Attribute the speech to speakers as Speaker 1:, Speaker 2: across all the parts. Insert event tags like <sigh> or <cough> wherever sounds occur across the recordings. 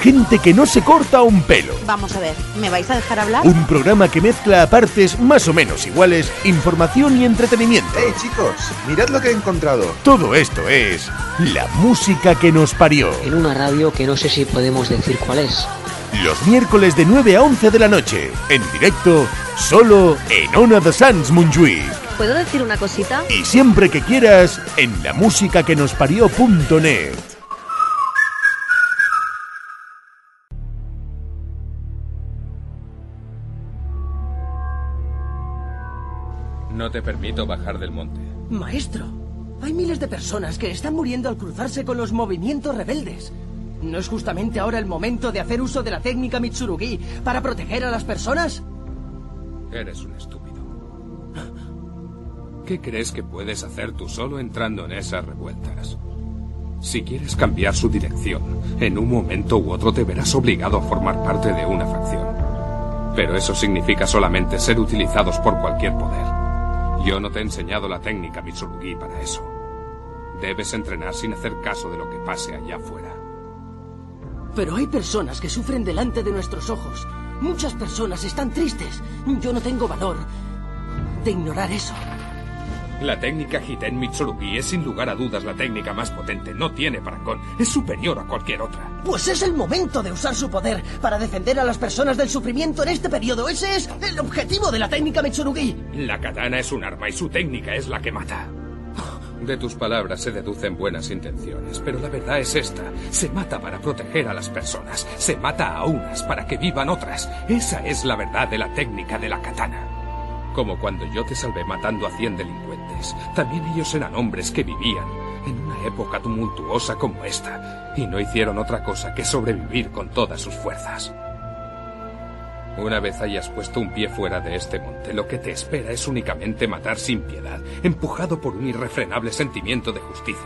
Speaker 1: Gente que no se corta un pelo.
Speaker 2: Vamos a ver, ¿me vais a dejar hablar?
Speaker 1: Un programa que mezcla a partes más o menos iguales información y entretenimiento.
Speaker 3: ¡Hey, chicos! Mirad lo que he encontrado.
Speaker 1: Todo esto es la música que nos parió.
Speaker 4: En una radio que no sé si podemos decir cuál es.
Speaker 1: Los miércoles de 9 a 11 de la noche, en directo, solo en Ona de Sans Montjuïc.
Speaker 5: ¿Puedo decir una cosita?
Speaker 1: Y siempre que quieras, en la música que nos parió.net.
Speaker 6: No te permito bajar del monte.
Speaker 7: Maestro, hay miles de personas que están muriendo al cruzarse con los movimientos rebeldes. ¿No es justamente ahora el momento de hacer uso de la técnica Mitsurugi para proteger a las personas?
Speaker 6: Eres un estúpido. ¿Qué crees que puedes hacer tú solo entrando en esas revueltas? Si quieres cambiar su dirección, en un momento u otro te verás obligado a formar parte de una facción. Pero eso significa solamente ser utilizados por cualquier poder. Yo no te he enseñado la técnica Mitsurugi para eso. Debes entrenar sin hacer caso de lo que pase allá afuera.
Speaker 7: Pero hay personas que sufren delante de nuestros ojos. Muchas personas están tristes. Yo no tengo valor de ignorar eso.
Speaker 6: La técnica Hiten Mitsurugi es sin lugar a dudas la técnica más potente. No tiene parangón. Es superior a cualquier otra.
Speaker 7: Pues es el momento de usar su poder para defender a las personas del sufrimiento en este periodo. Ese es el objetivo de la técnica Mitsurugi.
Speaker 6: La katana es un arma y su técnica es la que mata. De tus palabras se deducen buenas intenciones, pero la verdad es esta. Se mata para proteger a las personas. Se mata a unas para que vivan otras. Esa es la verdad de la técnica de la katana. Como cuando yo te salvé matando a 100 delincuentes. También ellos eran hombres que vivían en una época tumultuosa como esta y no hicieron otra cosa que sobrevivir con todas sus fuerzas. Una vez hayas puesto un pie fuera de este monte, lo que te espera es únicamente matar sin piedad, empujado por un irrefrenable sentimiento de justicia.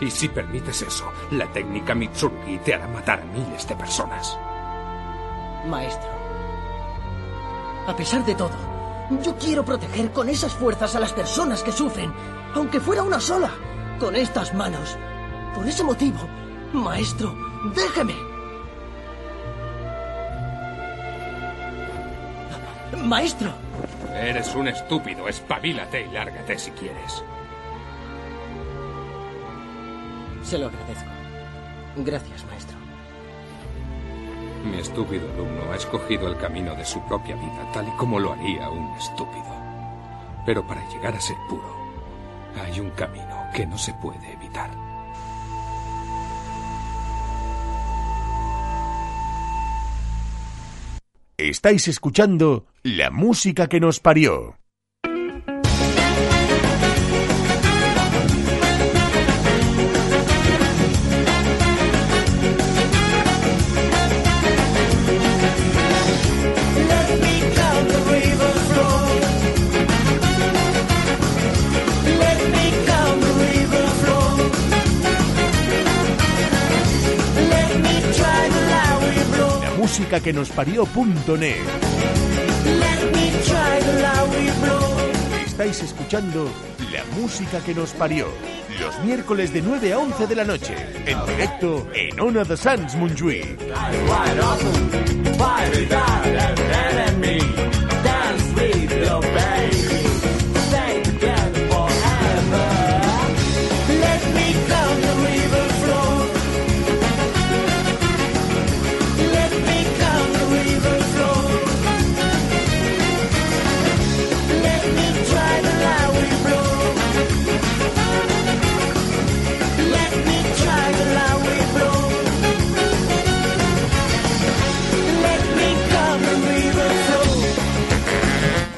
Speaker 6: Y si permites eso, la técnica Mitsurugi te hará matar a miles de personas.
Speaker 7: Maestro, a pesar de todo, yo quiero proteger con esas fuerzas a las personas que sufren, aunque fuera una sola, con estas manos. Por ese motivo, maestro, déjeme. Maestro.
Speaker 6: Eres un estúpido, espabilate y lárgate si quieres.
Speaker 7: Se lo agradezco. Gracias, maestro.
Speaker 6: Mi estúpido alumno ha escogido el camino de su propia vida, tal y como lo haría un estúpido. Pero para llegar a ser puro, hay un camino que no se puede evitar.
Speaker 1: Estáis escuchando la música que nos parió. La música que nos parió.net. Estáis escuchando la música que nos parió. Los miércoles de 9 a 11 de la noche, en directo en Ona de Sans Montjuïc.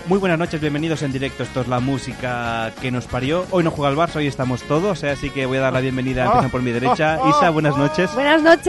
Speaker 8: Muy buenas noches, bienvenidos en directo. Esto es la música que nos parió. Hoy no juega el Barça, hoy estamos todos, ¿eh? así que voy a dar la bienvenida.
Speaker 9: <laughs>
Speaker 8: Empiezan por mi derecha. Isa, buenas noches.
Speaker 5: Buenas noches.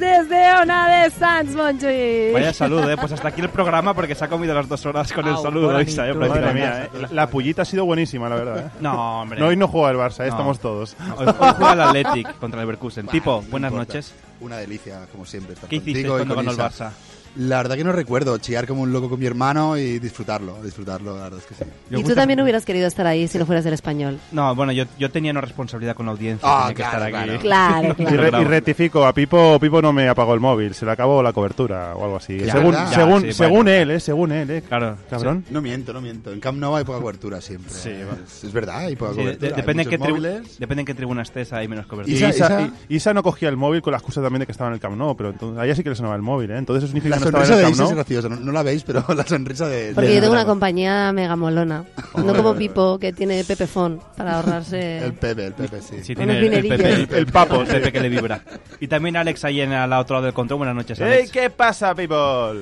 Speaker 10: desde Ona de Sans Montjuïc.
Speaker 8: Vaya saludo, ¿eh? Pues hasta aquí el programa porque se ha comido las dos horas con el
Speaker 11: Ah,
Speaker 10: Au,
Speaker 8: saludo,
Speaker 10: bonito.
Speaker 8: Isa, ¿eh?
Speaker 11: Madre
Speaker 8: prácticamente.
Speaker 11: mía, eh. La, la pullita ha sido buenísima, la verdad. ¿eh?
Speaker 8: No, hombre.
Speaker 11: No, hoy no juega el Barça, eh,
Speaker 8: No.
Speaker 11: estamos todos.
Speaker 8: No, <laughs> Hoy, hoy juega el Athletic contra el Leverkusen. Tipo,
Speaker 5: no
Speaker 8: buenas
Speaker 5: importa.
Speaker 8: noches.
Speaker 5: Una delicia, como siempre. estar
Speaker 8: ¿Qué hiciste
Speaker 5: contigo y
Speaker 8: cuando
Speaker 5: con
Speaker 8: ganó el
Speaker 5: Isa.
Speaker 8: Barça?
Speaker 5: La verdad que no recuerdo, chillar como un loco con mi hermano y disfrutarlo, disfrutarlo, la verdad es que sí.
Speaker 12: Y tú también hubieras querido estar ahí si lo fueras del español.
Speaker 8: No, bueno, yo, yo tenía una responsabilidad con la audiencia. tenía
Speaker 12: Ah,
Speaker 8: que
Speaker 12: claro,
Speaker 8: estar aquí. <laughs>
Speaker 12: claro. Claro,
Speaker 11: Y, re- y rectifico, a Pipo, Pipo no me apagó el móvil, se le acabó la cobertura o algo así. eh.
Speaker 5: Ya,
Speaker 11: según
Speaker 5: ¿verdad?
Speaker 11: según,
Speaker 5: Ya, sí,
Speaker 11: según él, eh, según él, eh.
Speaker 8: Claro,
Speaker 11: cabrón.
Speaker 5: No miento, no miento. En Camp Nou hay poca cobertura siempre. Sí, es, es verdad, hay poca
Speaker 8: Sí, de-
Speaker 5: cobertura. hay
Speaker 8: depende, en qué
Speaker 5: muchos
Speaker 8: tribu-
Speaker 5: móviles.
Speaker 8: depende en qué tribuna estés, hay menos cobertura.
Speaker 11: Y Isa, y- Isa no cogía el móvil con la excusa también de que estaba en el Camp Nou, pero entonces, a ella sí que le sonaba el móvil, ¿eh? Entonces eso significa que
Speaker 5: La
Speaker 11: no
Speaker 5: sonrisa
Speaker 11: estaba en
Speaker 5: de
Speaker 11: el Camp
Speaker 5: Isa es
Speaker 11: Nou.
Speaker 5: graciosa, no, no la veis, pero <laughs> la sonrisa de... eh, de-
Speaker 12: Porque yo
Speaker 5: de-
Speaker 12: tengo una compañía mega molona. No como
Speaker 5: Joder.
Speaker 12: Pipo, que tiene Pepefón para ahorrarse.
Speaker 5: <laughs> El Pepe, el Pepe, sí.
Speaker 8: Sí, tiene
Speaker 12: Con los
Speaker 8: el, el
Speaker 12: dinerillos.
Speaker 8: Pepe, el,
Speaker 5: El
Speaker 8: papo,
Speaker 5: papo,
Speaker 8: el Pepe que le vibra. Y también Alex ahí en al otro lado del control. Buenas noches,
Speaker 11: ¡Ey,
Speaker 8: Alex.
Speaker 11: qué pasa, people!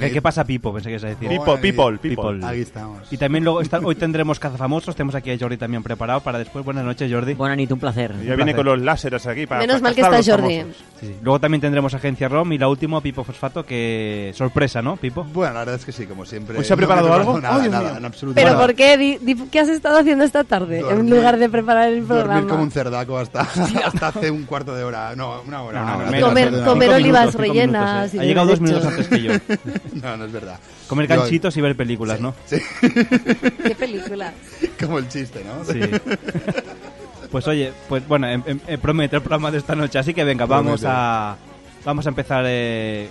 Speaker 8: ¿Qué, qué pasa, Pipo? Pensé que ibas a decir.
Speaker 11: Pipo, Buena people, people.
Speaker 5: Aquí estamos.
Speaker 8: Y también luego está- hoy tendremos cazafamosos. Tenemos aquí a Jordi también preparado para después. Buenas noches, Jordi. Buenas noches, un placer.
Speaker 11: Ya viene con los láseres aquí para.
Speaker 12: Menos
Speaker 11: para
Speaker 12: mal que
Speaker 11: cazar a
Speaker 12: está
Speaker 11: los
Speaker 12: Jordi.
Speaker 11: famosos.
Speaker 8: Luego también tendremos agencia ROM y la última, Pipo Fosfato, que sorpresa, ¿no, Pipo?
Speaker 5: Bueno, la verdad es que sí, como siempre.
Speaker 8: ¿Hoy se ha
Speaker 5: No
Speaker 8: preparado
Speaker 5: me he
Speaker 8: algo?
Speaker 5: Nada,
Speaker 8: ¡Ay, Dios
Speaker 5: nada,
Speaker 8: mío!
Speaker 5: en absoluto.
Speaker 12: Pero
Speaker 5: nada.
Speaker 12: ¿por qué? Di- di- ¿Qué has estado haciendo esta tarde en
Speaker 5: Dormir.
Speaker 12: lugar de preparar el programa?
Speaker 5: Dormir como un cerdaco hasta, <laughs> hasta hace un cuarto de hora. No, una hora.
Speaker 8: No,
Speaker 5: una hora.
Speaker 8: menos, Comer- menos. comer Cinco olivas minutos, cinco rellenas minutos, eh. y Ha llegado dos derechos. minutos antes que yo.
Speaker 5: <laughs> <laughs> no, no es verdad.
Speaker 8: Comer
Speaker 5: Yo-
Speaker 8: ganchitos y ver películas, ¿no?
Speaker 5: Sí. <laughs>
Speaker 12: ¿Qué película?
Speaker 5: Como el chiste, ¿no?
Speaker 8: Sí. <laughs> Pues oye, pues bueno, em- em- em- promete el programa de esta noche, así que venga, vamos
Speaker 5: Promete.
Speaker 8: a vamos a empezar eh,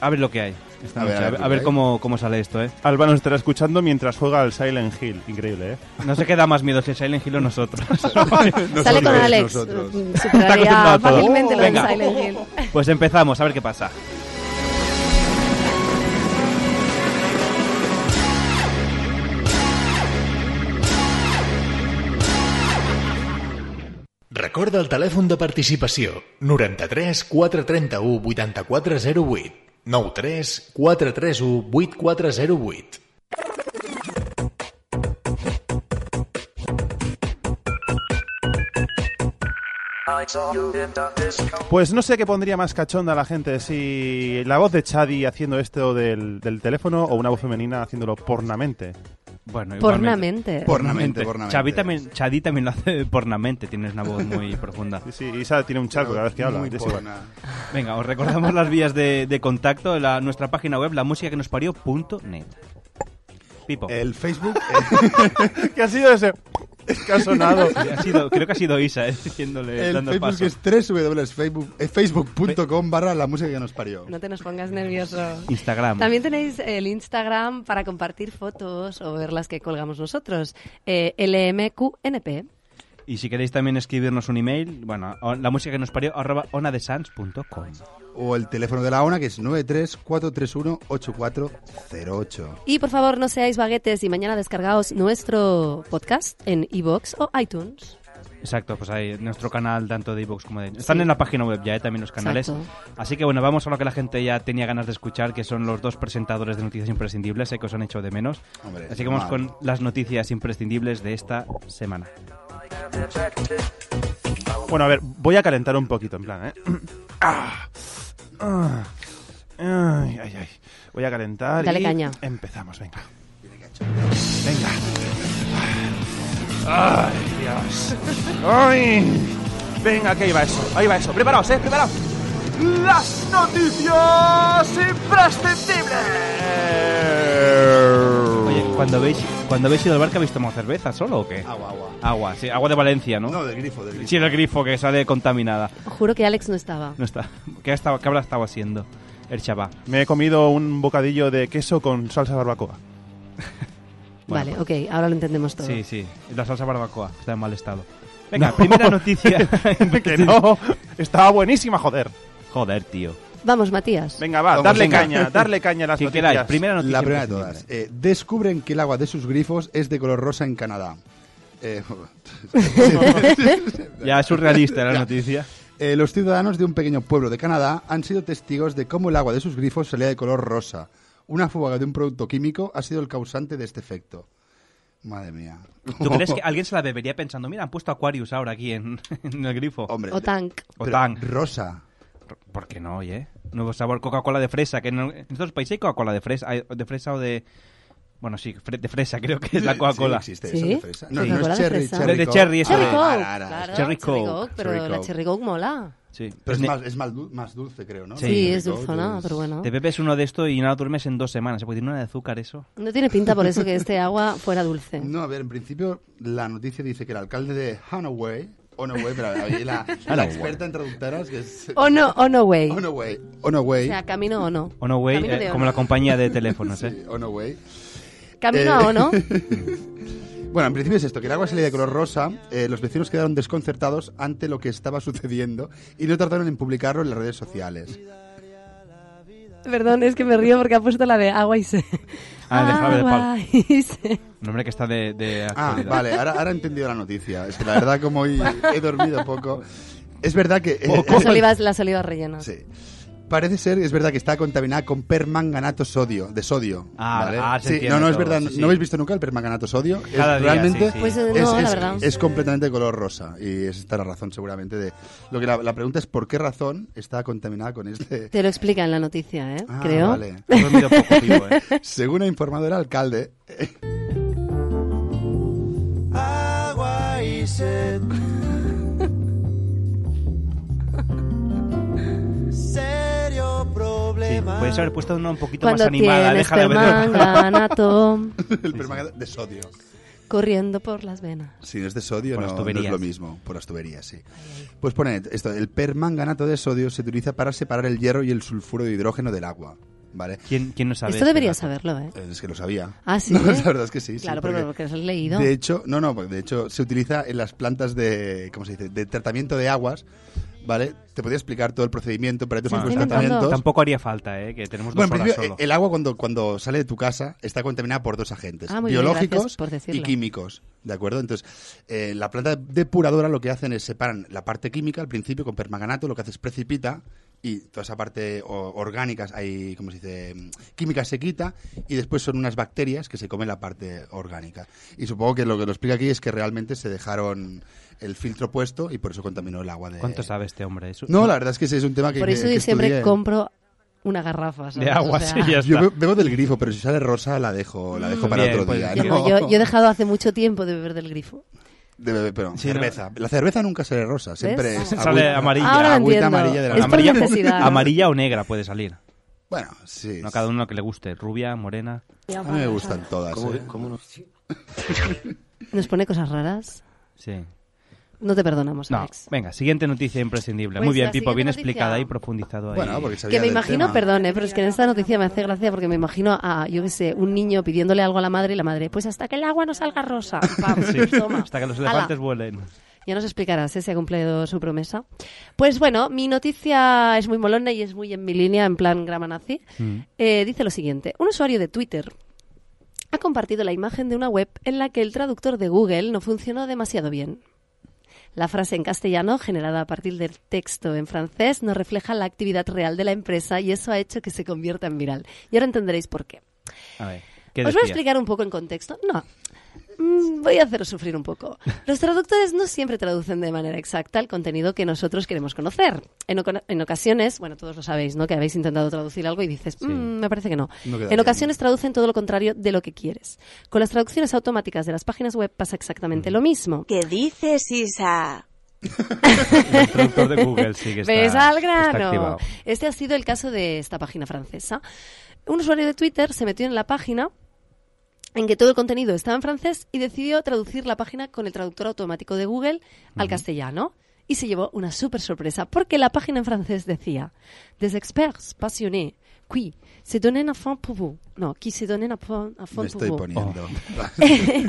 Speaker 8: a ver lo que hay esta
Speaker 11: A ver,
Speaker 8: noche,
Speaker 11: a
Speaker 8: a
Speaker 11: ver
Speaker 8: ver,
Speaker 11: lo
Speaker 8: a ver
Speaker 11: que hay.
Speaker 8: cómo, cómo sale esto, ¿eh?
Speaker 11: Alba nos estará escuchando mientras juega al Silent Hill. Increíble, ¿eh?
Speaker 8: No se queda más miedo si Silent Hill
Speaker 11: <laughs>
Speaker 8: o nosotros.
Speaker 12: Sale con Alex. Mm, Superaría
Speaker 8: acostumbrado a todo.
Speaker 12: fácilmente lo del
Speaker 8: Venga.
Speaker 12: Silent Hill.
Speaker 8: Pues empezamos, a ver qué pasa.
Speaker 1: Recorda el telèfon de participació 93 431 8408 93 431 8408
Speaker 11: Pues no sé qué pondría más cachonda a la gente si la voz de Chadi haciendo esto del, del teléfono o una voz femenina haciéndolo pornamente.
Speaker 8: Bueno,
Speaker 12: Pornamente.
Speaker 5: Pornamente, pornamente.
Speaker 8: Chavi también, Chadi también lo hace pornamente, tienes una voz
Speaker 5: <laughs>
Speaker 8: muy profunda.
Speaker 11: Sí, sí, Isa tiene un charco cada vez que habla.
Speaker 5: Muy
Speaker 11: es igual.
Speaker 5: porna.
Speaker 8: Venga, os recordamos las vías de, de contacto, la, nuestra página web, la música que nos parió.net. Pipo. <laughs>
Speaker 5: El Facebook.
Speaker 11: ¿Qué eh, ha sido ese? ¿Qué ha sonado?
Speaker 8: Sí, ha sido- creo que ha sido Isa, eh, diciéndole,
Speaker 5: El
Speaker 8: dando
Speaker 5: Facebook
Speaker 8: paso.
Speaker 5: es eh, www.facebook.com barra la música que nos parió.
Speaker 12: No te nos pongas nervioso.
Speaker 8: Instagram.
Speaker 12: También tenéis el Instagram para compartir fotos o ver las que colgamos nosotros. Eh, LMQNP.
Speaker 8: Y si queréis también escribirnos un email, bueno, o- la música que nos parió, arroba onadesans.com.
Speaker 5: O el teléfono de la ONA que es 934318408.
Speaker 12: Y por favor, no seáis baguetes y mañana descargaos nuestro podcast en iBox o iTunes.
Speaker 8: Exacto, pues hay nuestro canal tanto de iVoox como de... Están en la página web ya, eh, también los canales.
Speaker 12: Exacto.
Speaker 8: Así que bueno, vamos a lo que la gente ya tenía ganas de escuchar, que son los dos presentadores de Noticias Imprescindibles, sé que os han hecho de menos.
Speaker 5: Hombre,
Speaker 8: Así que vamos
Speaker 5: normal.
Speaker 8: con las noticias imprescindibles de esta semana.
Speaker 11: Bueno, a ver, voy a calentar un poquito, en plan, ¿eh? <coughs> Ah, ah, ay, ay, ay. Voy a calentar
Speaker 12: Dale
Speaker 11: y
Speaker 12: caña.
Speaker 11: empezamos, venga. Venga. Ay, Dios. Ay. Venga, que ahí va eso, ahí va eso. Preparaos, eh, preparaos. Las noticias
Speaker 5: Eh.
Speaker 11: imprescindibles.
Speaker 8: Oye, cuando habéis, cuando habéis ido al bar, ¿que habéis tomado cerveza solo o qué?
Speaker 5: Agua, agua.
Speaker 8: Agua, sí, agua de Valencia, ¿no?
Speaker 5: No, del grifo, del grifo.
Speaker 8: Sí, el grifo que sale contaminada.
Speaker 12: Juro que Alex no estaba.
Speaker 8: No está. ¿Qué, ha estado- qué habrá estado haciendo el chabá?
Speaker 11: Me he comido un bocadillo de queso con salsa barbacoa.
Speaker 12: vale, ok, ahora lo entendemos todo.
Speaker 8: Sí, sí, la salsa barbacoa, está en mal estado. Venga, primera noticia. <laughs>
Speaker 5: <laughs>
Speaker 11: que no, estaba buenísima, joder.
Speaker 8: Joder, tío.
Speaker 12: Vamos, Matías.
Speaker 11: Venga, va,
Speaker 5: Vamos,
Speaker 11: darle
Speaker 5: venga.
Speaker 11: caña, darle caña a <laughs> las
Speaker 8: Quien
Speaker 11: noticias.
Speaker 8: queráis, primera noticia.
Speaker 5: La primera de
Speaker 8: imprescindible.
Speaker 5: todas. Eh, descubren que el agua de sus grifos es de color rosa en Canadá.
Speaker 11: <laughs>
Speaker 5: Eh,
Speaker 8: <laughs> Ya es surrealista
Speaker 5: <laughs>
Speaker 8: la noticia.
Speaker 5: Eh, los ciudadanos de un pequeño pueblo de Canadá han sido testigos de cómo el agua de sus grifos salía de color rosa. Una fuga de un producto químico ha sido el causante de este efecto. Madre mía. <laughs>
Speaker 8: ¿Tú crees que alguien se la bebería <laughs> pensando, mira, han puesto Aquarius ahora aquí en, en el grifo?
Speaker 5: Hombre,
Speaker 12: O Tank.
Speaker 8: O
Speaker 5: pero
Speaker 8: Tang.
Speaker 5: rosa.
Speaker 8: ¿Por qué no, oye? Nuevo sabor Coca-Cola de fresa, que no- en otros países hay Coca-Cola de fresa, hay de fresa o de... Bueno, sí, fre- de fresa <laughs> creo que es la
Speaker 5: Sí,
Speaker 8: Coca-Cola.
Speaker 5: sí, existe eso de ¿Sí? fresa. No,
Speaker 8: Sí.
Speaker 5: no es Coca-Cola de cherry, fresa. cherry
Speaker 8: De- de
Speaker 5: Coke.
Speaker 8: cherry, eso
Speaker 5: Cherry
Speaker 8: de-
Speaker 5: Coke,
Speaker 8: Ara, ara.
Speaker 12: Claro,
Speaker 8: Cherry Coke.
Speaker 12: pero
Speaker 8: Cherry
Speaker 12: la
Speaker 8: Coke.
Speaker 12: Cherry Coke mola.
Speaker 8: Sí.
Speaker 5: Pero es, más, es más du- más dulce, creo, ¿no? pues,
Speaker 12: Sí, Sí, es Coke dulzona, es- pero bueno.
Speaker 8: Te bebes uno de esto y no duermes en dos semanas. ¿Se puede decir una de azúcar eso?
Speaker 12: No tiene pinta por eso que este agua
Speaker 5: <laughs>
Speaker 12: fuera dulce.
Speaker 5: No, a ver, en principio la noticia dice que el alcalde de Hanaway, Onaway, pero ahí la, la
Speaker 8: <laughs> Hanaway.
Speaker 5: experta en traductoras que es...
Speaker 12: O no, o no way.
Speaker 5: Onaway.
Speaker 12: O
Speaker 5: Onaway.
Speaker 12: sea, camino o no.
Speaker 8: O no, güey,
Speaker 12: Camino de
Speaker 8: eh,
Speaker 12: Ono.
Speaker 8: como la compañía de
Speaker 5: <laughs>
Speaker 8: teléfonos, ¿eh?
Speaker 5: Onaway.
Speaker 12: Camino
Speaker 5: Eh,
Speaker 12: a o no.
Speaker 5: <laughs> Bueno, en principio es esto, que el agua salía de color rosa, eh, los vecinos quedaron desconcertados ante lo que estaba sucediendo y no tardaron en publicarlo en las redes sociales.
Speaker 12: Perdón, es que me río porque ha puesto la de agua y se.
Speaker 8: Ah, de Faber
Speaker 12: agua y se.
Speaker 8: Un hombre que está de, de
Speaker 5: Ah,
Speaker 8: actualidad.
Speaker 5: vale, ahora, ahora he entendido la noticia. Es que la verdad, como
Speaker 12: <laughs>
Speaker 5: hoy he dormido poco... Es verdad que... eh, <laughs>
Speaker 12: Las olivas, las olivas rellenas.
Speaker 5: Sí. Parece ser, es verdad que está contaminada con permanganato sodio, de sodio.
Speaker 8: Ah,
Speaker 5: ¿vale?
Speaker 8: ah, se
Speaker 5: Sí,
Speaker 8: entiende
Speaker 5: no, no es
Speaker 8: todo,
Speaker 5: verdad.
Speaker 8: sí, sí.
Speaker 5: ¿No habéis visto nunca el permanganato sodio? Es
Speaker 8: Cada día,
Speaker 5: realmente
Speaker 8: sí, sí. Pues,
Speaker 12: eh,
Speaker 5: es,
Speaker 12: no, la
Speaker 5: es-
Speaker 12: verdad.
Speaker 5: es completamente de color rosa y es esta la razón seguramente de lo que la, la pregunta es por qué razón está contaminada con este.
Speaker 12: <laughs> Te lo explica en la noticia, ¿eh?
Speaker 5: Ah,
Speaker 12: Creo.
Speaker 5: vale.
Speaker 8: ¿eh?
Speaker 5: <laughs>
Speaker 12: <laughs>
Speaker 5: Según ha informado el alcalde,
Speaker 13: Agua y sed. Serio problema.
Speaker 8: Puedes haber puesto una un poquito
Speaker 12: Cuando
Speaker 8: más animada,
Speaker 12: tienes
Speaker 8: déjala <laughs>
Speaker 12: permanganato.
Speaker 5: el permanganato de sodio.
Speaker 12: Corriendo por las venas.
Speaker 5: Si no es de sodio,
Speaker 8: Por
Speaker 5: no,
Speaker 8: las
Speaker 5: no es
Speaker 8: tuberías.
Speaker 5: lo mismo. Por las tuberías, sí. Pues pone esto: el permanganato de sodio se utiliza para separar el hierro y el sulfuro de hidrógeno del agua. ¿Vale?
Speaker 8: ¿Quién, quién no sabe?
Speaker 12: Esto deberías saberlo, ¿eh?
Speaker 5: Eh, Es que lo sabía.
Speaker 12: Ah, sí.
Speaker 5: No,
Speaker 12: ¿eh?
Speaker 5: <laughs> la verdad es que sí. sí,
Speaker 12: Claro, pero porque lo has leído.
Speaker 5: De hecho, no, no, porque de hecho se utiliza en las plantas de, ¿cómo se dice? De tratamiento de aguas, ¿vale? Te podía explicar todo el procedimiento, pero hay dos
Speaker 8: Bueno,
Speaker 5: tipos de
Speaker 8: tampoco-
Speaker 5: tratamientos.
Speaker 8: Tampoco haría falta, ¿eh? Que tenemos dos
Speaker 5: Bueno, en
Speaker 8: horas solo.
Speaker 5: principio, eh, el agua cuando, cuando sale de tu casa está contaminada por dos agentes,
Speaker 12: Ah, muy bien, gracias
Speaker 5: biológicos
Speaker 12: por
Speaker 5: y
Speaker 12: decirlo.
Speaker 5: químicos, ¿de acuerdo? Entonces, eh, la planta depuradora lo que hacen es separan la parte química al principio con permanganato, lo que hace es precipita y toda esa parte o- orgánica, hay, ¿cómo se dice? Mm, Química se quita y después son unas bacterias que se comen la parte orgánica. Y supongo que lo que lo explica aquí es que realmente se dejaron el filtro puesto y por eso contaminó el agua de...
Speaker 8: ¿Cuánto sabe este hombre? Es un-
Speaker 5: No, la verdad es que ese es un tema que
Speaker 12: Por eso
Speaker 5: que- que
Speaker 12: yo siempre
Speaker 5: estudié.
Speaker 12: compro una garrafa. ¿sabes?
Speaker 8: De agua,
Speaker 12: O sea,
Speaker 8: sí, ya
Speaker 5: Yo
Speaker 8: está.
Speaker 5: be- bebo del grifo, pero si sale rosa la dejo, la dejo para
Speaker 8: Bien,
Speaker 5: otro
Speaker 8: pues,
Speaker 5: día.
Speaker 12: yo no,
Speaker 5: ¿no?
Speaker 12: yo, yo he dejado hace mucho tiempo de beber del
Speaker 5: <laughs>
Speaker 12: grifo.
Speaker 5: De bebé, pero
Speaker 8: Sí,
Speaker 5: cerveza. La cerveza nunca sale rosa, siempre
Speaker 12: ¿Ves?
Speaker 5: es agüita-
Speaker 8: <laughs> Sale amarilla.
Speaker 12: Ahora
Speaker 5: agüita
Speaker 12: entiendo.
Speaker 5: amarilla de la
Speaker 12: Es por
Speaker 5: amarilla. <laughs>
Speaker 12: necesidad. ¿no?
Speaker 8: Amarilla o negra puede salir.
Speaker 5: Bueno, sí.
Speaker 8: No, cada uno lo que le guste. Rubia, morena.
Speaker 5: A mí me gustan todas. ¿eh?
Speaker 12: Nos pone cosas raras.
Speaker 8: Sí.
Speaker 12: No te perdonamos,
Speaker 8: No,
Speaker 12: Alex.
Speaker 8: venga, siguiente noticia imprescindible.
Speaker 12: Pues
Speaker 8: Muy bien,
Speaker 12: la
Speaker 8: Pipo, bien
Speaker 12: siguiente noticia.
Speaker 8: explicada y profundizado ahí.
Speaker 5: Bueno, porque sabía
Speaker 12: Que me
Speaker 5: del
Speaker 12: imagino,
Speaker 5: tema.
Speaker 12: perdón, eh, pero es que en esta noticia me hace gracia porque me imagino a, yo qué sé, un niño pidiéndole algo a la madre y la madre, pues hasta que el agua no salga rosa. Pam,
Speaker 8: <laughs> Sí,
Speaker 12: <laughs> toma.
Speaker 8: hasta que los
Speaker 12: Ala.
Speaker 8: elefantes vuelen.
Speaker 12: Ya nos explicarás ¿eh? si ha cumplido su promesa. Pues bueno, mi noticia es muy molona y es muy en mi línea, en plan grama nazi. Eh, dice lo siguiente. Un usuario de Twitter ha compartido la imagen de una web en la que el traductor de Google no funcionó demasiado bien. La frase en castellano, generada a partir del texto en francés, no refleja la actividad real de la empresa y eso ha hecho que se convierta en viral. Y ahora entenderéis por qué.
Speaker 8: A ver, ¿qué
Speaker 12: Os voy a
Speaker 8: decía?
Speaker 12: explicar un poco en contexto. No. Mm, Voy a haceros sufrir un poco. Los traductores no siempre traducen de manera exacta el contenido que nosotros queremos conocer. En, oco- en ocasiones, bueno, todos lo sabéis, ¿no? Que habéis intentado traducir algo y dices, "Mm, me parece que no.
Speaker 5: No queda
Speaker 12: en
Speaker 5: bien.
Speaker 12: ocasiones traducen todo lo contrario de lo que quieres. Con las traducciones automáticas de las páginas web pasa exactamente lo mismo.
Speaker 2: ¿Qué dices, Isa?
Speaker 8: El traductor de Google sí que está,
Speaker 12: <laughs> ¿Ves al
Speaker 8: está
Speaker 12: grano?
Speaker 8: activado.
Speaker 12: Este ha sido el caso de esta página francesa. Un usuario de Twitter se metió en la página en que todo el contenido estaba en francés y decidió traducir la página con el traductor automático de Google al castellano. Y se llevó una súper sorpresa, porque la página en francés decía Des experts passionnés qui se donen à fond pour vous. No, qui se donen à fond, à fond
Speaker 5: Me
Speaker 12: pour
Speaker 5: estoy
Speaker 12: vous. <laughs>
Speaker 5: poniendo.
Speaker 8: Eh,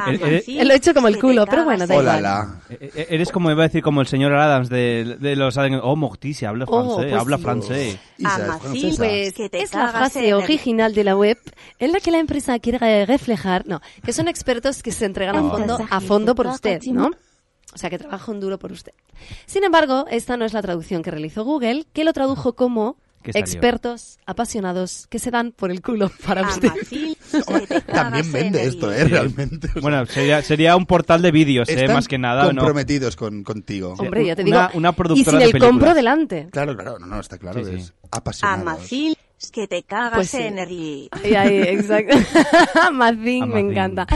Speaker 8: Oh.
Speaker 12: Lo he hecho como el culo, pero bueno, da
Speaker 5: Hola,
Speaker 12: igual.
Speaker 5: la.
Speaker 8: E- e- Eres como iba a decir como el señor Adams de, de los oh Morticia, habla
Speaker 12: Oh,
Speaker 8: francés,
Speaker 12: pues
Speaker 8: habla
Speaker 12: sí.
Speaker 8: francés.
Speaker 5: Isa,
Speaker 2: Ama,
Speaker 5: es
Speaker 2: sí,
Speaker 5: francesa.
Speaker 12: Pues
Speaker 2: Que te
Speaker 12: es la
Speaker 2: cagas
Speaker 12: frase
Speaker 2: en el-
Speaker 12: original de la web en la que la empresa quiere reflejar, no, que son expertos que se entregan a fondo, a fondo por usted, ¿no? O sea, que trabajan duro por usted. Sin embargo, esta no es la traducción que realizó Google, que lo tradujo como
Speaker 8: ¿Qué salió?
Speaker 12: Expertos, apasionados, que se dan por el culo
Speaker 2: Ah,
Speaker 12: para usted.
Speaker 5: <laughs> También vende esto, ¿eh?
Speaker 8: Sí.
Speaker 5: Realmente.
Speaker 8: Bueno, sería, sería un portal de vídeos, ¿eh?
Speaker 5: Están
Speaker 8: Más que nada, ¿o ¿no?
Speaker 5: comprometidos con, contigo.
Speaker 8: Sí,
Speaker 12: Hombre, <laughs> ya te digo.
Speaker 8: una- una
Speaker 12: y
Speaker 8: productora
Speaker 12: sin
Speaker 8: de
Speaker 12: el
Speaker 8: películas.
Speaker 12: compro delante.
Speaker 5: Claro, claro, no, no, está claro.
Speaker 8: Sí, sí.
Speaker 5: Es apasionado.
Speaker 2: Amacil, que te cagas
Speaker 12: Pues sí.
Speaker 2: en el...
Speaker 12: Ahí, ahí, exacto. <laughs> Mazin, me
Speaker 2: Amazing.
Speaker 12: encanta.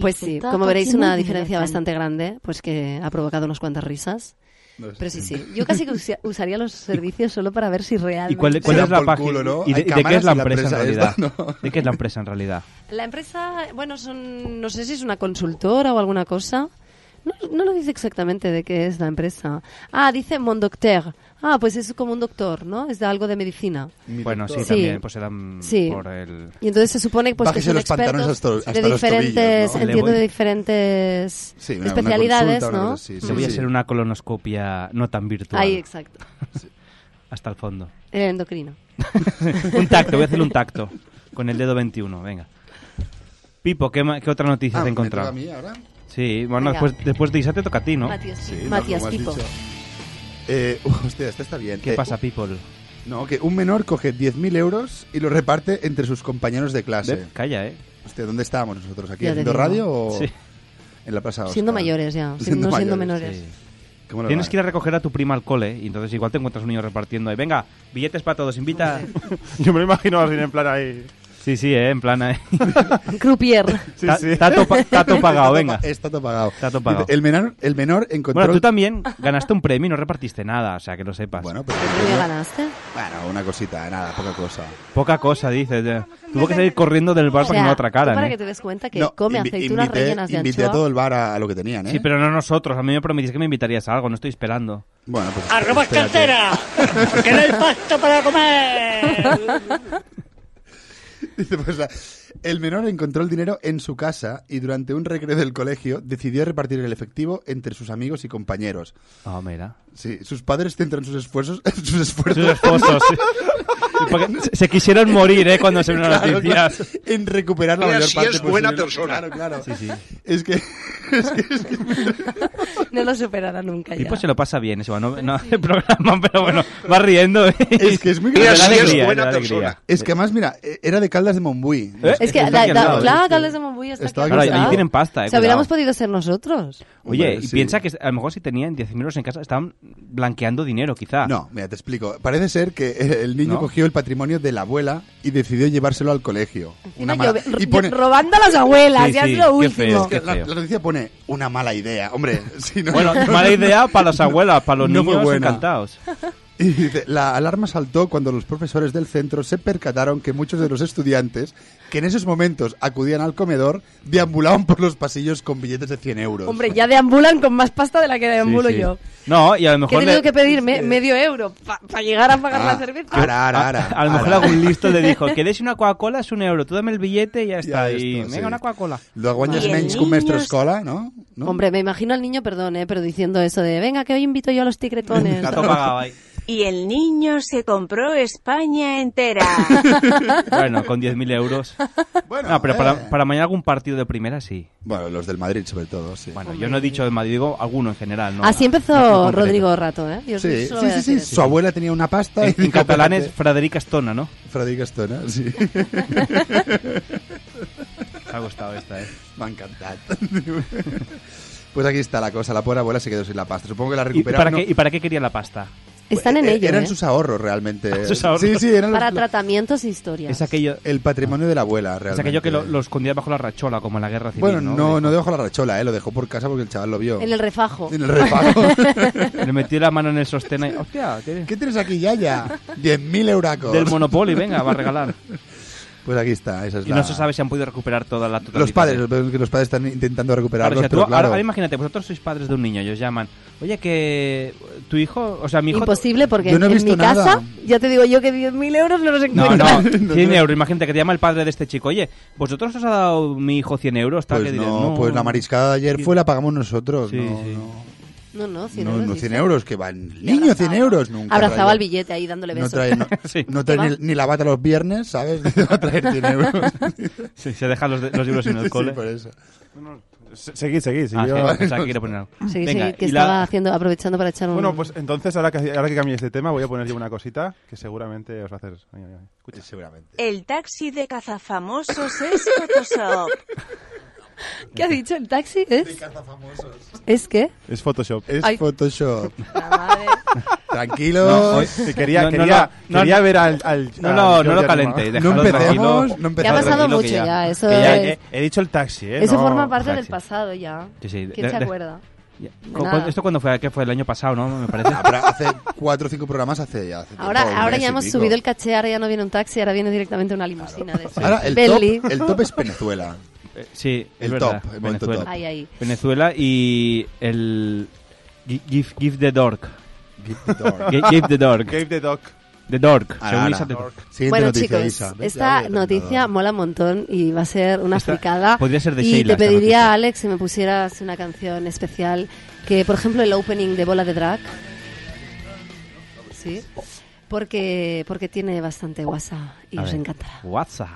Speaker 12: Pues sí, como veréis, una diferencia bastante grande, pues que ha provocado unas cuantas risas. Pero sí, sí. Yo casi que usia- usaría los servicios solo para ver si realmente...
Speaker 8: ¿Y cuál, cuál
Speaker 5: Se dan
Speaker 8: es la
Speaker 5: por
Speaker 8: página?
Speaker 5: culo, ¿no?
Speaker 8: ¿Y de,
Speaker 5: Hay
Speaker 8: de qué
Speaker 5: cámaras
Speaker 8: es la
Speaker 5: y la
Speaker 8: empresa en
Speaker 5: empresa
Speaker 8: realidad?
Speaker 5: esta,
Speaker 8: ¿De qué es la empresa en realidad?
Speaker 12: La empresa, bueno, son, no sé si es una consultora o alguna cosa. No, no lo dice exactamente de qué es la empresa. Ah, dice Mon Docteur. Ah, pues es como un doctor, ¿no? Es de algo de medicina.
Speaker 8: Bueno, sí,
Speaker 12: doctor.
Speaker 8: también,
Speaker 12: Sí.
Speaker 8: pues se dan
Speaker 12: Sí.
Speaker 8: por el...
Speaker 12: Y entonces se supone pues, que
Speaker 5: Bájese
Speaker 12: son
Speaker 5: los pantalones
Speaker 12: expertos
Speaker 5: hasta- hasta
Speaker 12: de
Speaker 5: los tobillos,
Speaker 12: diferentes,
Speaker 5: ¿no?
Speaker 12: entiendo,
Speaker 5: Le voy-
Speaker 12: de diferentes
Speaker 5: Sí, una- una
Speaker 12: especialidades,
Speaker 5: consulta, una
Speaker 12: ¿no?
Speaker 5: cosa así, sí,
Speaker 8: Te voy a
Speaker 5: sí.
Speaker 8: hacer una colonoscopia no tan virtual.
Speaker 12: Ahí, exacto.
Speaker 8: Hasta el fondo.
Speaker 12: El endocrino.
Speaker 8: <laughs> un tacto, voy a hacer un tacto. Con el dedo 21, venga. Pipo, ¿qué, ma- qué otra noticia
Speaker 5: Ah,
Speaker 8: te he
Speaker 5: ¿me toca
Speaker 8: encontrado?
Speaker 5: a mí ahora?
Speaker 8: Sí, bueno,
Speaker 12: Venga.
Speaker 8: después, después de Isa te toca a ti, ¿no?
Speaker 12: Matías,
Speaker 5: Sí,
Speaker 12: Matías
Speaker 5: no, como has
Speaker 12: Pipo.
Speaker 5: dicho. Eh, <laughs> hostia, esta está bien.
Speaker 8: ¿Qué
Speaker 5: Eh,
Speaker 8: pasa, people?
Speaker 5: No, que un menor coge 10.000 euros y los reparte entre sus compañeros de clase.
Speaker 8: Ve, Calla, ¿eh?
Speaker 5: Hostia, ¿dónde estábamos nosotros? ¿Aquí
Speaker 12: Ya te
Speaker 5: haciendo
Speaker 12: digo.
Speaker 5: radio o
Speaker 8: Sí.
Speaker 5: en la plaza?
Speaker 12: Siendo
Speaker 5: Oscar?
Speaker 12: mayores ya, no siendo menores.
Speaker 5: sí. ¿Cómo lo
Speaker 8: Tienes
Speaker 5: va?
Speaker 8: que ir a recoger a tu prima al cole y entonces igual te encuentras un niño repartiendo ahí. Venga, billetes para todos, invita.
Speaker 14: Yo me lo imagino así en plan ahí.
Speaker 8: Sí, sí, ¿eh? en plan. ¿eh?
Speaker 12: Croupier.
Speaker 14: Sí,
Speaker 8: Ta-
Speaker 14: sí.
Speaker 8: Tato,
Speaker 11: <laughs>
Speaker 8: pa- tato pagado, venga.
Speaker 5: Está todo pagado.
Speaker 8: Tato pagado.
Speaker 5: Dice, El menor, el menor encontró...
Speaker 8: Bueno, tú también ganaste un premio y no repartiste nada, o sea, que lo sepas.
Speaker 5: Bueno, pero-
Speaker 12: ¿Ya ganaste?
Speaker 5: Bueno, una cosita, nada, poca cosa.
Speaker 8: Poca cosa, dices. eh. Tuvo que salir corriendo del bar
Speaker 12: O
Speaker 8: con
Speaker 12: sea,
Speaker 8: la otra cara,
Speaker 12: tú para
Speaker 8: ¿eh?
Speaker 12: que te des cuenta que
Speaker 5: No,
Speaker 12: come
Speaker 5: invi-
Speaker 12: aceitunas
Speaker 5: invité-
Speaker 12: rellenas de
Speaker 5: Invité a todo
Speaker 12: anchoa.
Speaker 5: el bar a, a lo que tenían, ¿eh?
Speaker 8: Sí, pero no nosotros. A mí me prometís que me invitarías a algo, no estoy esperando.
Speaker 5: Bueno, pues...
Speaker 15: ¡Arroba
Speaker 8: <laughs>
Speaker 5: espérate.
Speaker 15: cartera! ¡Que no hay pacto para comer!
Speaker 5: <laughs> Dice, pues, la- el menor encontró el dinero en su casa y durante un recreo del colegio decidió repartir el efectivo entre sus amigos y compañeros.
Speaker 8: Ah, mira.
Speaker 5: Sí, sus padres centran sus esfuerzos... <laughs> sus esfuerzos...
Speaker 8: Sus esposos.
Speaker 5: <laughs>
Speaker 8: sí. Porque se- se quisieron morir, ¿eh? Cuando se vieron las
Speaker 5: Claro,
Speaker 8: noticias.
Speaker 5: claro, en recuperar la
Speaker 8: Mira
Speaker 5: mayor
Speaker 8: si
Speaker 5: parte
Speaker 8: es buena
Speaker 5: posible.
Speaker 8: persona.
Speaker 5: Claro, claro.
Speaker 8: Sí, sí.
Speaker 5: Es que... es que- es que-
Speaker 12: <laughs> No lo superará nunca ya.
Speaker 8: Pipo pues se lo pasa bien, eso, no, no hace programa, pero bueno, va riendo. ¿eh?
Speaker 5: Es que es
Speaker 8: <laughs>
Speaker 5: muy
Speaker 8: Mira,
Speaker 5: gracioso.
Speaker 8: si es Alegría, buena alegría. persona.
Speaker 5: Es que además, mira, e-, era de Caldas de Montbui.
Speaker 8: ¿Eh?
Speaker 12: Es que,
Speaker 8: Está
Speaker 12: da,
Speaker 8: aquí al
Speaker 12: da-
Speaker 8: lado,
Speaker 12: claro,
Speaker 8: es que-
Speaker 12: Carlos de Montbui está
Speaker 5: Está
Speaker 12: aquí
Speaker 5: aquí
Speaker 12: al
Speaker 5: al
Speaker 12: lado.
Speaker 5: lado. Ahí
Speaker 8: tienen pasta, eh,
Speaker 12: O sea, hubiéramos
Speaker 8: cuidado.
Speaker 12: podido ser nosotros.
Speaker 8: Oye,
Speaker 5: Hombre,
Speaker 8: y
Speaker 5: sí.
Speaker 8: piensa que a lo mejor si tenían 10.000 euros en casa estaban blanqueando dinero, quizá.
Speaker 5: No, mira, te explico. <laughs> Parece ser que eh, el niño
Speaker 8: ¿No?
Speaker 5: cogió el patrimonio de la abuela y decidió llevárselo al colegio.
Speaker 12: Encima
Speaker 5: mala-
Speaker 12: llove-
Speaker 5: y pone-
Speaker 12: Robando a las abuelas, ya es lo último.
Speaker 5: Es que la, la noticia pone una mala idea. <laughs> Hombre, <laughs> si no-
Speaker 8: Bueno,
Speaker 5: no-
Speaker 8: mala idea para las abuelas, para los
Speaker 5: No fue
Speaker 8: niños
Speaker 5: buena.
Speaker 8: encantados.
Speaker 5: Y dice, la alarma saltó cuando los profesores del centro se percataron que muchos de los estudiantes que en esos momentos acudían al comedor deambulaban por los pasillos con billetes de 100 euros.
Speaker 12: Hombre, ya deambulan con más pasta de la que deambulo
Speaker 8: Sí, sí.
Speaker 12: yo.
Speaker 8: No, y a lo
Speaker 12: Que he
Speaker 8: mejor...
Speaker 12: tenido
Speaker 8: le-
Speaker 12: que pedirme medio euro para llegar a pagar la cerveza.
Speaker 5: Ara, Ah, ara, ara.
Speaker 8: A lo mejor
Speaker 5: ara.
Speaker 8: algún listo le dijo, que des una Coca-Cola es un euro, tú dame el billete y ya está.
Speaker 5: Ja
Speaker 8: y
Speaker 5: està,
Speaker 8: venga,
Speaker 5: sí.
Speaker 8: una Coca-Cola.
Speaker 5: Lo guanyes
Speaker 12: I el
Speaker 5: menys que un
Speaker 12: niño
Speaker 5: mestre
Speaker 12: es-
Speaker 5: escola, no? no?
Speaker 12: Hombre, me imagino al niño, perdón, eh, pero diciendo eso de, venga, que hoy invito yo a los ticretones.
Speaker 8: Gato pagado ahí.
Speaker 2: Y el niño se compró España
Speaker 16: <laughs>
Speaker 2: entera.
Speaker 8: Bueno, con 10.000 euros.
Speaker 5: <laughs> Bueno,
Speaker 8: no, pero
Speaker 5: eh.
Speaker 8: para, para mañana algún partido de primera sí.
Speaker 5: Bueno, los del Madrid sobre todo, sí.
Speaker 8: Bueno, yo no he dicho de Madrid, digo alguno en general. ¿no?
Speaker 12: Así empezó
Speaker 8: No, no en concreto.
Speaker 12: Rodrigo Rato, ¿eh? Yo
Speaker 5: sí,
Speaker 12: solo
Speaker 5: sí,
Speaker 12: voy a
Speaker 5: sí, sí,
Speaker 12: decir
Speaker 5: Su abuela tenía una pasta.
Speaker 8: En, en catalán es Frederica Estona, ¿no?
Speaker 5: Fradiga Estona, sí.
Speaker 8: Me ha gustado esta, ¿eh?
Speaker 5: M'ha encantat. <laughs> pues aquí está la cosa. La pobre abuela se quedó sin la pasta. Supongo que la
Speaker 8: ¿Y
Speaker 5: recuperaron.
Speaker 8: para, qué, y para qué quería la pasta?
Speaker 12: eso. Están en
Speaker 5: Eh,
Speaker 12: ello,
Speaker 5: Eran
Speaker 12: ¿eh?
Speaker 5: sus ahorros,
Speaker 8: <laughs>
Speaker 5: realmente.
Speaker 8: Sus ahorros.
Speaker 5: Sí, sí, eran los-
Speaker 12: Para
Speaker 5: los-
Speaker 12: tratamientos e historias.
Speaker 8: Es aquello,
Speaker 5: el patrimonio de la abuela,
Speaker 8: es
Speaker 5: realmente.
Speaker 8: aquello que lo, lo escondía bajo la rachola, como en la guerra civil.
Speaker 5: Bueno,
Speaker 8: ¿no?
Speaker 5: no, no dejó la rachola, ¿eh? Lo dejó por casa porque el chaval lo vio.
Speaker 12: En el refajo.
Speaker 5: En el refajo.
Speaker 8: Le metió la mano en el sostén y. ¡Hostia! ¿qué-
Speaker 5: ¿Qué tienes aquí, Yaya? 10.000 euracos.
Speaker 8: Del Monopoly, venga, va a regalar.
Speaker 5: <laughs> Pues aquí está, esa es
Speaker 8: Y
Speaker 5: la...
Speaker 8: no se sabe si han podido recuperar toda la totalidad.
Speaker 5: Los padres, los, los padres están
Speaker 8: Claro,
Speaker 5: intentando
Speaker 8: o
Speaker 5: recuperarlos,
Speaker 8: sea, tú-
Speaker 5: pero claro...
Speaker 8: ahora, ahora imagínate, vosotros sois padres de un niño y os llaman. Oye, que tu hijo, o sea, mi hijo.
Speaker 12: Imposible, porque
Speaker 5: Yo no he
Speaker 12: en
Speaker 5: visto
Speaker 12: mi
Speaker 5: nada.
Speaker 12: casa, ya te digo yo que 10.000 euros no los
Speaker 8: No,
Speaker 5: <laughs>
Speaker 12: encuentro.
Speaker 8: <laughs> no, 100 euros. Imagínate que te llama el padre de este chico. Oye, ¿vosotros os ha dado mi hijo 100 euros? Tal,
Speaker 5: Pues
Speaker 8: que
Speaker 5: no,
Speaker 8: dirás,
Speaker 5: pues la mariscada de ayer fue la pagamos nosotros.
Speaker 8: Sí,
Speaker 5: no,
Speaker 8: sí.
Speaker 12: No, no, 100
Speaker 5: no,
Speaker 12: euros.
Speaker 5: no
Speaker 12: dice.
Speaker 5: 100 euros, que va el niño 100 euros. Nunca
Speaker 12: Abrazaba
Speaker 5: traía.
Speaker 12: el billete ahí dándole
Speaker 5: No
Speaker 12: besos.
Speaker 5: trae, no,
Speaker 8: <laughs> Sí.
Speaker 5: no trae
Speaker 12: ¿Qué
Speaker 5: ni,
Speaker 12: va?
Speaker 5: ni la bata los viernes,
Speaker 8: <laughs>
Speaker 5: ¿sabes? No va a traer 100 euros.
Speaker 8: Sí, se dejan los, de- los libros en el
Speaker 5: <laughs> Sí,
Speaker 8: cole.
Speaker 5: por eso.
Speaker 11: Se- Seguid, seguid. si
Speaker 8: Ah,
Speaker 11: yo-
Speaker 8: sí, pensaba que quería poner algo.
Speaker 12: <laughs> Sí,
Speaker 11: Venga,
Speaker 12: sí, que
Speaker 11: y la-
Speaker 12: estaba haciendo, aprovechando para echar un...
Speaker 11: Bueno, pues entonces, ahora que, ahora que cambiéis de tema, voy a poner yo una cosita que seguramente os va a hacer... ay, ay, ay. Escucha.
Speaker 5: Seguramente.
Speaker 2: El taxi de cazafamosos es Photoshop.
Speaker 12: ¿Qué ha dicho el taxi? ¿Es? ¿Es qué?
Speaker 11: Es Photoshop.
Speaker 12: <laughs>
Speaker 5: Es
Speaker 12: Ay.
Speaker 5: Photoshop. Tranquilos.
Speaker 11: No, hoy- que quería- quería- quería ver al- al-
Speaker 8: no,
Speaker 11: al
Speaker 8: no, no
Speaker 11: George
Speaker 8: lo calentéis.
Speaker 11: Arma.
Speaker 8: dejadlo
Speaker 11: No empecemos,
Speaker 8: tranquilo.
Speaker 11: no
Speaker 12: empecemos. Ya ha pasado
Speaker 8: Tranquilo,
Speaker 12: mucho ya, eso
Speaker 8: que
Speaker 12: es-
Speaker 8: he, he dicho el taxi, ¿eh?
Speaker 12: Eso
Speaker 8: No,
Speaker 12: forma parte
Speaker 8: taxi.
Speaker 12: del pasado ya.
Speaker 8: Sí, sí,
Speaker 12: ¿Quién
Speaker 8: de-
Speaker 12: se
Speaker 8: de-
Speaker 12: acuerda?
Speaker 8: Ya.
Speaker 12: De
Speaker 8: Cu- cu-
Speaker 12: nada.
Speaker 8: Esto cuando fue, que fue el año pasado, ¿no? Me parece.
Speaker 5: hace cuatro o cinco programas hace ya. hace
Speaker 12: Ahora,
Speaker 5: tiempo, un
Speaker 12: ahora
Speaker 5: mes y
Speaker 12: ya hemos
Speaker 5: pico.
Speaker 12: subido el caché, ahora ya no viene un taxi, ahora viene directamente una limusina de esas.
Speaker 5: Ahora el
Speaker 12: Bentley.
Speaker 5: top, el top es Venezuela.
Speaker 8: Eh, Sí, es
Speaker 5: El
Speaker 8: verdad,
Speaker 5: top, el momento
Speaker 8: Venezuela.
Speaker 5: top.
Speaker 12: Ay, ay.
Speaker 8: Venezuela y el gi- Give, give the Dork. Give
Speaker 5: the Dork.
Speaker 8: give the Dork.
Speaker 11: Give the Dork.
Speaker 8: The Dork.
Speaker 5: Ahora,
Speaker 8: según
Speaker 5: ahora.
Speaker 8: Isa te-
Speaker 12: Bueno, chicos, esta noticia mola un montón y va a ser una
Speaker 8: Esta-
Speaker 12: fricada.
Speaker 8: podría ser de
Speaker 12: y
Speaker 8: Sheila
Speaker 12: te
Speaker 8: esta
Speaker 12: pediría,
Speaker 8: noticia.
Speaker 12: Alex, si me pusieras una canción especial que, por ejemplo, el opening de Bola de Drag. Sí. Porque, porque tiene bastante guasa y
Speaker 8: A
Speaker 12: os
Speaker 8: ver.
Speaker 12: encanta.
Speaker 8: Guasa.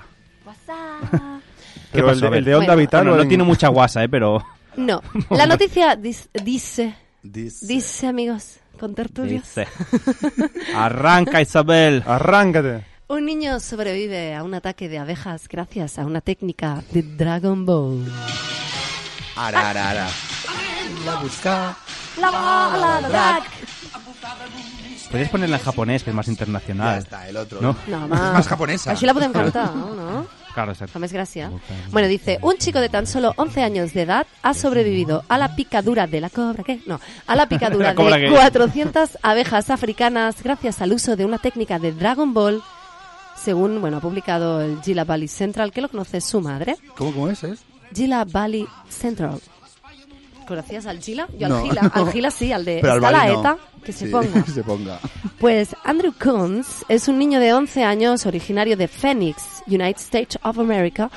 Speaker 8: <laughs>
Speaker 11: Pero el de-
Speaker 8: A ver.
Speaker 11: el de Onda
Speaker 8: Bueno.
Speaker 11: Vital
Speaker 8: Bueno,
Speaker 11: o
Speaker 8: no
Speaker 11: en-
Speaker 8: tiene mucha guasa, ¿eh?
Speaker 12: <laughs>
Speaker 8: Pero... <laughs>
Speaker 12: No, la noticia dis- dice,
Speaker 5: dice,
Speaker 12: amigos, con tertulios.
Speaker 8: Dice. Arranca, Isabel.
Speaker 11: Arráncate.
Speaker 12: Un niño sobrevive a un ataque de abejas gracias a una técnica de Dragon Ball.
Speaker 5: Ara, ara, ara. La busca. <laughs>
Speaker 12: La bola de drag.
Speaker 8: Podrías ponerla en japonés, que es más internacional.
Speaker 5: Ya está, el otro.
Speaker 8: ¿No?
Speaker 5: <laughs>
Speaker 12: No,
Speaker 5: más. Más
Speaker 8: Ah.
Speaker 5: japonesa.
Speaker 12: Així la podem cantar, no?
Speaker 8: Claro, exacto.
Speaker 12: Amb més gràcia. Bueno, dice, un chico de tan solo 11 años de edad ha sobrevivido a la picadura de la cobra, ¿qué? No, a la
Speaker 5: <laughs>
Speaker 12: picadura
Speaker 8: La cobra
Speaker 12: de
Speaker 8: que-
Speaker 12: 400 abejas africanas gracias al uso de una técnica de Dragon Ball, según, bueno, ha publicado el Gila Valley Central, que lo conoce su madre.
Speaker 5: ¿Cómo, cómo es? es?
Speaker 12: Gila Valley Central. ¿Conocías al Gila? Yo
Speaker 5: No,
Speaker 12: al Gila,
Speaker 5: <laughs> no.
Speaker 12: al Gila sí, al de
Speaker 5: Pero al
Speaker 12: Eh, está la
Speaker 5: Bali no.
Speaker 12: ETA, que se
Speaker 5: Sí,
Speaker 12: ponga.
Speaker 5: que <laughs> se ponga.
Speaker 12: Pues Andrew Coons es un niño de 11 años originario de Phoenix, United States of America.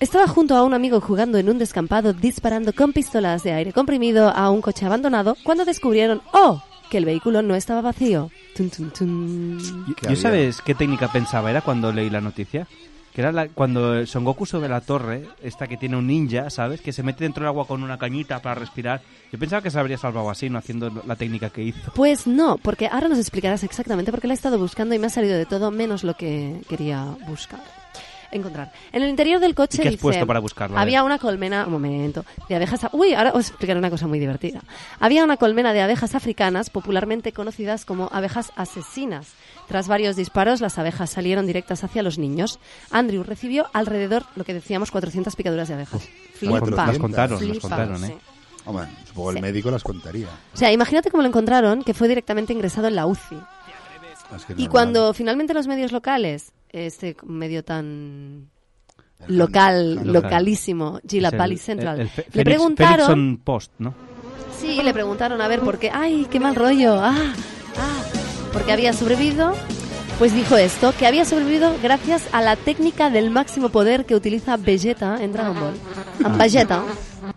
Speaker 12: Estaba junto a un amigo jugando en un descampado disparando con pistolas de aire comprimido a un coche abandonado cuando descubrieron, oh, que el vehículo no estaba vacío. Tun, tun, tun.
Speaker 8: ¿Yo sabes qué técnica pensaba? Era cuando leí la noticia. Que era la- cuando Son Goku sube la torre, esta que tiene un ninja, ¿sabes? Que se mete dentro del agua con una cañita para respirar. Yo pensaba que se habría salvado así, no haciendo la técnica que hizo.
Speaker 12: Pues no, porque ahora nos explicarás exactamente porque la he estado buscando y me ha salido de todo menos lo que quería buscar. Encontrar. En el interior del coche
Speaker 8: ¿Y qué has
Speaker 12: dice,
Speaker 8: puesto para buscarlo? A
Speaker 12: había una colmena, un momento, de abejas... a- Uy, ahora os explicaré una cosa muy divertida. Había una colmena de abejas africanas, popularmente conocidas como abejas asesinas. Tras varios disparos, las abejas salieron directas hacia los niños. Andrew recibió alrededor, lo que decíamos, 400 picaduras de abejas. Flipa,
Speaker 5: Cuatro- las contaron,
Speaker 12: flipa,
Speaker 5: las contaron, ¿eh?
Speaker 12: sí.
Speaker 5: Hombre, supongo el médico las contaría.
Speaker 12: O sea, imagínate cómo lo encontraron, que fue directamente ingresado en la UCI.
Speaker 5: Es que
Speaker 12: Y
Speaker 5: no-
Speaker 12: cuando finalmente los medios locales, este medio tan local,
Speaker 8: Local.
Speaker 12: localísimo, Gila
Speaker 8: Es el-
Speaker 12: Valley Central,
Speaker 8: el- el Fe-
Speaker 12: le
Speaker 8: Fénix-
Speaker 12: preguntaron,
Speaker 8: Fénixon Post, ¿no?
Speaker 12: sí, le preguntaron a ver por qué, ay, qué mal rollo, ah, ah, porque había sobrevivido, pues dijo esto, que había sobrevivido gracias a la técnica del máximo poder que utiliza Vegeta en Dragon Ball. En Vegeta.
Speaker 5: Ah.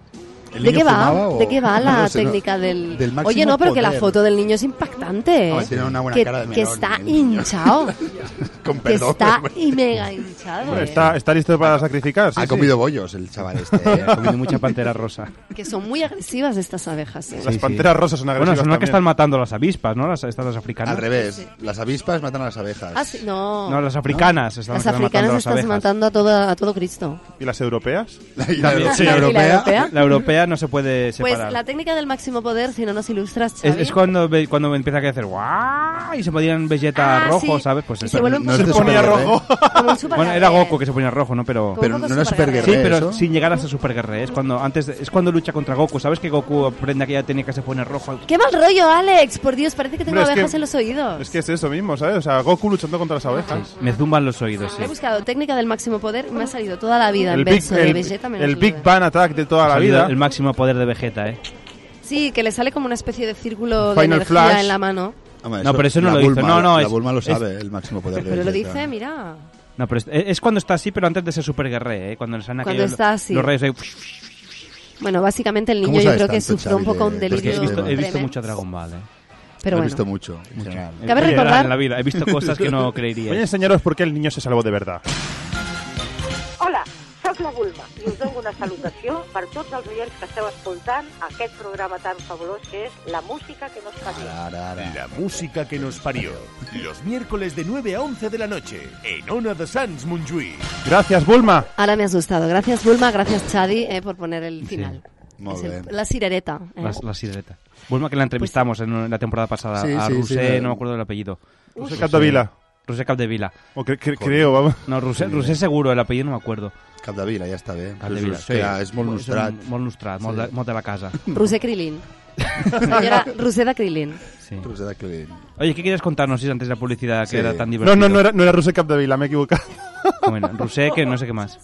Speaker 5: ¿El
Speaker 12: ¿De
Speaker 5: niño
Speaker 12: qué va?
Speaker 5: fumaba o-
Speaker 12: ¿De
Speaker 5: <laughs>
Speaker 12: qué va
Speaker 5: No
Speaker 12: la
Speaker 5: lo sé, no.
Speaker 12: técnica del...
Speaker 5: Del máximo
Speaker 12: Oye, no, pero que la
Speaker 5: poder.
Speaker 12: foto del niño es impactante.
Speaker 5: Hombre,
Speaker 12: ¿eh?
Speaker 5: tiene una buena
Speaker 12: que,
Speaker 5: cara de
Speaker 12: que
Speaker 5: melón,
Speaker 12: está
Speaker 5: el niño.
Speaker 12: hinchado.
Speaker 5: <laughs> Con
Speaker 12: que
Speaker 5: perdón.
Speaker 12: está y mega hinchado.
Speaker 11: Bueno,
Speaker 12: ¿eh?
Speaker 11: está, está listo para sacrificar.
Speaker 5: Ha comido bollos el chaval este. ¿eh?
Speaker 8: Ha comido mucha pantera rosa.
Speaker 12: Que son muy agresivas estas abejas. ¿eh?
Speaker 11: Las panteras rosas son agresivas
Speaker 8: Bueno, son las que
Speaker 11: también.
Speaker 8: están matando a las avispas, ¿no? Las, estas las africanas.
Speaker 5: Al revés, las avispas matan a las abejas.
Speaker 12: Ah, sí, no.
Speaker 8: No, las africanas están
Speaker 12: Las
Speaker 8: están matando
Speaker 12: africanas
Speaker 8: a las
Speaker 12: estás
Speaker 8: abejas.
Speaker 12: matando a, toda, a todo Cristo.
Speaker 11: ¿Y las europeas?
Speaker 8: También.
Speaker 12: Sí, ¿Y la europea? europea?
Speaker 8: La europea no se puede
Speaker 12: Pues
Speaker 8: separar.
Speaker 12: la técnica del máximo poder, si no nos ilustras,
Speaker 8: Es,
Speaker 12: Xavi.
Speaker 8: es cuando, ve- cuando empieza a crecer ¡guau! y se ponían Vegeta
Speaker 12: Ah,
Speaker 8: rojo,
Speaker 12: sí.
Speaker 8: ¿sabes? Pues
Speaker 12: Y
Speaker 8: eso.
Speaker 12: se vuelve un No poco es de
Speaker 5: ponía superhéroe.
Speaker 12: <laughs> Como un
Speaker 8: Bueno,
Speaker 12: superhéroe.
Speaker 8: era Goku que se ponía rojo, ¿no? Pero,
Speaker 12: Como Pero un poco
Speaker 5: no era superguerre. superguerre
Speaker 8: Sí, pero
Speaker 5: eso.
Speaker 8: sin llegar hasta superguerre. Es cuando, antes de- es cuando lucha contra Goku. ¿Sabes que Goku aprende aquella técnica que se pone rojo?
Speaker 12: ¡Qué mal rollo, Alex! Por Dios, parece que tengo
Speaker 11: Hombre, es
Speaker 12: abejas
Speaker 11: que-
Speaker 12: en los oídos.
Speaker 11: Es que es eso mismo, ¿sabes? O sea, Goku luchando contra las abejas.
Speaker 8: Me zumban los oídos,
Speaker 12: He buscado técnica del máximo poder y me ha salido toda la vida en verso de
Speaker 11: el,
Speaker 12: Vegeta menos
Speaker 11: el
Speaker 12: lo de-
Speaker 11: Big Bang Attack de toda la vida.
Speaker 8: El máximo poder de Vegeta, ¿eh?
Speaker 12: Sí, que le sale como una especie de círculo de
Speaker 11: Final
Speaker 12: energía
Speaker 11: Flash.
Speaker 12: en la mano.
Speaker 5: Ah, Hombre,
Speaker 8: No, pero eso no
Speaker 5: la
Speaker 8: lo hizo.
Speaker 5: Bulma-
Speaker 8: No, no,
Speaker 5: La
Speaker 8: es-
Speaker 5: Bulma lo
Speaker 8: es-
Speaker 5: sabe, el máximo poder de
Speaker 12: Pero lo
Speaker 5: Vegeta.
Speaker 12: dice, mira.
Speaker 8: No, pero es, es cuando está así, pero antes de ser superguerre, ¿eh? Cuando le salen
Speaker 12: Cuando
Speaker 8: aquellos-
Speaker 12: está así.
Speaker 8: los rayos ahí.
Speaker 12: Bueno, básicamente el
Speaker 5: ¿Cómo
Speaker 12: niño yo
Speaker 5: sabes
Speaker 12: creo que
Speaker 5: tanto,
Speaker 12: sufrió un
Speaker 5: Xavi,
Speaker 12: poco
Speaker 5: de-
Speaker 12: un
Speaker 5: de
Speaker 8: Es que
Speaker 12: delirio.
Speaker 8: he visto, he visto
Speaker 12: tremendo.
Speaker 8: mucho Dragon Ball, ¿eh?
Speaker 12: Pero
Speaker 5: Lo he
Speaker 12: bueno.
Speaker 5: visto mucho. en general.
Speaker 12: Cabe
Speaker 8: Oye,
Speaker 12: recordar-
Speaker 8: En la vida he visto
Speaker 12: <laughs>
Speaker 8: cosas que no creería.
Speaker 11: Voy a enseñaros por qué el niño se salvó de verdad.
Speaker 17: Hola, soy Soc la Bulma i us dono una salutació per tots els oients que esteu escoltant aquest programa tan fabulós que és La música que nos paria.
Speaker 1: La música que nos parió. Los miércoles de 9 a 11 de la noche en Ona de Sans Montjuïc.
Speaker 11: <laughs> Gracias, Bulma.
Speaker 12: Ahora me has gustado. Gracias, Bulma. Gracias, Chadi, eh, por poner el final.
Speaker 5: Molt
Speaker 12: Es el-
Speaker 5: bé.
Speaker 12: la sirereta. eh.
Speaker 8: La, la sirereta. Bulma, que la entrevistamos
Speaker 16: Pues
Speaker 8: en un- la temporada pasada.
Speaker 5: Sí,
Speaker 8: a
Speaker 5: sí, sí,
Speaker 8: Roser,
Speaker 5: la-
Speaker 8: no me acuerdo del apellido.
Speaker 11: Uy. Roser Capdevila.
Speaker 8: Roser Capdevila.
Speaker 11: O creo, vamos.
Speaker 8: No, Roser,
Speaker 5: Sí.
Speaker 8: Roser seguro, el apellido no me acuerdo.
Speaker 5: Capdevila, ja està bé.
Speaker 8: Capdevila,
Speaker 5: És, hòstia,
Speaker 8: sí.
Speaker 5: és molt
Speaker 8: És un-
Speaker 5: nostrat.
Speaker 8: molt nostrat, molt de- molt de la casa.
Speaker 12: Roser Krilin. Señora Ruseda Krilin.
Speaker 8: Sí.
Speaker 5: Rosetta Clean.
Speaker 8: Oye, ¿qué quieres contarnos Sis, antes de la publicidad que
Speaker 5: Sí.
Speaker 8: era tan divertido?
Speaker 11: No, no, no era, no era Roser Capdevila, me he
Speaker 12: <laughs>
Speaker 11: equivocado.
Speaker 8: Bueno, Roser, que no sé qué más.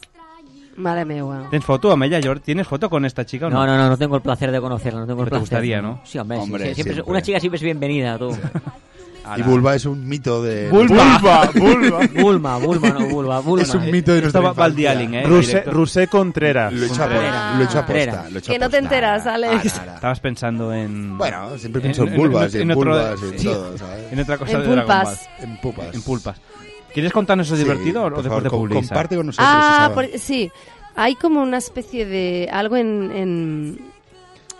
Speaker 12: Madre mía.
Speaker 8: ¿Tienes foto, Amelia, George? ¿Tienes foto con esta chica o no?
Speaker 16: No, no, no, no tengo el placer de conocerla, no tengo el
Speaker 8: Pero te
Speaker 16: placer.
Speaker 8: gustaría, ¿no?
Speaker 16: Sí, hombre, sí,
Speaker 5: Hombre,
Speaker 16: sí, siempre es-
Speaker 5: siempre.
Speaker 16: una chica siempre es
Speaker 5: <laughs>
Speaker 16: bienvenida, tú.
Speaker 5: I Bulba és un mito de...
Speaker 11: Bulba, Bulba.
Speaker 16: Bulma, Bulma, no, <laughs> Bulba, Bulma.
Speaker 5: Es un mito de nuestra
Speaker 8: Estaba
Speaker 5: infancia.
Speaker 8: Valdi Allen, ¿eh?
Speaker 11: Rusé,
Speaker 8: Directo.
Speaker 11: Rusé Contreras.
Speaker 5: Lo he hecho a
Speaker 12: Contreras.
Speaker 5: posta, lo he hecho a
Speaker 16: Contreras.
Speaker 5: posta, lo he hecho a
Speaker 12: Que
Speaker 8: pues
Speaker 12: no te
Speaker 5: posta.
Speaker 8: Ah,
Speaker 12: enteras, Alex. Ah,
Speaker 8: Estabas pensando en...
Speaker 5: Bueno, siempre pienso en vulvas y en vulvas y en
Speaker 8: sí,
Speaker 5: todo, ¿sabes?
Speaker 8: En otra cosa
Speaker 12: En
Speaker 8: de Dragon
Speaker 12: pulpas.
Speaker 8: Ball.
Speaker 5: En pupas.
Speaker 8: En pulpas. ¿Quieres contarnos eso
Speaker 5: Sí,
Speaker 8: divertido o-
Speaker 5: por
Speaker 8: o después
Speaker 5: favor,
Speaker 8: de
Speaker 5: co-
Speaker 8: publicidad?
Speaker 5: Comparte con nosotros.
Speaker 12: Ah,
Speaker 5: Susana.
Speaker 12: por- sí. Hay como una especie de algo en, en,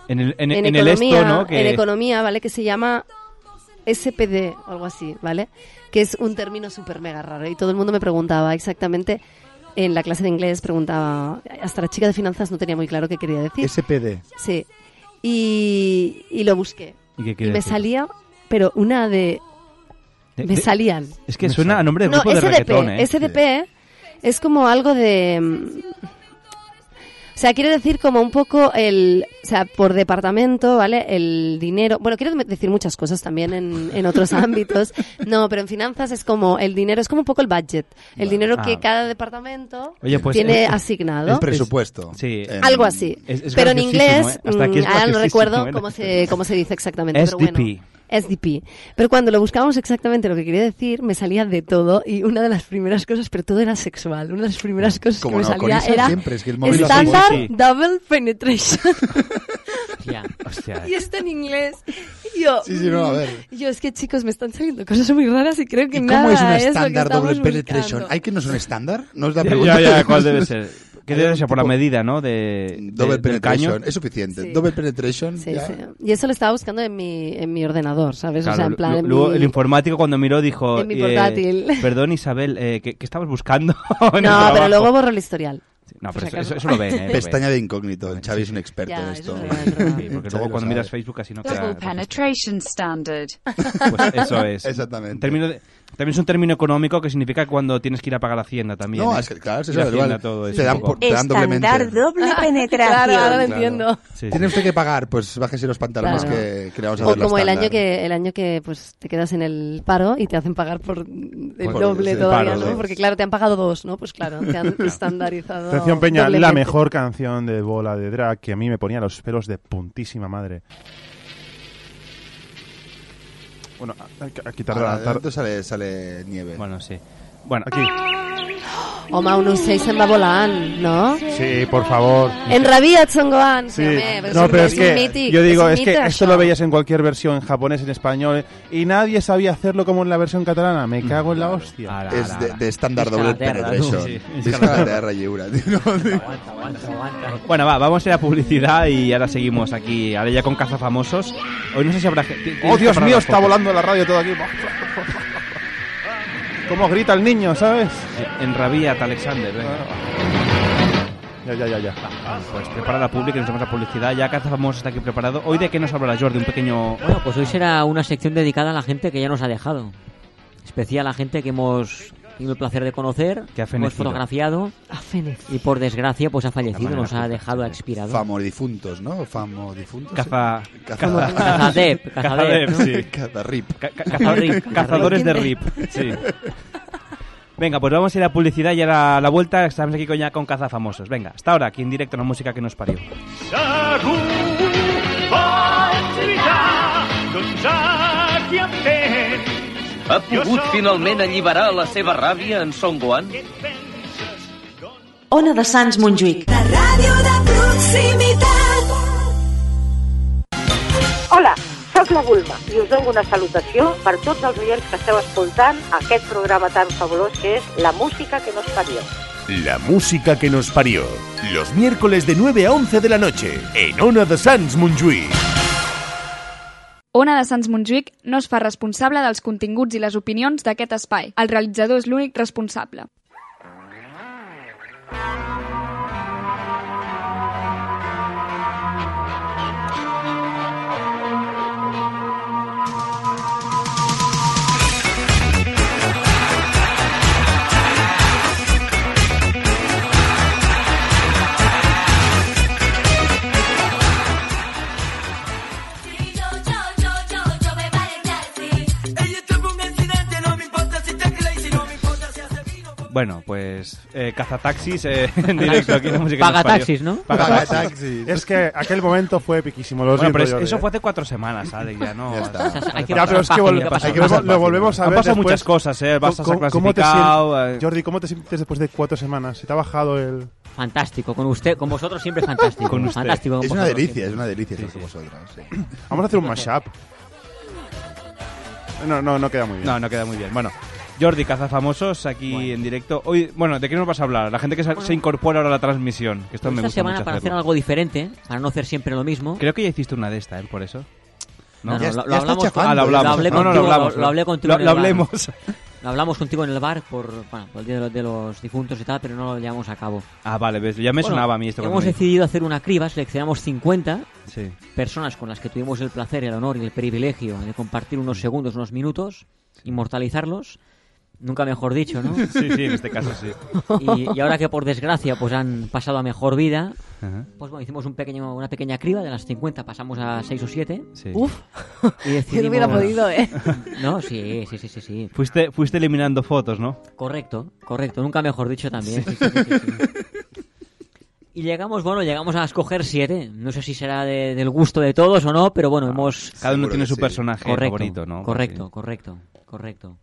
Speaker 8: En el, en,
Speaker 12: en
Speaker 8: en el
Speaker 12: economía,
Speaker 8: esto, ¿no?
Speaker 12: en
Speaker 8: Que
Speaker 12: economía, ¿vale? Que se llama SPD o algo así, ¿vale? Que es un término súper mega raro. Y todo el mundo me preguntaba exactamente, en la clase de inglés preguntaba, hasta la chica de finanzas no tenía muy claro qué quería decir.
Speaker 5: SPD.
Speaker 12: Sí. Y, y lo busqué.
Speaker 8: ¿Y qué
Speaker 12: Y
Speaker 8: quiere
Speaker 12: me
Speaker 8: decir?
Speaker 12: salía, pero una de...
Speaker 8: De-
Speaker 12: me
Speaker 8: de-
Speaker 12: salían.
Speaker 8: Es que suena a nombre de
Speaker 12: No,
Speaker 8: grupo de
Speaker 12: SDP,
Speaker 8: reggaetón, ¿eh?
Speaker 12: SDP es como algo de... mm, O sea, quiere decir como un poco el... O sea, por departamento, ¿vale? El dinero... Bueno, quiero decir muchas cosas también en,
Speaker 8: <laughs>
Speaker 12: en otros ámbitos. No, pero en finanzas es como el dinero, es como un poco el budget. El dinero
Speaker 8: Ah.
Speaker 12: que cada departamento
Speaker 8: Oye, pues...
Speaker 12: tiene
Speaker 8: es-
Speaker 12: asignado.
Speaker 5: El presupuesto.
Speaker 8: Sí.
Speaker 5: En-
Speaker 12: Algo así.
Speaker 8: Es- es
Speaker 12: pero en
Speaker 8: graciosísimo,
Speaker 12: inglés,
Speaker 8: ¿eh? Hasta aquí
Speaker 12: mm,
Speaker 8: es
Speaker 12: ahora no
Speaker 8: graciosísimo,
Speaker 12: recuerdo
Speaker 8: ¿eh?
Speaker 12: cómo se, cómo se dice exactamente. Pero bueno,
Speaker 8: SDP.
Speaker 12: SDP. Pero cuando lo buscábamos exactamente lo que quería decir, me salía de todo y una de las primeras cosas, pero todo era sexual. Una de las primeras cosas que
Speaker 5: Como
Speaker 12: me
Speaker 5: no, con
Speaker 12: salía
Speaker 5: esa
Speaker 12: era
Speaker 5: siempre, es que el móvil
Speaker 8: lo hace muy-
Speaker 12: Standard
Speaker 8: Sí.
Speaker 12: Double Penetration. <laughs>
Speaker 16: Ya.
Speaker 8: Hostia.
Speaker 12: y está en inglés. Y yo,
Speaker 5: Sí, sí, no, a ver.
Speaker 12: mm, yo, es que chicos, me están saliendo cosas muy raras y creo que
Speaker 5: ¿Y
Speaker 12: nada
Speaker 5: cómo es un
Speaker 12: lo que
Speaker 5: estándar doble
Speaker 12: estamos
Speaker 5: penetration?
Speaker 12: buscando.
Speaker 5: ¿Hay que no es un estándar? ¿No es la
Speaker 8: Ya,
Speaker 5: pregunta?
Speaker 8: ya, ¿cuál debe ser? ¿Qué
Speaker 5: Hay
Speaker 8: debe
Speaker 5: un
Speaker 8: ser? Por la
Speaker 5: <laughs> tipo-
Speaker 8: medida, ¿no? De, de-
Speaker 5: Double
Speaker 8: del
Speaker 5: penetration.
Speaker 8: caño.
Speaker 5: Es suficiente.
Speaker 12: Sí.
Speaker 5: Double penetration.
Speaker 12: Sí,
Speaker 5: ya.
Speaker 12: sí. Y eso lo estaba buscando en mi, en mi ordenador, ¿sabes? o
Speaker 8: Claro,
Speaker 12: sea, en plan.
Speaker 8: lu-
Speaker 12: en
Speaker 8: luego
Speaker 12: mi-
Speaker 8: el informático cuando miró dijo...
Speaker 12: en mi portátil.
Speaker 8: Perdón, Isabel, eh, ¿qué, qué estabas buscando? <laughs> en el
Speaker 12: No, pero
Speaker 8: trabajo?"
Speaker 12: luego borro el historial.
Speaker 8: Sí, No,
Speaker 12: Por
Speaker 8: pero
Speaker 12: si
Speaker 8: eso, eso,
Speaker 12: acaso.
Speaker 8: eso lo <laughs> ven, ¿eh? Lo
Speaker 5: Pestaña
Speaker 8: ven.
Speaker 5: de incógnito. Xavi es un experto
Speaker 12: Ya,
Speaker 5: en
Speaker 12: eso
Speaker 5: esto.
Speaker 12: es verdad, es
Speaker 8: Sí,
Speaker 12: verdad.
Speaker 8: porque
Speaker 5: Xavi
Speaker 8: luego
Speaker 5: lo
Speaker 8: cuando miras
Speaker 5: sabe.
Speaker 8: Facebook así no queda...
Speaker 18: Double penetration standard.
Speaker 8: Pues eso es.
Speaker 5: <laughs> Exactamente.
Speaker 8: Término de- también es un término económico que significa cuando tienes que ir a pagar la hacienda también.
Speaker 5: No,
Speaker 8: ¿eh?
Speaker 5: es que, claro, es
Speaker 8: Ir
Speaker 5: eso,
Speaker 8: a
Speaker 5: vale,
Speaker 8: Hacienda,
Speaker 5: vale.
Speaker 8: todo
Speaker 5: Te
Speaker 8: eso,
Speaker 5: dan
Speaker 8: un poco.
Speaker 5: por- te dan doblemente.
Speaker 2: Estándar doble
Speaker 12: <laughs> Claro, ahora lo
Speaker 2: penetración.
Speaker 12: entiendo.
Speaker 8: Sí, sí.
Speaker 5: Tiene usted que pagar, pues bájese los pantalones
Speaker 12: Claro.
Speaker 5: que, que le vamos a
Speaker 12: O
Speaker 5: dar la
Speaker 12: como el
Speaker 5: estándar.
Speaker 12: año que el año que pues te quedas en el paro y te hacen pagar por el
Speaker 5: Por-
Speaker 12: doble
Speaker 5: sí,
Speaker 12: todavía,
Speaker 5: paro,
Speaker 12: ¿no?
Speaker 5: sí.
Speaker 12: Porque claro, te han pagado dos, ¿no? Pues claro,
Speaker 5: <laughs>
Speaker 12: te han estandarizado.
Speaker 11: Atención, Peña, la
Speaker 12: doblemente.
Speaker 11: mejor canción de bola de drag que a mí me ponía los pelos de puntísima madre. Bueno, aquí, aquí tarda.
Speaker 5: Ahora, de
Speaker 11: tarda-
Speaker 5: momento Ah, sale, sale nieve.
Speaker 8: Bueno, sí. Bueno,
Speaker 11: Aquí.
Speaker 12: Home, un ocell se'n va volant, no?
Speaker 11: Sí, por favor.
Speaker 12: Enrabiat son goan.
Speaker 11: Sí.
Speaker 12: home, pues
Speaker 11: No,
Speaker 12: un-
Speaker 11: pero es
Speaker 12: un
Speaker 11: que
Speaker 12: mític,
Speaker 11: yo digo,
Speaker 12: un
Speaker 11: es que
Speaker 12: mite,
Speaker 11: esto
Speaker 12: això.
Speaker 11: lo veías en cualquier versión, en japonés, en español, eh, y nadie sabía hacerlo como en la versión catalana. Me cago en la hostia.
Speaker 8: Ara, ara,
Speaker 5: Es de-
Speaker 8: ara.
Speaker 5: de estándar
Speaker 16: Visca
Speaker 5: doble
Speaker 16: la terra,
Speaker 5: penetration.
Speaker 8: tu. Sí,
Speaker 5: Visca
Speaker 8: visca la
Speaker 5: la terra lliure, tio.
Speaker 16: Aguanta, aguanta, aguanta.
Speaker 8: Bueno, va, vamos a la publicidad y ahora seguimos aquí, ahora ya con Caza Famosos. Hoy no sé si habrá... ge- ti-
Speaker 11: Oh,
Speaker 8: tienes que
Speaker 11: Dios
Speaker 8: parar
Speaker 11: mío,
Speaker 8: las
Speaker 11: está
Speaker 8: fotos.
Speaker 11: volando la radio
Speaker 8: <laughs>
Speaker 11: todo aquí. ¿Cómo grita el niño, sabes?
Speaker 8: Eh, En Rabiat, Alexander, venga.
Speaker 11: Ah. Ya, ya, ya, ya.
Speaker 8: Pues prepara la publi, que nos vamos a publicidad. Ya Caza Famosos está aquí preparado. ¿Hoy de qué nos hablará Jordi? Un pequeño...
Speaker 16: Bueno, pues hoy será una sección dedicada a la gente que ya nos ha dejado. Especial a la gente que hemos tenido el placer de conocer,
Speaker 8: Que ha
Speaker 16: hemos
Speaker 8: fenecido.
Speaker 16: fotografiado
Speaker 12: A Fénix.
Speaker 16: y por desgracia pues ha fallecido,
Speaker 8: manera
Speaker 16: nos ha
Speaker 8: justa,
Speaker 16: dejado, ha
Speaker 8: sí.
Speaker 16: expirado.
Speaker 5: Famo difuntos, ¿no? Famo difuntos.
Speaker 8: Caza...
Speaker 16: Cazadep, Cazadep, ¿no?
Speaker 8: sí.
Speaker 5: Caza rip.
Speaker 8: Ca- ca- cazadores,
Speaker 16: Rip,
Speaker 8: cazadores de
Speaker 12: rip.
Speaker 8: rip. Sí. Venga, pues vamos a ir a publicidad y ahora a la vuelta estamos aquí con, ya con Cazafamosos. Venga, hasta ahora, aquí en directo en la música que nos parió.
Speaker 19: Ha pogut finalment alliberar la seva ràbia en Son Gohan?
Speaker 18: Ona de Sants Montjuïc.
Speaker 20: La ràdio de proximitat.
Speaker 17: Hola, sóc la Bulma i us dono una salutació per tots els oients que esteu escoltant aquest programa tan fabulós que és La música que nos parió.
Speaker 1: La música que nos parió. Los miércoles de 9 a 11 de la noche en Ona de Sants Montjuïc.
Speaker 21: Ona de Sants Montjuïc no es fa responsable dels continguts i les opinions d'aquest espai. El realitzador és l'únic responsable.
Speaker 8: Bueno, pues eh, cazataxis eh, <laughs> en directo aquí en la música.
Speaker 16: Paga
Speaker 8: que nos parió.
Speaker 16: taxis, ¿no?
Speaker 8: Paga
Speaker 11: Paga
Speaker 8: taxis.
Speaker 11: taxis. Es que aquel momento fue epiquísimo. Lo
Speaker 8: Bueno,
Speaker 11: siento
Speaker 8: pero es-
Speaker 11: yo,
Speaker 8: eso
Speaker 11: ¿eh?
Speaker 8: fue hace cuatro semanas, Ale, ya no.
Speaker 11: Ya está.
Speaker 8: Hace
Speaker 11: Ya,
Speaker 8: cuatro
Speaker 11: pero es que vol-
Speaker 8: semanas.
Speaker 11: hay que vol- lo volvemos a ver.
Speaker 8: Han pasado
Speaker 11: después.
Speaker 8: muchas cosas, ¿eh? El Barça se ha
Speaker 11: ¿Cómo- cómo te
Speaker 8: clasificado, eh.
Speaker 11: sientes- Jordi, ¿cómo te sientes después de cuatro semanas? ¿Se te ha bajado el...?
Speaker 16: Fantástico, con usted, con vosotros siempre
Speaker 12: Ah.
Speaker 16: fantástico.
Speaker 11: Con usted.
Speaker 16: fantástico con
Speaker 11: Es una
Speaker 16: vosotros
Speaker 11: delicia,
Speaker 16: siempre.
Speaker 11: es una delicia estar
Speaker 16: Sí,
Speaker 11: con
Speaker 16: sí.
Speaker 11: vosotras, Vamos a hacer un mashup. No, no, no queda muy bien.
Speaker 8: No, no queda muy bien. Bueno, Jordi Caza Famosos aquí en directo. Hoy, bueno, ¿de qué nos vas a hablar? La gente que se, se incorpora ahora a la transmisión. Que esto me
Speaker 16: Esta
Speaker 8: gusta
Speaker 16: semana
Speaker 8: mucho
Speaker 16: para hacer
Speaker 8: hacerlo.
Speaker 16: algo diferente, para no hacer siempre lo mismo.
Speaker 8: Creo que ya hiciste una de esta, ¿eh? Por eso.
Speaker 16: No, no,
Speaker 8: Ya
Speaker 16: lo,
Speaker 8: está-
Speaker 16: lo
Speaker 8: ya está
Speaker 16: hablamos,
Speaker 8: chafando. Ah, lo hablamos.
Speaker 16: hablé
Speaker 8: No, no, lo
Speaker 16: contigo,
Speaker 8: hablamos,
Speaker 16: lo,
Speaker 8: lo-
Speaker 16: hablé contigo
Speaker 8: lo-
Speaker 16: en el
Speaker 8: lo
Speaker 16: bar.
Speaker 8: hablemos.
Speaker 16: Lo hablamos contigo en el bar por, bueno, por el día de los, de los difuntos y tal, pero no lo llevamos a cabo.
Speaker 8: Ah, vale, ves, ya me
Speaker 16: Bueno,
Speaker 8: sonaba a mí esto. cuando
Speaker 16: Hemos
Speaker 8: me-
Speaker 16: decidido hacer una criba, seleccionamos 50
Speaker 8: Sí.
Speaker 16: personas con las que tuvimos el placer, el honor y el privilegio de compartir
Speaker 8: Mm.
Speaker 16: unos segundos, unos minutos, inmortalizarlos. Nunca mejor dicho, ¿no?
Speaker 8: <laughs> Sí, sí, en este caso sí.
Speaker 16: Y, y ahora que por desgracia pues han pasado a mejor vida,
Speaker 8: Ajá.
Speaker 16: pues bueno, hicimos un pequeño, una pequeña criba de las 50, pasamos a 6 o 7.
Speaker 8: Sí.
Speaker 12: Uf.
Speaker 16: Y
Speaker 12: <laughs> Yo no hubiera
Speaker 16: decidimos-
Speaker 12: podido, ¿eh?
Speaker 16: <laughs> No, sí, sí, sí, sí, sí.
Speaker 8: Fuiste, fuiste eliminando fotos, ¿no?
Speaker 16: Correcto, correcto, nunca mejor dicho también. ¿eh?
Speaker 8: Sí.
Speaker 16: sí, sí, sí, sí. Y llegamos, bueno, llegamos a escoger siete. No sé si será de- del gusto de todos o no,
Speaker 8: <laughs>
Speaker 16: pero bueno, hemos... eh,
Speaker 8: Cada uno Seguro tiene que su sí. personaje
Speaker 16: Correcto,
Speaker 8: favorito, ¿no?
Speaker 16: Correcto, correcto, correcto.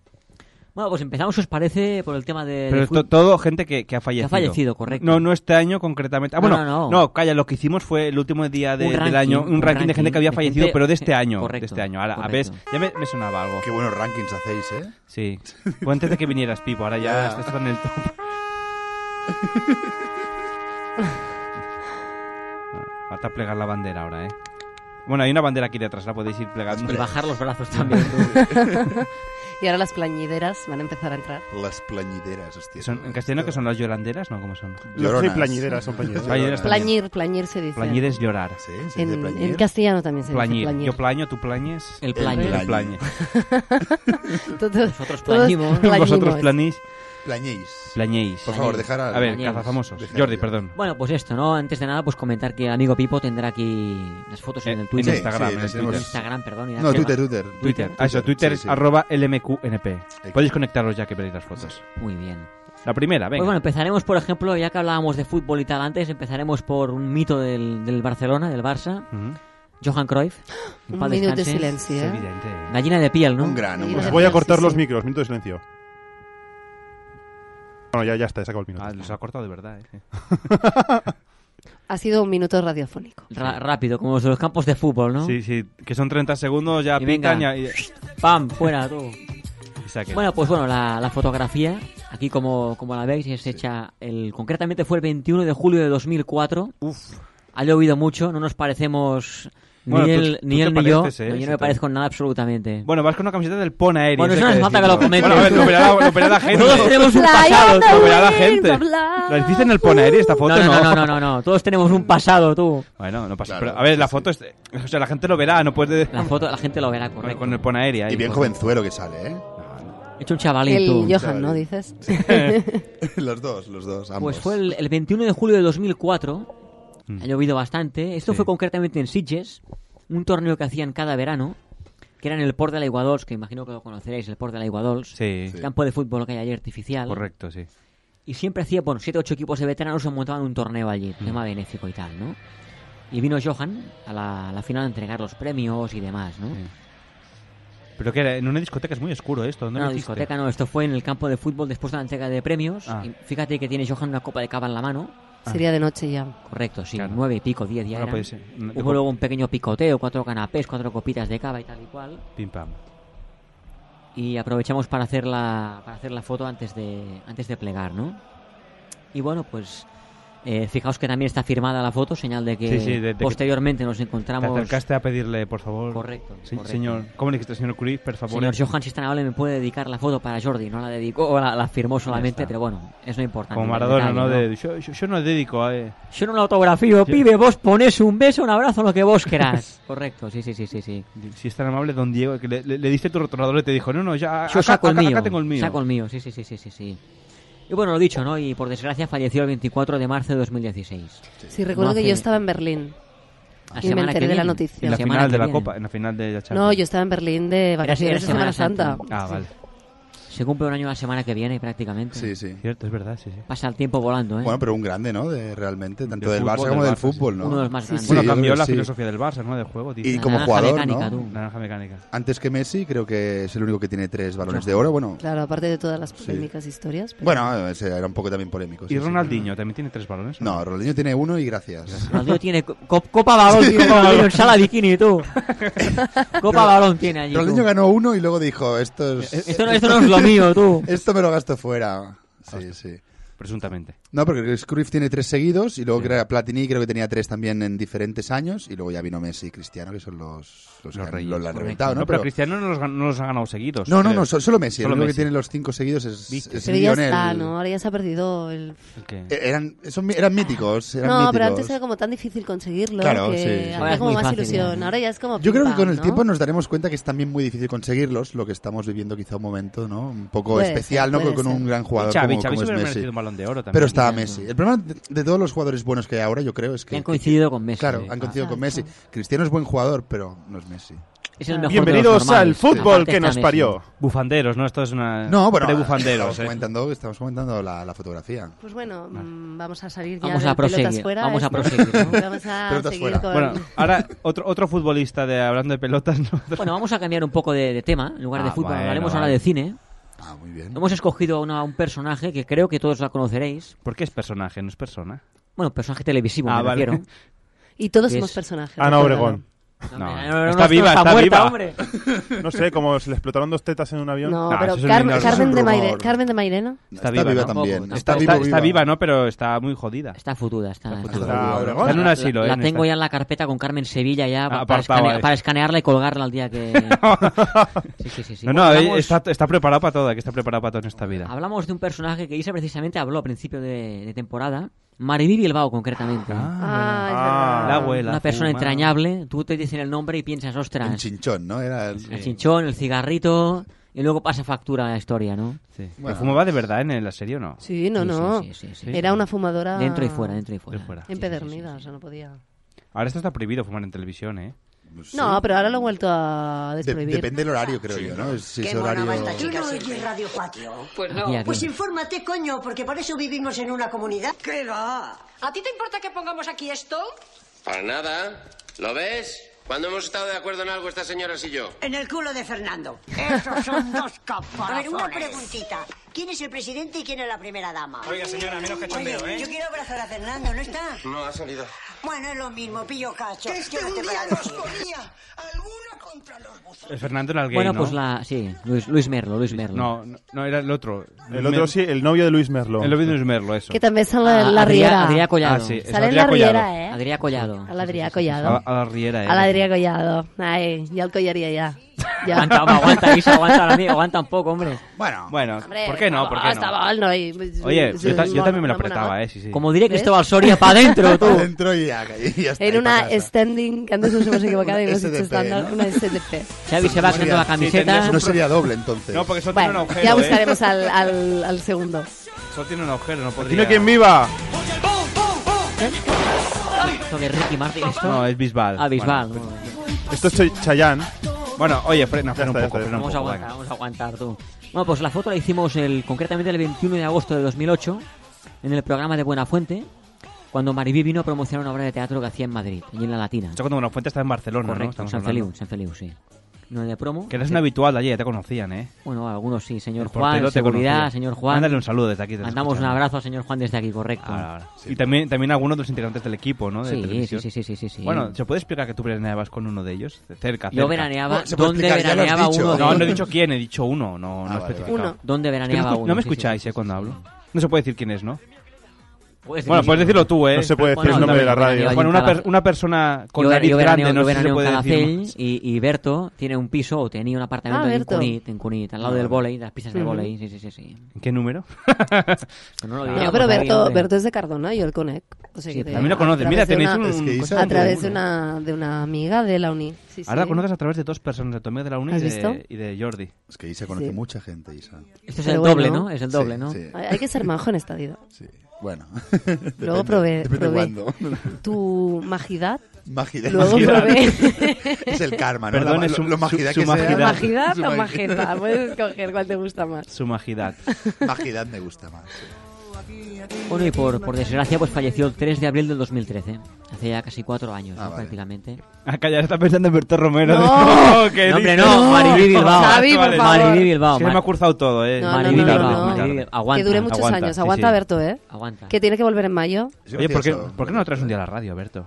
Speaker 16: Bueno, pues empezamos, ¿os parece? Por el tema de...
Speaker 8: Pero
Speaker 16: de
Speaker 8: to-
Speaker 16: fut-
Speaker 8: todo gente que, que ha fallecido.
Speaker 16: fallecido, correcto.
Speaker 8: No, no este año concretamente. Ah,
Speaker 16: No,
Speaker 8: bueno,
Speaker 16: no, no.
Speaker 8: calla, lo que hicimos fue el último día de-
Speaker 16: Un ranking,
Speaker 8: del año, un,
Speaker 16: un
Speaker 8: ranking, de gente
Speaker 16: ranking
Speaker 8: que había
Speaker 16: de
Speaker 8: fallecido,
Speaker 16: gente-
Speaker 8: pero de este año.
Speaker 16: Correcto,
Speaker 8: De este año. Ahora, a ver,
Speaker 16: correcto.
Speaker 8: ya me, me sonaba algo.
Speaker 5: Qué buenos rankings hacéis, ¿eh?
Speaker 8: Sí. Bueno, antes de que vinieras, Pipo, ahora ya,
Speaker 5: Ya.
Speaker 8: estás en el top. Falta plegar la bandera ahora, ¿eh? Bueno, hay una bandera aquí detrás, la podéis ir plegando.
Speaker 16: Y bajar
Speaker 8: <laughs>
Speaker 16: los brazos también.
Speaker 12: <laughs> Y ahora las plañideras van a empezar
Speaker 16: <laughs>
Speaker 12: a entrar.
Speaker 5: Las plañideras, hostia.
Speaker 8: Son- en castellano, que son las yolanderas? ¿No? ¿Cómo son?
Speaker 5: Lloronas. No, sí, plañideras, son plañideras.
Speaker 8: Plañideras también.
Speaker 12: Plañir, plañir se dice.
Speaker 8: Plañir es llorar.
Speaker 12: En- dice plañir. en castellano también se dice
Speaker 8: plañir.
Speaker 12: plañir.
Speaker 8: Yo plaño, tú plañes.
Speaker 16: El plañe.
Speaker 8: El plañe.
Speaker 12: Todos-
Speaker 16: Nosotros
Speaker 12: todos
Speaker 16: plañimos.
Speaker 8: Vosotros planís.
Speaker 5: Plañéis.
Speaker 8: Plañéis.
Speaker 5: Por favor, dejar a-
Speaker 8: A ver,
Speaker 16: Plañéis.
Speaker 8: cazafamosos.
Speaker 5: Dejar a
Speaker 8: Jordi,
Speaker 5: Jordi.
Speaker 8: perdón.
Speaker 16: Bueno, pues esto, ¿no? Antes de nada, pues comentar que amigo Pipo tendrá aquí las <laughs> fotos en
Speaker 8: Eh,
Speaker 16: el Twitter.
Speaker 8: en Instagram, Sí, en el las tenemos- Twitter.
Speaker 16: Instagram, perdón. y
Speaker 5: No,
Speaker 16: nada,
Speaker 5: Twitter,
Speaker 16: ¿no?
Speaker 5: Twitter.
Speaker 8: Twitter. Ah, eso,
Speaker 5: Twitter,
Speaker 8: Twitter
Speaker 5: sí,
Speaker 8: es
Speaker 5: sí.
Speaker 8: arroba LMQNP. Podéis conectaros ya que veréis las fotos.
Speaker 16: Muy bien.
Speaker 8: La primera, venga.
Speaker 16: Pues bueno, empezaremos, por ejemplo, ya que hablábamos de fútbol y tal antes, empezaremos por un mito del, del Barcelona, del Barça.
Speaker 8: Ujú.
Speaker 16: Johan Cruyff. En
Speaker 12: Un
Speaker 16: paz
Speaker 12: minuto de
Speaker 16: descanse.
Speaker 12: silencio, Es ¿eh?
Speaker 11: evidente.
Speaker 16: Gallina de piel, ¿no?
Speaker 5: Un gran, un
Speaker 12: Sí,
Speaker 5: gran.
Speaker 12: sí,
Speaker 11: Voy a
Speaker 12: sí,
Speaker 11: cortar
Speaker 12: sí.
Speaker 11: los micros. Minuto de silencio. Bueno, ya, ya está, se acabó el minuto.
Speaker 8: Ah, los ha cortado de verdad, ¿eh?
Speaker 12: Ha sido un minuto radiofónico.
Speaker 16: Ra- rápido, como los de los campos de fútbol, ¿no?
Speaker 8: Sí, sí, que son 30 segundos, ya
Speaker 16: Y venga.
Speaker 8: pintan ya- y...
Speaker 16: ¡Pam!
Speaker 8: <laughs>
Speaker 16: Fuera, tú.
Speaker 8: y saquen.
Speaker 16: Bueno, pues bueno, la, la fotografía, aquí como, como la veis, es hecha, el, concretamente fue el 21 de julio de 2004.
Speaker 8: Uf.
Speaker 16: Ha llovido mucho, no nos parecemos ni
Speaker 8: Bueno, tú-
Speaker 16: él
Speaker 8: tú
Speaker 16: ni,
Speaker 8: te
Speaker 16: él ni yo.
Speaker 8: pareces, ¿eh?
Speaker 16: No, yo
Speaker 8: Sí,
Speaker 16: no me
Speaker 8: te-
Speaker 16: parezco en nada absolutamente.
Speaker 8: Bueno, vas con una camiseta del Pon Aéreo.
Speaker 16: Bueno,
Speaker 8: es
Speaker 16: eso no
Speaker 8: que
Speaker 16: hace falta que lo
Speaker 8: decimos.
Speaker 16: comentes.
Speaker 8: Bueno, a ver, lo verá la, lo verá la gente.
Speaker 16: <laughs> Todos tenemos un pasado.
Speaker 8: Lo verá la gente. ¿La hiciste en el Pon Aéreo esta foto?
Speaker 16: No, no, no, no, no, no. Todos tenemos un pasado, tú.
Speaker 8: Bueno, no pasa.
Speaker 16: Claro,
Speaker 8: pero, a ver, la foto es. O sea, la gente lo verá, no puede. <laughs>
Speaker 16: La foto, la gente lo verá, correcto.
Speaker 8: Con el pon aérea.
Speaker 5: Y bien jovenzuelo que sale, ¿eh?
Speaker 16: He hecho un chavalito.
Speaker 12: El
Speaker 16: tú.
Speaker 12: Johan, ¿no? Dices. <laughs>
Speaker 5: <laughs> los dos, los dos, ambos.
Speaker 16: Pues fue el, el 21 de julio de 2004. Ha llovido bastante. Esto
Speaker 8: Mm. Sí.
Speaker 16: fue concretamente en Sitges, un torneo que hacían cada verano, que era en el Port de la Iguadols, que imagino que lo conoceréis, el Port de la Iguadols.
Speaker 8: Sí. Sí.
Speaker 16: Campo de fútbol que hay allí artificial.
Speaker 8: Correcto, sí.
Speaker 16: Y siempre hacía, bueno, 7 8 equipos de veteranos se montaban un torneo allí,
Speaker 8: Mm.
Speaker 16: tema benéfico y tal, ¿no? Y vino Johan a la, a la final a entregar los premios y demás, ¿no?
Speaker 8: Pero que era en una discoteca es muy oscuro esto. ¿Dónde
Speaker 16: No,
Speaker 8: lo
Speaker 16: no,
Speaker 8: hiciste?
Speaker 16: discoteca no, esto fue en el campo de fútbol después de la entrega de premios.
Speaker 8: Ah.
Speaker 16: Y fíjate que tiene Johan una copa de cava en la mano.
Speaker 12: Ah. Sería de noche ya.
Speaker 16: Correcto, sí, nueve y pico, diez ya
Speaker 8: Bueno,
Speaker 16: eran.
Speaker 8: puede ser. Mm, de
Speaker 16: Hubo
Speaker 8: cop-
Speaker 16: luego un pequeño picoteo, cuatro canapés, cuatro copitas de cava y tal y cual.
Speaker 8: Pim pam.
Speaker 16: Y aprovechamos para hacer la, para hacer la foto antes de, antes de plegar, ¿no? Y bueno, pues eh, fijaos que también está firmada la foto, señal de que
Speaker 8: Sí, sí, de- de que
Speaker 16: posteriormente nos
Speaker 8: Te
Speaker 16: encontramos.
Speaker 8: acercaste a pedirle, por favor.
Speaker 16: Correcto,
Speaker 8: Se-
Speaker 16: correcto.
Speaker 8: Señor, ¿cómo le dijiste, señor Cruz, por favor?
Speaker 16: Señor Johan, si es tan amable, me puede dedicar la foto para Jordi. No la dedicó, o la, la firmó solamente,
Speaker 8: está.
Speaker 16: pero bueno, es no importante.
Speaker 8: Como
Speaker 16: el
Speaker 8: Maradona,
Speaker 16: detalle,
Speaker 8: ¿no? De- yo, yo- yo no dedico a... eh.
Speaker 16: Yo no la autografío,
Speaker 8: Yo-
Speaker 16: pibe, vos ponés un beso, un abrazo, lo que
Speaker 8: <laughs>
Speaker 16: vos querás. Correcto, sí, sí, sí, sí. sí.
Speaker 8: Si es tan amable, don Diego, que le, le- le diste tu retornador y te dijo, no, no, ya...
Speaker 16: Yo
Speaker 8: acá-
Speaker 16: saco el
Speaker 8: acá- acá
Speaker 16: mío.
Speaker 8: tengo el mío.
Speaker 16: Saco el mío, sí, sí, sí, sí, sí, sí. Y bueno, lo dicho, ¿no? Y por desgracia falleció el 24 de marzo de 2016.
Speaker 12: Sí, recuerdo
Speaker 16: No
Speaker 12: que
Speaker 16: hace-
Speaker 12: yo estaba en Berlín.
Speaker 16: La
Speaker 12: Y me
Speaker 16: semana que
Speaker 12: enteré de la
Speaker 16: viene.
Speaker 12: noticia.
Speaker 8: En la
Speaker 16: La semana
Speaker 8: final
Speaker 16: que
Speaker 8: de la
Speaker 16: viene.
Speaker 8: Copa, en la final de la Champions.
Speaker 12: No, yo estaba en Berlín de vacaciones de Semana Santa.
Speaker 8: Ah, vale.
Speaker 16: Se cumple un año la semana que viene prácticamente.
Speaker 5: Sí, sí.
Speaker 8: Cierto, es verdad, sí, sí.
Speaker 16: Pasa el tiempo volando, ¿eh?
Speaker 5: Bueno, pero un grande, ¿no? De, realmente, tanto
Speaker 8: De
Speaker 5: del
Speaker 8: fútbol,
Speaker 5: Barça como
Speaker 8: del
Speaker 5: del
Speaker 8: Barça, sí.
Speaker 5: fútbol, ¿no?
Speaker 16: Uno de los más grandes.
Speaker 8: bueno, cambió
Speaker 5: yo creo
Speaker 8: la
Speaker 5: que sí.
Speaker 8: filosofía del Barça, ¿no? De juego, dice.
Speaker 5: Y como jugador, ¿no?
Speaker 8: Naranja mecánica.
Speaker 5: Antes que Messi, creo que es el único que tiene tres balones de oro. Bueno,
Speaker 12: Claro, aparte de todas las polémicas historias. pero-
Speaker 5: bueno ese era un poco también polémico. sí,
Speaker 8: ¿Y
Speaker 5: sí.
Speaker 8: Ronaldinho también tiene tres balones?
Speaker 5: No, Ronaldinho tiene uno y gracias. <laughs>
Speaker 16: Ronaldinho tiene co- co- Copa Balón, tío, Copa Balón, sala bikini, tú. Copa Balón tiene allí. tú.
Speaker 5: Ronaldinho ganó uno y luego dijo, esto es...
Speaker 16: Eh, esto no- esto no es lo mío, tú.
Speaker 5: <laughs> Esto me lo gasto fuera. Sí, sí.
Speaker 8: Presuntamente.
Speaker 5: No, porque Cruyff tiene tres seguidos y luego creo que era Platini creo que tenía tres también en diferentes años y luego ya vino Messi y Cristiano que son los los, que han- los que han reventado, ¿no?
Speaker 8: pero, Cristiano no los, gan- no los ha ganado seguidos.
Speaker 5: no, no,
Speaker 8: creo.
Speaker 5: no, so- solo Messi. el único
Speaker 8: Messi.
Speaker 5: que tiene los cinco seguidos es, es
Speaker 12: Pero ya
Speaker 5: Lionel.
Speaker 12: está, ¿no? Ahora ya se ha perdido el...
Speaker 5: Eh, Eran, son mi- eran míticos. eran
Speaker 12: no, pero
Speaker 5: míticos.
Speaker 12: antes era como tan difícil conseguirlo
Speaker 5: Claro,
Speaker 12: que
Speaker 5: sí, sí.
Speaker 12: hacía como más ilusión. Ahora ya es como
Speaker 5: Yo creo que
Speaker 12: pim,
Speaker 5: con el
Speaker 12: pam, ¿no?
Speaker 5: tiempo nos daremos cuenta que es también muy difícil conseguirlos, lo que estamos viviendo quizá un momento, ¿no? Un poco
Speaker 8: Puede
Speaker 5: especial,
Speaker 8: ser,
Speaker 5: ¿no?
Speaker 8: puede
Speaker 5: Con
Speaker 8: ser.
Speaker 5: un gran jugador
Speaker 8: Y Xavi,
Speaker 5: como,
Speaker 8: Xavi
Speaker 5: como
Speaker 8: se
Speaker 5: es
Speaker 8: hubiera
Speaker 5: Messi.
Speaker 8: merecido un Balón de Oro también. ¿eh?
Speaker 5: Pero estaba
Speaker 8: Exacto.
Speaker 5: Messi. El problema de, de todos los jugadores buenos que hay ahora, yo creo, es que...
Speaker 16: han coincidido con Messi.
Speaker 5: Claro, han coincidido con Messi. Cristiano es buen jugador, pero no es Messi.
Speaker 16: Es el
Speaker 8: mejor
Speaker 5: Bienvenidos
Speaker 8: de los
Speaker 5: al
Speaker 8: normales.
Speaker 5: fútbol
Speaker 8: Aparte
Speaker 5: que
Speaker 8: está
Speaker 5: nos
Speaker 8: Messi.
Speaker 5: parió.
Speaker 8: Bufanderos, ¿no? Esto es una...
Speaker 5: No, bueno,
Speaker 8: de
Speaker 5: estamos
Speaker 8: bufanderos, ¿eh?
Speaker 5: comentando, estamos comentando la, la fotografía.
Speaker 12: Pues bueno, mm, vamos a salir ya
Speaker 16: Vamos
Speaker 12: del
Speaker 16: a proseguir,
Speaker 12: pelotas
Speaker 16: <laughs>
Speaker 12: fuera.
Speaker 16: vamos a
Speaker 12: esto.
Speaker 16: proseguir, ¿no?
Speaker 12: Vamos a
Speaker 16: Pelotas
Speaker 12: seguir
Speaker 16: fuera.
Speaker 12: con...
Speaker 8: Bueno, ahora otro, otro futbolista de hablando de pelotas, ¿no?
Speaker 16: <laughs> Bueno, vamos a cambiar un poco de, de tema. En lugar de
Speaker 8: Ah,
Speaker 16: fútbol,
Speaker 8: bueno,
Speaker 16: hablaremos
Speaker 8: vale.
Speaker 16: ahora de cine.
Speaker 5: Ah, muy bien.
Speaker 16: Hemos escogido a una- a un personaje que creo que todos la conoceréis.
Speaker 8: ¿Por qué es personaje? ¿No es persona?
Speaker 16: Bueno, personaje televisivo,
Speaker 8: Ah,
Speaker 16: me
Speaker 8: vale.
Speaker 16: refiero.
Speaker 12: Y todos
Speaker 16: Que
Speaker 12: somos
Speaker 16: es-
Speaker 12: personajes.
Speaker 11: Ana
Speaker 12: recuérdalo.
Speaker 11: Obregón.
Speaker 8: <laughs>
Speaker 16: No,
Speaker 8: No,
Speaker 16: Ana
Speaker 8: no,
Speaker 16: Obregón
Speaker 8: está
Speaker 16: no
Speaker 8: viva,
Speaker 16: está
Speaker 8: está
Speaker 16: muerta,
Speaker 8: viva.
Speaker 16: hombre.
Speaker 11: No sé, como se le explotaron dos tetas en un avión.
Speaker 12: No,
Speaker 8: Nah,
Speaker 12: pero
Speaker 8: eso es un
Speaker 12: Carmen-
Speaker 8: rumor.
Speaker 12: Carmen, de
Speaker 8: Eso es un
Speaker 12: Maire-
Speaker 8: rumor.
Speaker 12: Carmen de Mairena.
Speaker 8: Está,
Speaker 5: viva
Speaker 8: viva, ¿no?
Speaker 5: también.
Speaker 8: Está,
Speaker 5: Está
Speaker 8: está-
Speaker 5: viva,
Speaker 8: está
Speaker 5: viva.
Speaker 8: viva, ¿no? Pero está muy jodida.
Speaker 16: Está futuda, está. está
Speaker 8: futuda.
Speaker 16: futuda.
Speaker 8: Está Obregón. Está en un
Speaker 16: La-
Speaker 8: asilo,
Speaker 16: la,
Speaker 8: ¿eh?
Speaker 16: la
Speaker 8: No
Speaker 16: tengo
Speaker 8: está-
Speaker 16: ya en la carpeta con Carmen Sevilla ya pa- para,
Speaker 8: Apartado eh.
Speaker 16: escane-
Speaker 8: ahí.
Speaker 16: para escanearla y colgarla el
Speaker 8: <laughs>
Speaker 16: día que. Sí, sí, sí. sí.
Speaker 8: No, no,
Speaker 16: Bueno,
Speaker 8: eh,
Speaker 16: hablamos-
Speaker 8: está, está preparado para todo, que está preparado para todo en esta vida.
Speaker 16: Hablamos de un personaje que Isa precisamente habló a principio de, de temporada. Mariví Bilbao, concretamente.
Speaker 12: Ah, es verdad.
Speaker 8: la abuela.
Speaker 16: Una persona
Speaker 8: fuma.
Speaker 16: entrañable. Tú te dicen el nombre y piensas,
Speaker 5: El
Speaker 16: ostras,
Speaker 5: chinchón, ¿no? Era el...
Speaker 16: el chinchón, el cigarrito. Y luego pasa factura a la historia, ¿no?
Speaker 8: Sí. ¿Pero
Speaker 5: Bueno.
Speaker 8: ¿Fumaba de verdad en la serie o no?
Speaker 12: Sí, no,
Speaker 16: Sí,
Speaker 12: no.
Speaker 16: sí, sí, sí, sí.
Speaker 12: Era una fumadora... Em-
Speaker 16: Dentro y fuera, dentro y fuera.
Speaker 8: fuera.
Speaker 12: Empedernida, o sea, no podía...
Speaker 8: Ahora esto está prohibido fumar en televisión, ¿eh?
Speaker 12: No, pero ahora lo he vuelto a
Speaker 5: Pues De-
Speaker 12: desprohibir.
Speaker 5: depende del horario, creo yo, ¿no? Si es horario...
Speaker 3: Tú no oyes Radio Patio. Pues
Speaker 16: no. Aquí, aquí.
Speaker 3: Pues infórmate, coño, porque por eso vivimos en una comunidad. ¿Qué va?
Speaker 22: ¿A ti te importa que pongamos aquí esto?
Speaker 23: Para nada. ¿Lo ves? Cuando hemos estado de acuerdo en algo, estas señoras y yo.
Speaker 3: En el culo de Fernando. Esos son dos caparazones. <laughs> A ver, una preguntita. ¿Quién es el presidente y quién es la primera dama?
Speaker 23: Oiga, señora, menos cachondeo,
Speaker 3: Oye,
Speaker 23: ¿eh?
Speaker 3: Yo quiero abrazar a Fernando, ¿no está?
Speaker 23: No ha salido.
Speaker 3: Bueno, es lo mismo, pillo cacho. Que este día ponía alguna contra los
Speaker 8: El Fernando era el gay,
Speaker 16: Bueno,
Speaker 8: ¿no?
Speaker 16: pues la. Sí, Luis, Luis Merlo, Luis Merlo.
Speaker 8: No, no, no, era el otro.
Speaker 11: El otro sí, el novio de Luis Merlo.
Speaker 8: El novio de Luis Merlo, eso.
Speaker 12: Que también sale la, la
Speaker 16: Adrià-
Speaker 12: Riera.
Speaker 16: Adrià Collado.
Speaker 8: Ah, sí, es
Speaker 12: Sale en
Speaker 8: Adrià
Speaker 12: la
Speaker 8: Collado.
Speaker 12: Riera, ¿eh?
Speaker 16: Adrià Collado.
Speaker 12: A la Adrià
Speaker 8: A,
Speaker 12: Collado.
Speaker 8: a la Riera, ¿eh?
Speaker 12: A la Adrià Collado. Ay, ya el collaría ya. ya.
Speaker 16: Aguanta, home, aguanta, Isa, aguanta,
Speaker 12: <laughs>
Speaker 16: la mía, aguanta un poco, hombre.
Speaker 5: Bueno,
Speaker 8: Bueno,
Speaker 12: Hombre,
Speaker 8: ¿por qué no?
Speaker 12: está
Speaker 8: ¿Por
Speaker 12: bo,
Speaker 8: qué
Speaker 12: Está
Speaker 8: no?
Speaker 12: bo el noi.
Speaker 8: Oye,
Speaker 12: Sí,
Speaker 8: yo, ta-
Speaker 12: sí,
Speaker 8: yo también
Speaker 12: sí.
Speaker 8: me lo
Speaker 12: Una monada.
Speaker 8: apretaba, ¿eh? Sí, sí.
Speaker 16: Como diría
Speaker 12: ¿Ves?
Speaker 16: Cristóbal Soria, para
Speaker 5: <laughs>
Speaker 16: adentro, tú.
Speaker 5: Dentro y ya, y ya está.
Speaker 12: En
Speaker 5: y pa'
Speaker 12: una
Speaker 5: casa.
Speaker 12: standing, que antes nos hemos equivocado y hemos
Speaker 5: SDP,
Speaker 12: dicho estándar,
Speaker 5: ¿no?
Speaker 12: una SDP.
Speaker 16: Xavi se va
Speaker 5: Sí,
Speaker 16: haciendo la
Speaker 5: sí,
Speaker 16: camiseta.
Speaker 5: tendrías un- No sería doble, entonces.
Speaker 8: No, porque solo tiene
Speaker 12: Bueno,
Speaker 8: un agujero.
Speaker 12: ya
Speaker 8: ¿eh?
Speaker 12: buscaremos al, al, al segundo.
Speaker 8: Solo tiene un agujero, no podría.
Speaker 11: Tiene quien viva.
Speaker 16: Esto de Ricky Martin, esto.
Speaker 8: No, es Bisbal.
Speaker 16: Ah, Bisbal.
Speaker 8: Bueno, pues,
Speaker 16: no.
Speaker 11: Esto es Chay- Chayanne.
Speaker 8: Bueno, oye, frena, frena
Speaker 11: Ya
Speaker 8: un
Speaker 11: está,
Speaker 8: poco,
Speaker 11: ya está,
Speaker 8: frena un
Speaker 16: Vamos a
Speaker 8: poco.
Speaker 16: aguantar,
Speaker 8: venga.
Speaker 16: vamos a aguantar tú. Bueno, pues la foto la hicimos el, concretamente el 21 de agosto de 2008 en el programa de Buenafuente, cuando Maribí vino a promocionar una obra de teatro que hacía en Madrid, allí en la Latina.
Speaker 8: Esto cuando Buenafuente está en Barcelona, ¿no?
Speaker 16: Correcto,
Speaker 8: Estamos
Speaker 16: San
Speaker 8: hablando.
Speaker 16: Feliu, San Feliu, sí. No de promo.
Speaker 8: Que eres un habitual de allí, ya te conocían, ¿eh?
Speaker 16: Bueno, algunos sí, señor
Speaker 8: El
Speaker 16: Juan,
Speaker 8: portero te
Speaker 16: seguridad,
Speaker 8: conocía.
Speaker 16: señor Juan.
Speaker 8: Mándale un saludo desde aquí, te
Speaker 16: Mandamos un
Speaker 8: escuchamos.
Speaker 16: abrazo al señor Juan desde aquí, correcto.
Speaker 8: Ahora, ahora. y también, también algunos de los integrantes del equipo, ¿no? De
Speaker 16: Sí,
Speaker 8: televisión.
Speaker 16: sí, sí, sí, sí, sí.
Speaker 8: Bueno, ¿se puede explicar que tú veraneabas con uno de ellos? De Cerca, cerca.
Speaker 16: Yo veraneaba,
Speaker 5: Oh, se puede
Speaker 16: ¿dónde
Speaker 5: explicar, ya lo has
Speaker 16: veraneaba
Speaker 5: dicho.
Speaker 16: uno? de
Speaker 8: No, no he
Speaker 16: ellos?
Speaker 8: dicho quién, he dicho
Speaker 11: Ah,
Speaker 8: uno, no, no he especificado.
Speaker 12: Uno.
Speaker 16: ¿Dónde
Speaker 8: Es que no,
Speaker 16: veraneaba
Speaker 8: escu-
Speaker 16: uno?
Speaker 8: no me
Speaker 16: Sí, sí,
Speaker 8: escucháis,
Speaker 16: sí,
Speaker 8: ¿eh?
Speaker 16: Pues sí,
Speaker 8: Cuando
Speaker 16: sí.
Speaker 8: hablo. No se puede decir quién es, ¿no?
Speaker 16: Puedes
Speaker 8: Bueno, puedes decirlo tú, ¿eh?
Speaker 11: No se puede decir el nombre de la radio.
Speaker 8: Bueno, una, per- una persona con
Speaker 16: yo,
Speaker 8: nariz
Speaker 16: yo veraneo-
Speaker 8: grande, no
Speaker 16: yo
Speaker 8: sé si se
Speaker 16: veraneo en
Speaker 8: puede decir. <laughs>
Speaker 16: Calafell y, y Berto tiene un piso o tenía un apartamento
Speaker 12: Ah,
Speaker 16: en
Speaker 12: Berto.
Speaker 16: Cunit, en Cunit, al lado
Speaker 8: Ah.
Speaker 16: del volei, de las pistas de
Speaker 12: Ujú.
Speaker 16: volei. Sí, sí, sí. sí.
Speaker 8: ¿En ¿Qué número?
Speaker 16: no lo
Speaker 12: No,
Speaker 8: pues
Speaker 12: pero Berto, Berto es de Cardona, yo el conec. O
Speaker 16: Sí,
Speaker 12: de-
Speaker 8: también lo conoces.
Speaker 12: través
Speaker 8: Mira,
Speaker 12: de
Speaker 8: tenéis
Speaker 12: una-
Speaker 8: un- Es que Isa
Speaker 12: A
Speaker 8: es
Speaker 12: través
Speaker 8: muy
Speaker 12: de una, de una amiga de la uni. Sí,
Speaker 8: Ahora
Speaker 12: sí.
Speaker 8: conoces a través de dos personas, de tu amigo de la uni y
Speaker 12: ¿Has
Speaker 8: de-
Speaker 12: visto?
Speaker 8: y de Jordi.
Speaker 5: Es que Isa conoce
Speaker 12: Sí.
Speaker 5: mucha gente, Isa.
Speaker 16: Esto Este es
Speaker 12: Pero
Speaker 16: el
Speaker 12: bueno.
Speaker 16: doble, ¿no? Es el doble,
Speaker 5: Sí,
Speaker 16: ¿no?
Speaker 5: sí.
Speaker 12: Hay hay que ser
Speaker 8: <laughs>
Speaker 12: majo en esta
Speaker 5: <laughs>
Speaker 12: vida. <laughs>
Speaker 5: Bueno.
Speaker 12: Luego
Speaker 5: Depende-
Speaker 12: probé,
Speaker 5: depende
Speaker 12: probé
Speaker 5: cuándo. <laughs>
Speaker 12: <laughs> tu majidad.
Speaker 5: Majidad.
Speaker 12: Luego
Speaker 5: Majidad.
Speaker 12: probé.
Speaker 5: <laughs> Es el karma, ¿no?
Speaker 8: Perdón,
Speaker 5: La-
Speaker 8: es
Speaker 5: lo-
Speaker 8: su-
Speaker 5: lo
Speaker 8: su-
Speaker 5: majidad
Speaker 8: su
Speaker 5: que sea.
Speaker 8: majidad.
Speaker 12: ¿Majidad
Speaker 5: Su
Speaker 12: o
Speaker 5: maj-
Speaker 12: majeta? Puedes escoger cuál te gusta más.
Speaker 8: Su majidad.
Speaker 5: Majidad me gusta más. eh.
Speaker 16: Bueno, y por, por desgracia, pues falleció el 3 de abril del 2013. Hace ya casi cuatro años,
Speaker 5: Ah,
Speaker 16: ¿no? prácticamente.
Speaker 8: Acá ya Ah, está pensando en Berto Romero. <laughs>
Speaker 16: No.
Speaker 8: que
Speaker 16: No, hombre,
Speaker 8: dices-
Speaker 16: no, Mariví Bilbao. Xavi, por favor. Mariví Bilbao,
Speaker 8: Es que me
Speaker 16: Mar-
Speaker 8: ha curzado todo, eh.
Speaker 16: No, no, Mariví no, no, Bilbao, no. Mariví- aguanta,
Speaker 12: que dure muchos
Speaker 8: aguanta,
Speaker 12: años.
Speaker 8: sí,
Speaker 12: Aguanta,
Speaker 8: sí.
Speaker 12: Berto, ¿eh?
Speaker 16: Aguanta.
Speaker 12: Que tiene que volver en mayo.
Speaker 8: Oye, ¿por qué, ¿por qué no lo traes un día a la radio, Berto?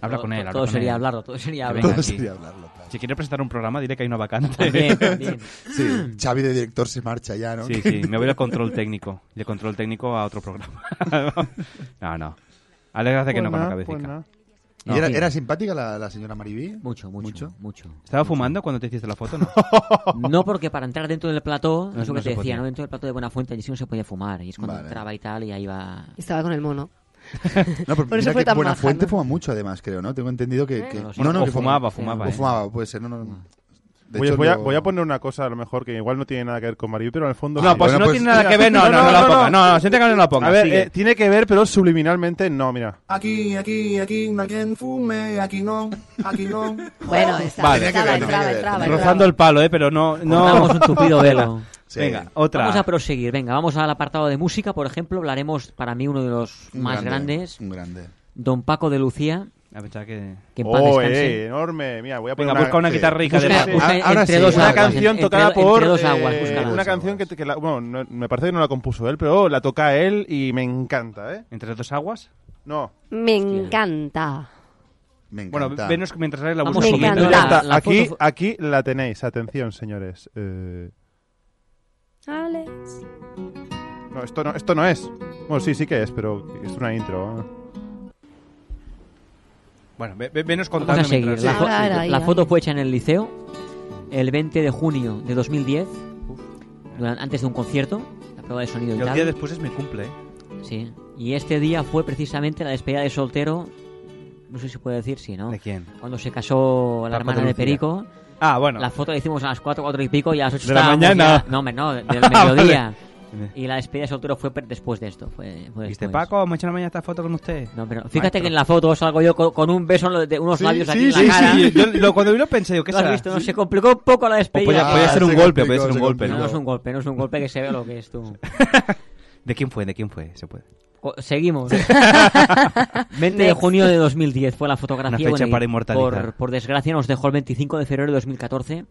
Speaker 8: Habla
Speaker 16: todo-
Speaker 8: con él.
Speaker 16: todo
Speaker 8: habla con
Speaker 16: sería
Speaker 8: él.
Speaker 16: hablarlo, todo sería
Speaker 8: Que
Speaker 16: hablarlo.
Speaker 8: venga
Speaker 16: Todo
Speaker 8: aquí.
Speaker 16: sería
Speaker 8: Si quieres presentar un programa, diré que hay una vacante. <laughs>
Speaker 16: También, también.
Speaker 5: Sí, Xavi de director se marcha ya, ¿no?
Speaker 8: Sí, sí, me voy al control técnico. Y el control técnico a otro programa. <laughs> no, no. Alégrate que no con la
Speaker 5: Pues
Speaker 8: cabecita.
Speaker 5: nada, pues nada.
Speaker 8: No,
Speaker 5: ¿Y era,
Speaker 8: sí.
Speaker 5: era simpática la, la señora Maribí?
Speaker 16: Mucho, mucho, mucho.
Speaker 8: ¿Estaba fumando cuando te hiciste la foto? No.
Speaker 16: <laughs> No, porque para entrar dentro del plató,
Speaker 8: No,
Speaker 16: es lo
Speaker 8: no
Speaker 16: que
Speaker 8: se
Speaker 16: te
Speaker 8: podía.
Speaker 16: decía, ¿no? Dentro del plató de Buena Fuente, allí sí no se podía fumar. Y es cuando
Speaker 5: Vale.
Speaker 16: entraba y tal, y ahí va.
Speaker 12: Estaba con el mono.
Speaker 5: <laughs> No, pero
Speaker 12: Por eso
Speaker 5: mira
Speaker 12: fue
Speaker 5: que
Speaker 12: tan
Speaker 5: Buena
Speaker 12: maja,
Speaker 5: Fuente
Speaker 12: ¿no?
Speaker 5: fuma mucho, además, creo, ¿no? Tengo entendido que... que-
Speaker 8: sé. O
Speaker 5: que
Speaker 8: fumaba, fumaba,
Speaker 5: O
Speaker 8: eh.
Speaker 5: fumaba, puede ser, no, no, no. De
Speaker 11: Oye,
Speaker 5: hecho,
Speaker 11: voy, a,
Speaker 5: lo-
Speaker 11: voy a poner una cosa a lo mejor que igual no tiene nada que ver con Maribí, pero en el fondo...
Speaker 8: No,
Speaker 11: sí.
Speaker 8: pues si no tiene nada que ver, no, no, no la ponga. No, no, siente que no la ponga,
Speaker 11: A ver,
Speaker 8: sigue.
Speaker 11: eh, tiene que ver, pero subliminalmente no, mira.
Speaker 4: Aquí, aquí, aquí, no hay quien fume, aquí no, aquí
Speaker 18: <laughs>
Speaker 4: no.
Speaker 12: Bueno, estaba,
Speaker 8: Vale.
Speaker 12: estaba,
Speaker 8: Tenía que ver,
Speaker 12: entraba,
Speaker 8: tenía que ver.
Speaker 12: entraba, entraba.
Speaker 8: Rozando el palo, eh, pero no. no.
Speaker 16: Cortamos un tupido velo.
Speaker 8: Sí. <laughs> Venga, otra.
Speaker 16: Vamos a proseguir. Venga, vamos al apartado de música, por ejemplo. Hablaremos, para mí, uno de los
Speaker 5: Un
Speaker 16: más
Speaker 5: grande,
Speaker 16: grandes.
Speaker 5: un grande.
Speaker 16: Don Paco de Lucía.
Speaker 8: A pensar Ah, que.
Speaker 16: Que en paz
Speaker 11: Oh,
Speaker 16: descanse.
Speaker 11: eh, enorme. Mira, voy a poner
Speaker 8: Venga, busca una guitarra rica de
Speaker 11: Busca-
Speaker 8: Paco.
Speaker 11: busca
Speaker 8: Ah,
Speaker 16: ahora
Speaker 11: entre
Speaker 16: sí,
Speaker 11: dos
Speaker 16: ahora
Speaker 11: una
Speaker 16: sí.
Speaker 11: canción
Speaker 16: Entre-
Speaker 11: tocada
Speaker 16: entre
Speaker 11: por
Speaker 16: dos aguas,
Speaker 11: eh,
Speaker 16: búscala.
Speaker 11: una canción que, que la- bueno, no- me parece que no la compuso él, pero la toca él y me encanta, ¿eh?
Speaker 8: Entre dos aguas.
Speaker 11: No.
Speaker 12: Me encanta.
Speaker 5: Me
Speaker 11: encanta.
Speaker 8: Bueno, venos mientras la
Speaker 12: Vamos
Speaker 8: busco.
Speaker 12: Me
Speaker 8: mientras-
Speaker 12: encanta.
Speaker 11: Ya está,
Speaker 12: La
Speaker 11: aquí,
Speaker 12: foto-
Speaker 11: aquí la tenéis, atención, señores. Eh,
Speaker 12: Alex.
Speaker 11: no, esto no, esto no es. Bueno, sí, sí que es, pero es una intro. ¿eh?
Speaker 8: Bueno, ve- ve- venos
Speaker 16: Vamos
Speaker 8: contando.
Speaker 16: a seguir.
Speaker 8: mientras-
Speaker 16: La, fo-
Speaker 12: Ahora, ahora, ahí,
Speaker 16: la
Speaker 12: ahí.
Speaker 16: foto fue hecha en el liceo el 20 de junio de 2010, durante- antes de un concierto, la prueba de sonido y
Speaker 8: Y el
Speaker 16: tal.
Speaker 8: día después es mi cumple, eh.
Speaker 16: Sí. Y este día fue precisamente la despedida de soltero. No sé si puede decir, sí, ¿no?
Speaker 8: ¿De quién?
Speaker 16: Cuando se casó la
Speaker 8: Paco
Speaker 16: hermana
Speaker 8: de
Speaker 16: de,
Speaker 8: Lucía.
Speaker 16: Perico.
Speaker 8: Ah, bueno.
Speaker 16: La foto la hicimos a las 4, 4 y pico y a las 8
Speaker 8: ¿De la
Speaker 16: estábamos
Speaker 8: mañana?
Speaker 16: ya- No,
Speaker 8: <laughs>
Speaker 16: hombre, no, del
Speaker 8: Ah, vale.
Speaker 16: mediodía. Y la despedida de soltero fue per- después de esto. Fue, fue
Speaker 8: ¿Viste,
Speaker 16: después.
Speaker 8: Paco? Me he hecho la mañana esta foto con usted.
Speaker 16: pues. No, pero Fíjate que en la foto salgo yo con, con un beso en lo- de unos
Speaker 8: Sí,
Speaker 16: labios
Speaker 8: sí,
Speaker 16: aquí en la
Speaker 8: sí,
Speaker 16: cara.
Speaker 8: sí. Yo lo- cuando vi lo pensé,
Speaker 16: <laughs>
Speaker 8: yo, ¿qué
Speaker 16: ¿Lo has
Speaker 8: será?
Speaker 16: visto? No, se complicó un poco la despedida.
Speaker 8: podía- podía Ah, ser un se golpe, complicó, podía ser un se golpe,
Speaker 16: No,
Speaker 8: complicó.
Speaker 16: no es un golpe, no es un golpe que se vea lo que
Speaker 8: <laughs>
Speaker 16: es tú.
Speaker 8: ¿De quién fue? ¿De quién fue? Se puede.
Speaker 16: Co- <laughs> Seguimos. 20 de
Speaker 8: Next.
Speaker 16: junio de 2010 fue la fotografía.
Speaker 8: Una fecha
Speaker 16: y
Speaker 8: para inmortalizar.
Speaker 16: Por, por desgracia nos dejó el 25 de febrero de 2014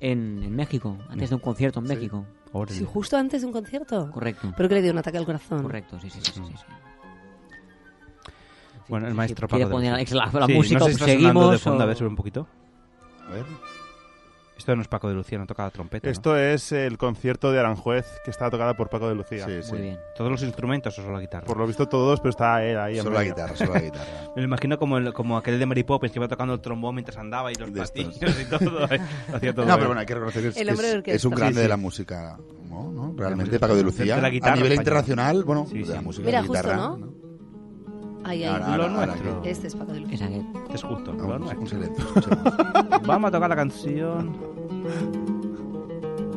Speaker 16: en, en México, antes de un concierto en México.
Speaker 12: Sí, justo antes de un concierto.
Speaker 16: Correcto.
Speaker 12: Pero que le dio un ataque al corazón.
Speaker 16: Correcto, sí, sí, sí. sí, sí.
Speaker 8: Bueno, el maestro
Speaker 16: quiere
Speaker 8: Paco. de
Speaker 16: poner
Speaker 8: Lucía.
Speaker 16: la- la
Speaker 8: Sí,
Speaker 16: música,
Speaker 8: no
Speaker 16: pues,
Speaker 8: sé si está sonando
Speaker 16: seguimos,
Speaker 8: de fondo,
Speaker 16: o-
Speaker 8: a ver, sube un poquito.
Speaker 5: A ver.
Speaker 8: Esto no es Paco de Lucía, no toca la trompeta. ¿no?
Speaker 11: Esto es el concierto de Aranjuez que está tocada por Paco de Lucía.
Speaker 16: Muy bien.
Speaker 8: ¿Todos los instrumentos o solo la guitarra?
Speaker 11: Por lo visto todos, pero está él ahí. en
Speaker 5: Solo la
Speaker 11: medio.
Speaker 5: guitarra, solo la guitarra.
Speaker 8: <laughs> Me lo imagino como, el- como aquel de Mary Poppins que iba tocando el trombón mientras andaba y los platillos y <laughs> todo.
Speaker 5: <laughs>
Speaker 8: ¿eh? Hacía todo
Speaker 5: No,
Speaker 8: bien.
Speaker 5: pero bueno, hay que reconocer que es,
Speaker 12: El hombre
Speaker 5: es-
Speaker 12: de orquesta.
Speaker 5: es un grande
Speaker 8: Sí, sí.
Speaker 5: de la música, ¿no? ¿No?
Speaker 8: De
Speaker 5: Realmente, Paco de
Speaker 8: la
Speaker 5: Lucía.
Speaker 8: guitarra
Speaker 5: a nivel
Speaker 8: española.
Speaker 5: internacional, bueno,
Speaker 8: Sí,
Speaker 5: de la
Speaker 8: sí.
Speaker 5: música
Speaker 12: Mira,
Speaker 5: de
Speaker 12: justo,
Speaker 5: guitarra.
Speaker 12: ¿no? Ahí, ahí.
Speaker 5: Ahora, ahora, ahora, aquí.
Speaker 12: Este es Paco de Lucía.
Speaker 16: Esa que-
Speaker 8: Este es justo.
Speaker 5: Ah,
Speaker 8: lo
Speaker 5: un-
Speaker 8: nuestro.
Speaker 5: un silencio, un
Speaker 8: <laughs> Vamos a tocar la canción.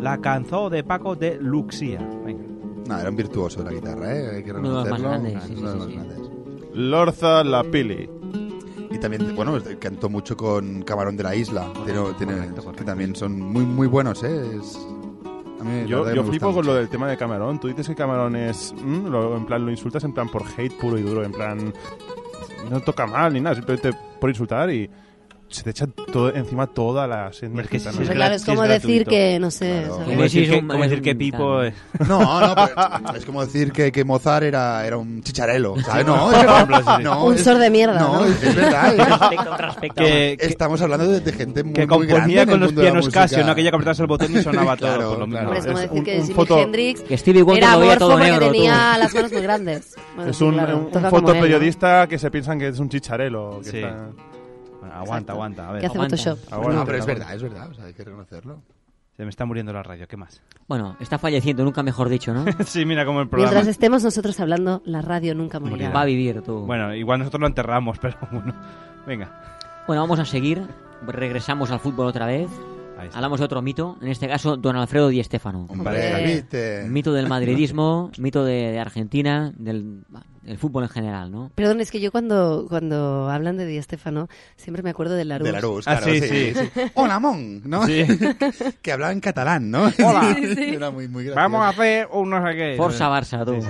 Speaker 8: La canción de Paco de Luxia. Venga.
Speaker 5: No, era un virtuoso de la guitarra, ¿eh? Hay que
Speaker 8: Uno de los más
Speaker 5: reconocerlo.
Speaker 8: grandes, sí,
Speaker 5: Uno de
Speaker 8: sí,
Speaker 5: los
Speaker 8: sí,
Speaker 5: más
Speaker 8: sí.
Speaker 5: grandes.
Speaker 11: Lorza la Pili.
Speaker 5: Y también, bueno, cantó mucho con Camarón de la Isla. Tiene- tiene- Que también son muy, muy buenos, ¿eh? Es- a mí
Speaker 11: Yo,
Speaker 5: Eh, la verdad que
Speaker 11: yo
Speaker 5: me gusta
Speaker 11: flipo
Speaker 5: mucho.
Speaker 11: con lo del tema de Camarón. Tú dices que Camarón es... mm, lo- en plan, lo insultas en plan por hate puro y duro. En plan... No toca mal ni nada, simplemente por insultar y... se te echa todo, encima toda la senda gitana.
Speaker 12: claro, es como decir que, no sé...
Speaker 11: Claro.
Speaker 12: ¿sabes?
Speaker 11: Como decir que-
Speaker 5: como decir que Pipo No, no, pero es como decir que, que Mozart era, era un chicharelo. ¿sabes? Ah, <laughs> No, es- no,
Speaker 12: <laughs> Un
Speaker 5: es-
Speaker 12: sor de mierda,
Speaker 5: No,
Speaker 12: ¿no?
Speaker 5: es es <laughs> verdad. es-
Speaker 12: Respecto, respecto.
Speaker 8: Que- que-
Speaker 5: Estamos hablando de, de gente muy,
Speaker 8: que
Speaker 5: muy grande
Speaker 8: componía
Speaker 5: en
Speaker 8: con
Speaker 5: el
Speaker 8: los
Speaker 5: mundo de la
Speaker 8: pianos
Speaker 5: música.
Speaker 8: Casio, ¿no? Que ella apretaba el botón y sonaba
Speaker 5: Claro,
Speaker 8: todo. Por lo mismo.
Speaker 12: Hombre, es como decir que Jimi
Speaker 11: foto-
Speaker 12: Hendrix
Speaker 11: Que Stevie Wonder
Speaker 12: era
Speaker 11: lo veía
Speaker 12: amorfo
Speaker 11: todo
Speaker 12: porque
Speaker 11: negro, tú.
Speaker 12: tenía las manos muy grandes. Bueno,
Speaker 11: es
Speaker 12: sí,
Speaker 11: un,
Speaker 12: claro,
Speaker 11: un
Speaker 12: toca como él, ¿no?
Speaker 11: fotoperiodista que se piensan que es un chicharelo. Que
Speaker 8: Sí.
Speaker 11: está-
Speaker 8: aguanta, aguanta. A ver.
Speaker 12: Que hace
Speaker 8: Aguanta.
Speaker 12: Photoshop.
Speaker 8: Aguanta,
Speaker 5: no, pero es
Speaker 8: aguanta.
Speaker 5: verdad, es verdad. O sea, hay que reconocerlo.
Speaker 8: Se me está muriendo la radio, ¿qué más?
Speaker 16: Bueno, está falleciendo, nunca mejor dicho, ¿no?
Speaker 8: <laughs> sí, mira cómo el programa
Speaker 12: Mientras estemos nosotros hablando, la radio nunca morirá.
Speaker 16: Va a vivir tú.
Speaker 8: Bueno, igual nosotros lo enterramos, <laughs> pero bueno. Venga.
Speaker 16: Bueno, vamos a seguir. Regresamos al fútbol otra vez. Hablamos de otro mito, en este caso Don Alfredo Di Stéfano.
Speaker 5: Hombre, David, eh.
Speaker 16: Mito del madridismo, mito de, de Argentina, del, del fútbol en general, ¿no?
Speaker 12: Perdón, es que yo cuando, cuando hablan de Di Estefano siempre me acuerdo del Larus.
Speaker 5: De la luz, claro. sí, sí. <laughs> Hola, Mon, ¿no? <laughs>
Speaker 12: Sí.
Speaker 5: que hablaba en
Speaker 8: <laughs>
Speaker 5: catalán, ¿no?
Speaker 12: Hola. Sí, sí.
Speaker 5: Era muy,
Speaker 18: <laughs>
Speaker 5: muy gracioso.
Speaker 8: Vamos a hacer un no sé qué.
Speaker 5: Forza
Speaker 16: Barça, tú.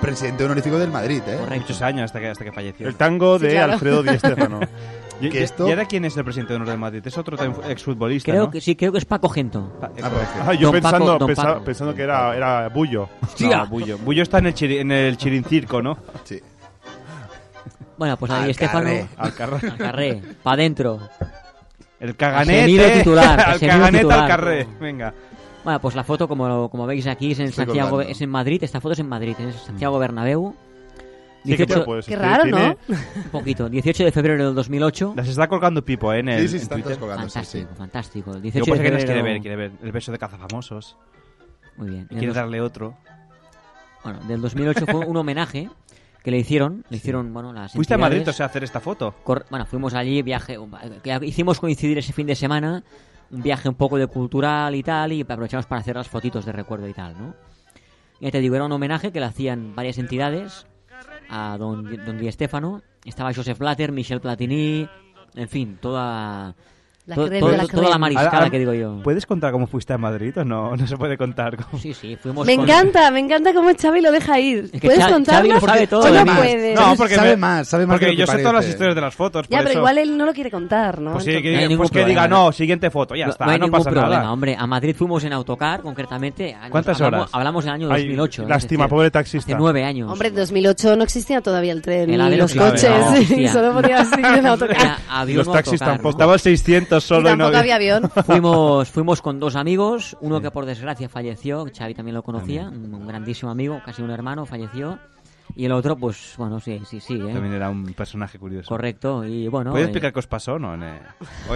Speaker 5: Presidente honorífico del Madrid, ¿eh?
Speaker 8: Muchos años hasta que, hasta que falleció.
Speaker 5: El tango Sí, de claro. Alfredo Di Stéfano.
Speaker 8: Y,
Speaker 5: <laughs> Que
Speaker 8: y-
Speaker 5: esto-
Speaker 8: ¿Y ahora quién es el presidente de honor del Madrid? Es otro también exfutbolista,
Speaker 16: Creo
Speaker 8: ¿no?
Speaker 16: que sí, creo que es Paco Gento.
Speaker 5: pues
Speaker 11: Ah, yo
Speaker 8: Don Paco-
Speaker 11: pensando,
Speaker 8: Don
Speaker 11: pensa-
Speaker 8: Paco.
Speaker 11: pensando que era, era Bullo.
Speaker 8: No, Bullo. Bullo está en el, chiri- en el chirincirco, ¿no?
Speaker 5: Sí.
Speaker 16: Bueno, pues ahí
Speaker 8: Al
Speaker 16: Estefano.
Speaker 8: carré. Al carré.
Speaker 16: Para adentro.
Speaker 8: El caganete.
Speaker 16: Asemido
Speaker 8: <laughs>
Speaker 16: titular.
Speaker 8: Al
Speaker 16: Asemido
Speaker 8: caganete,
Speaker 16: titular.
Speaker 8: al carré. Venga.
Speaker 16: Bueno, pues la foto, como, como veis aquí, es en
Speaker 8: Estoy
Speaker 16: Santiago,
Speaker 8: colgando.
Speaker 16: es en Madrid. Esta foto es en Madrid, es Santiago Bernabéu.
Speaker 8: Sí, que puede- puede Qué ser. raro, Tiene- ¿no?
Speaker 16: Un poquito. 18 de febrero del 2008.
Speaker 8: Las está colgando Pipo, ¿eh? En el, en Twitter.
Speaker 16: Fantástico, fantástico. El
Speaker 8: Yo
Speaker 16: 18
Speaker 8: pasa
Speaker 16: de
Speaker 8: que nos quiere
Speaker 16: febrero-
Speaker 8: ver, quiere ver el beso de cazafamosos.
Speaker 16: Muy bien.
Speaker 8: Y quiere darle otro.
Speaker 16: Bueno, del 2008 fue un homenaje que le hicieron. Le hicieron, bueno, las
Speaker 8: ¿Fuiste a Madrid, o
Speaker 16: entidades.
Speaker 8: sea, a hacer esta foto?
Speaker 16: Cor- bueno, fuimos allí, viaje, que hicimos coincidir ese fin de semana, un viaje un poco de cultural y tal, y aprovechamos para hacer las fotitos de recuerdo y tal, ¿no? Ya te digo, era un homenaje que le hacían varias entidades a don, don Di Stefano. Estaba Joseph Blatter, Michel Platini, en fin, toda...
Speaker 12: La
Speaker 16: to-
Speaker 12: creme
Speaker 16: to-
Speaker 12: de la
Speaker 16: toda
Speaker 12: creme.
Speaker 16: la mariscada
Speaker 8: Ahora-
Speaker 16: que digo yo.
Speaker 8: ¿Puedes contar cómo fuiste a Madrid o no? <laughs> No se puede contar. cómo-
Speaker 16: Sí, sí, fuimos
Speaker 12: Me
Speaker 16: con-
Speaker 12: encanta, me encanta cómo Xavi lo deja ir.
Speaker 16: Es que
Speaker 12: ¿Puedes
Speaker 16: Xa-
Speaker 12: contarlo?
Speaker 16: Xavi lo sabe todo,
Speaker 12: ¿O no
Speaker 16: además.
Speaker 12: puedes?
Speaker 8: No, porque
Speaker 5: Sabe
Speaker 8: me-
Speaker 5: más, sabe más
Speaker 8: Porque
Speaker 5: de lo que
Speaker 8: yo sé todas
Speaker 5: parece.
Speaker 8: las historias de las fotos. por
Speaker 12: Ya, pero
Speaker 8: eso-
Speaker 12: igual él no lo quiere contar, ¿no?
Speaker 8: Pues sí, que,
Speaker 16: No hay
Speaker 8: pues
Speaker 16: ningún
Speaker 8: que diga,
Speaker 16: problema.
Speaker 8: no, siguiente foto, ya
Speaker 16: no,
Speaker 8: está,
Speaker 16: no hay
Speaker 8: no
Speaker 16: ningún
Speaker 8: pasa
Speaker 16: problema,
Speaker 8: nada.
Speaker 16: hombre. A Madrid fuimos en autocar, concretamente. años-
Speaker 8: ¿Cuántas
Speaker 16: hablamos,
Speaker 8: horas?
Speaker 16: Hablamos del año
Speaker 8: Ay,
Speaker 16: 2008. es
Speaker 11: lástima,
Speaker 16: decir,
Speaker 11: pobre taxista.
Speaker 16: Hace nueve años.
Speaker 12: Hombre, en 2008 no existía todavía el tren
Speaker 16: El
Speaker 12: ni
Speaker 16: AVE no
Speaker 12: los
Speaker 16: existía,
Speaker 12: coches.
Speaker 16: no,
Speaker 12: sí,
Speaker 16: hostia.
Speaker 12: <laughs> solo
Speaker 16: <laughs>
Speaker 12: podías ir en autocar.
Speaker 16: había
Speaker 8: Los
Speaker 16: un
Speaker 8: taxis
Speaker 16: autocar,
Speaker 8: tampoco.
Speaker 16: ¿no?
Speaker 8: Estaba el 600 solo.
Speaker 12: Y tampoco
Speaker 8: <laughs>
Speaker 12: había avión.
Speaker 16: Fuimos, fuimos con dos amigos, uno que por desgracia falleció, Xavi también lo conocía, un, un grandísimo amigo, casi un hermano, falleció. Y el otro, pues bueno, sí, sí, sí. ¿eh?
Speaker 8: También era un personaje curioso.
Speaker 16: Correcto, y bueno.
Speaker 8: ¿Puedes
Speaker 16: eh,
Speaker 8: explicar qué os pasó no? En, eh,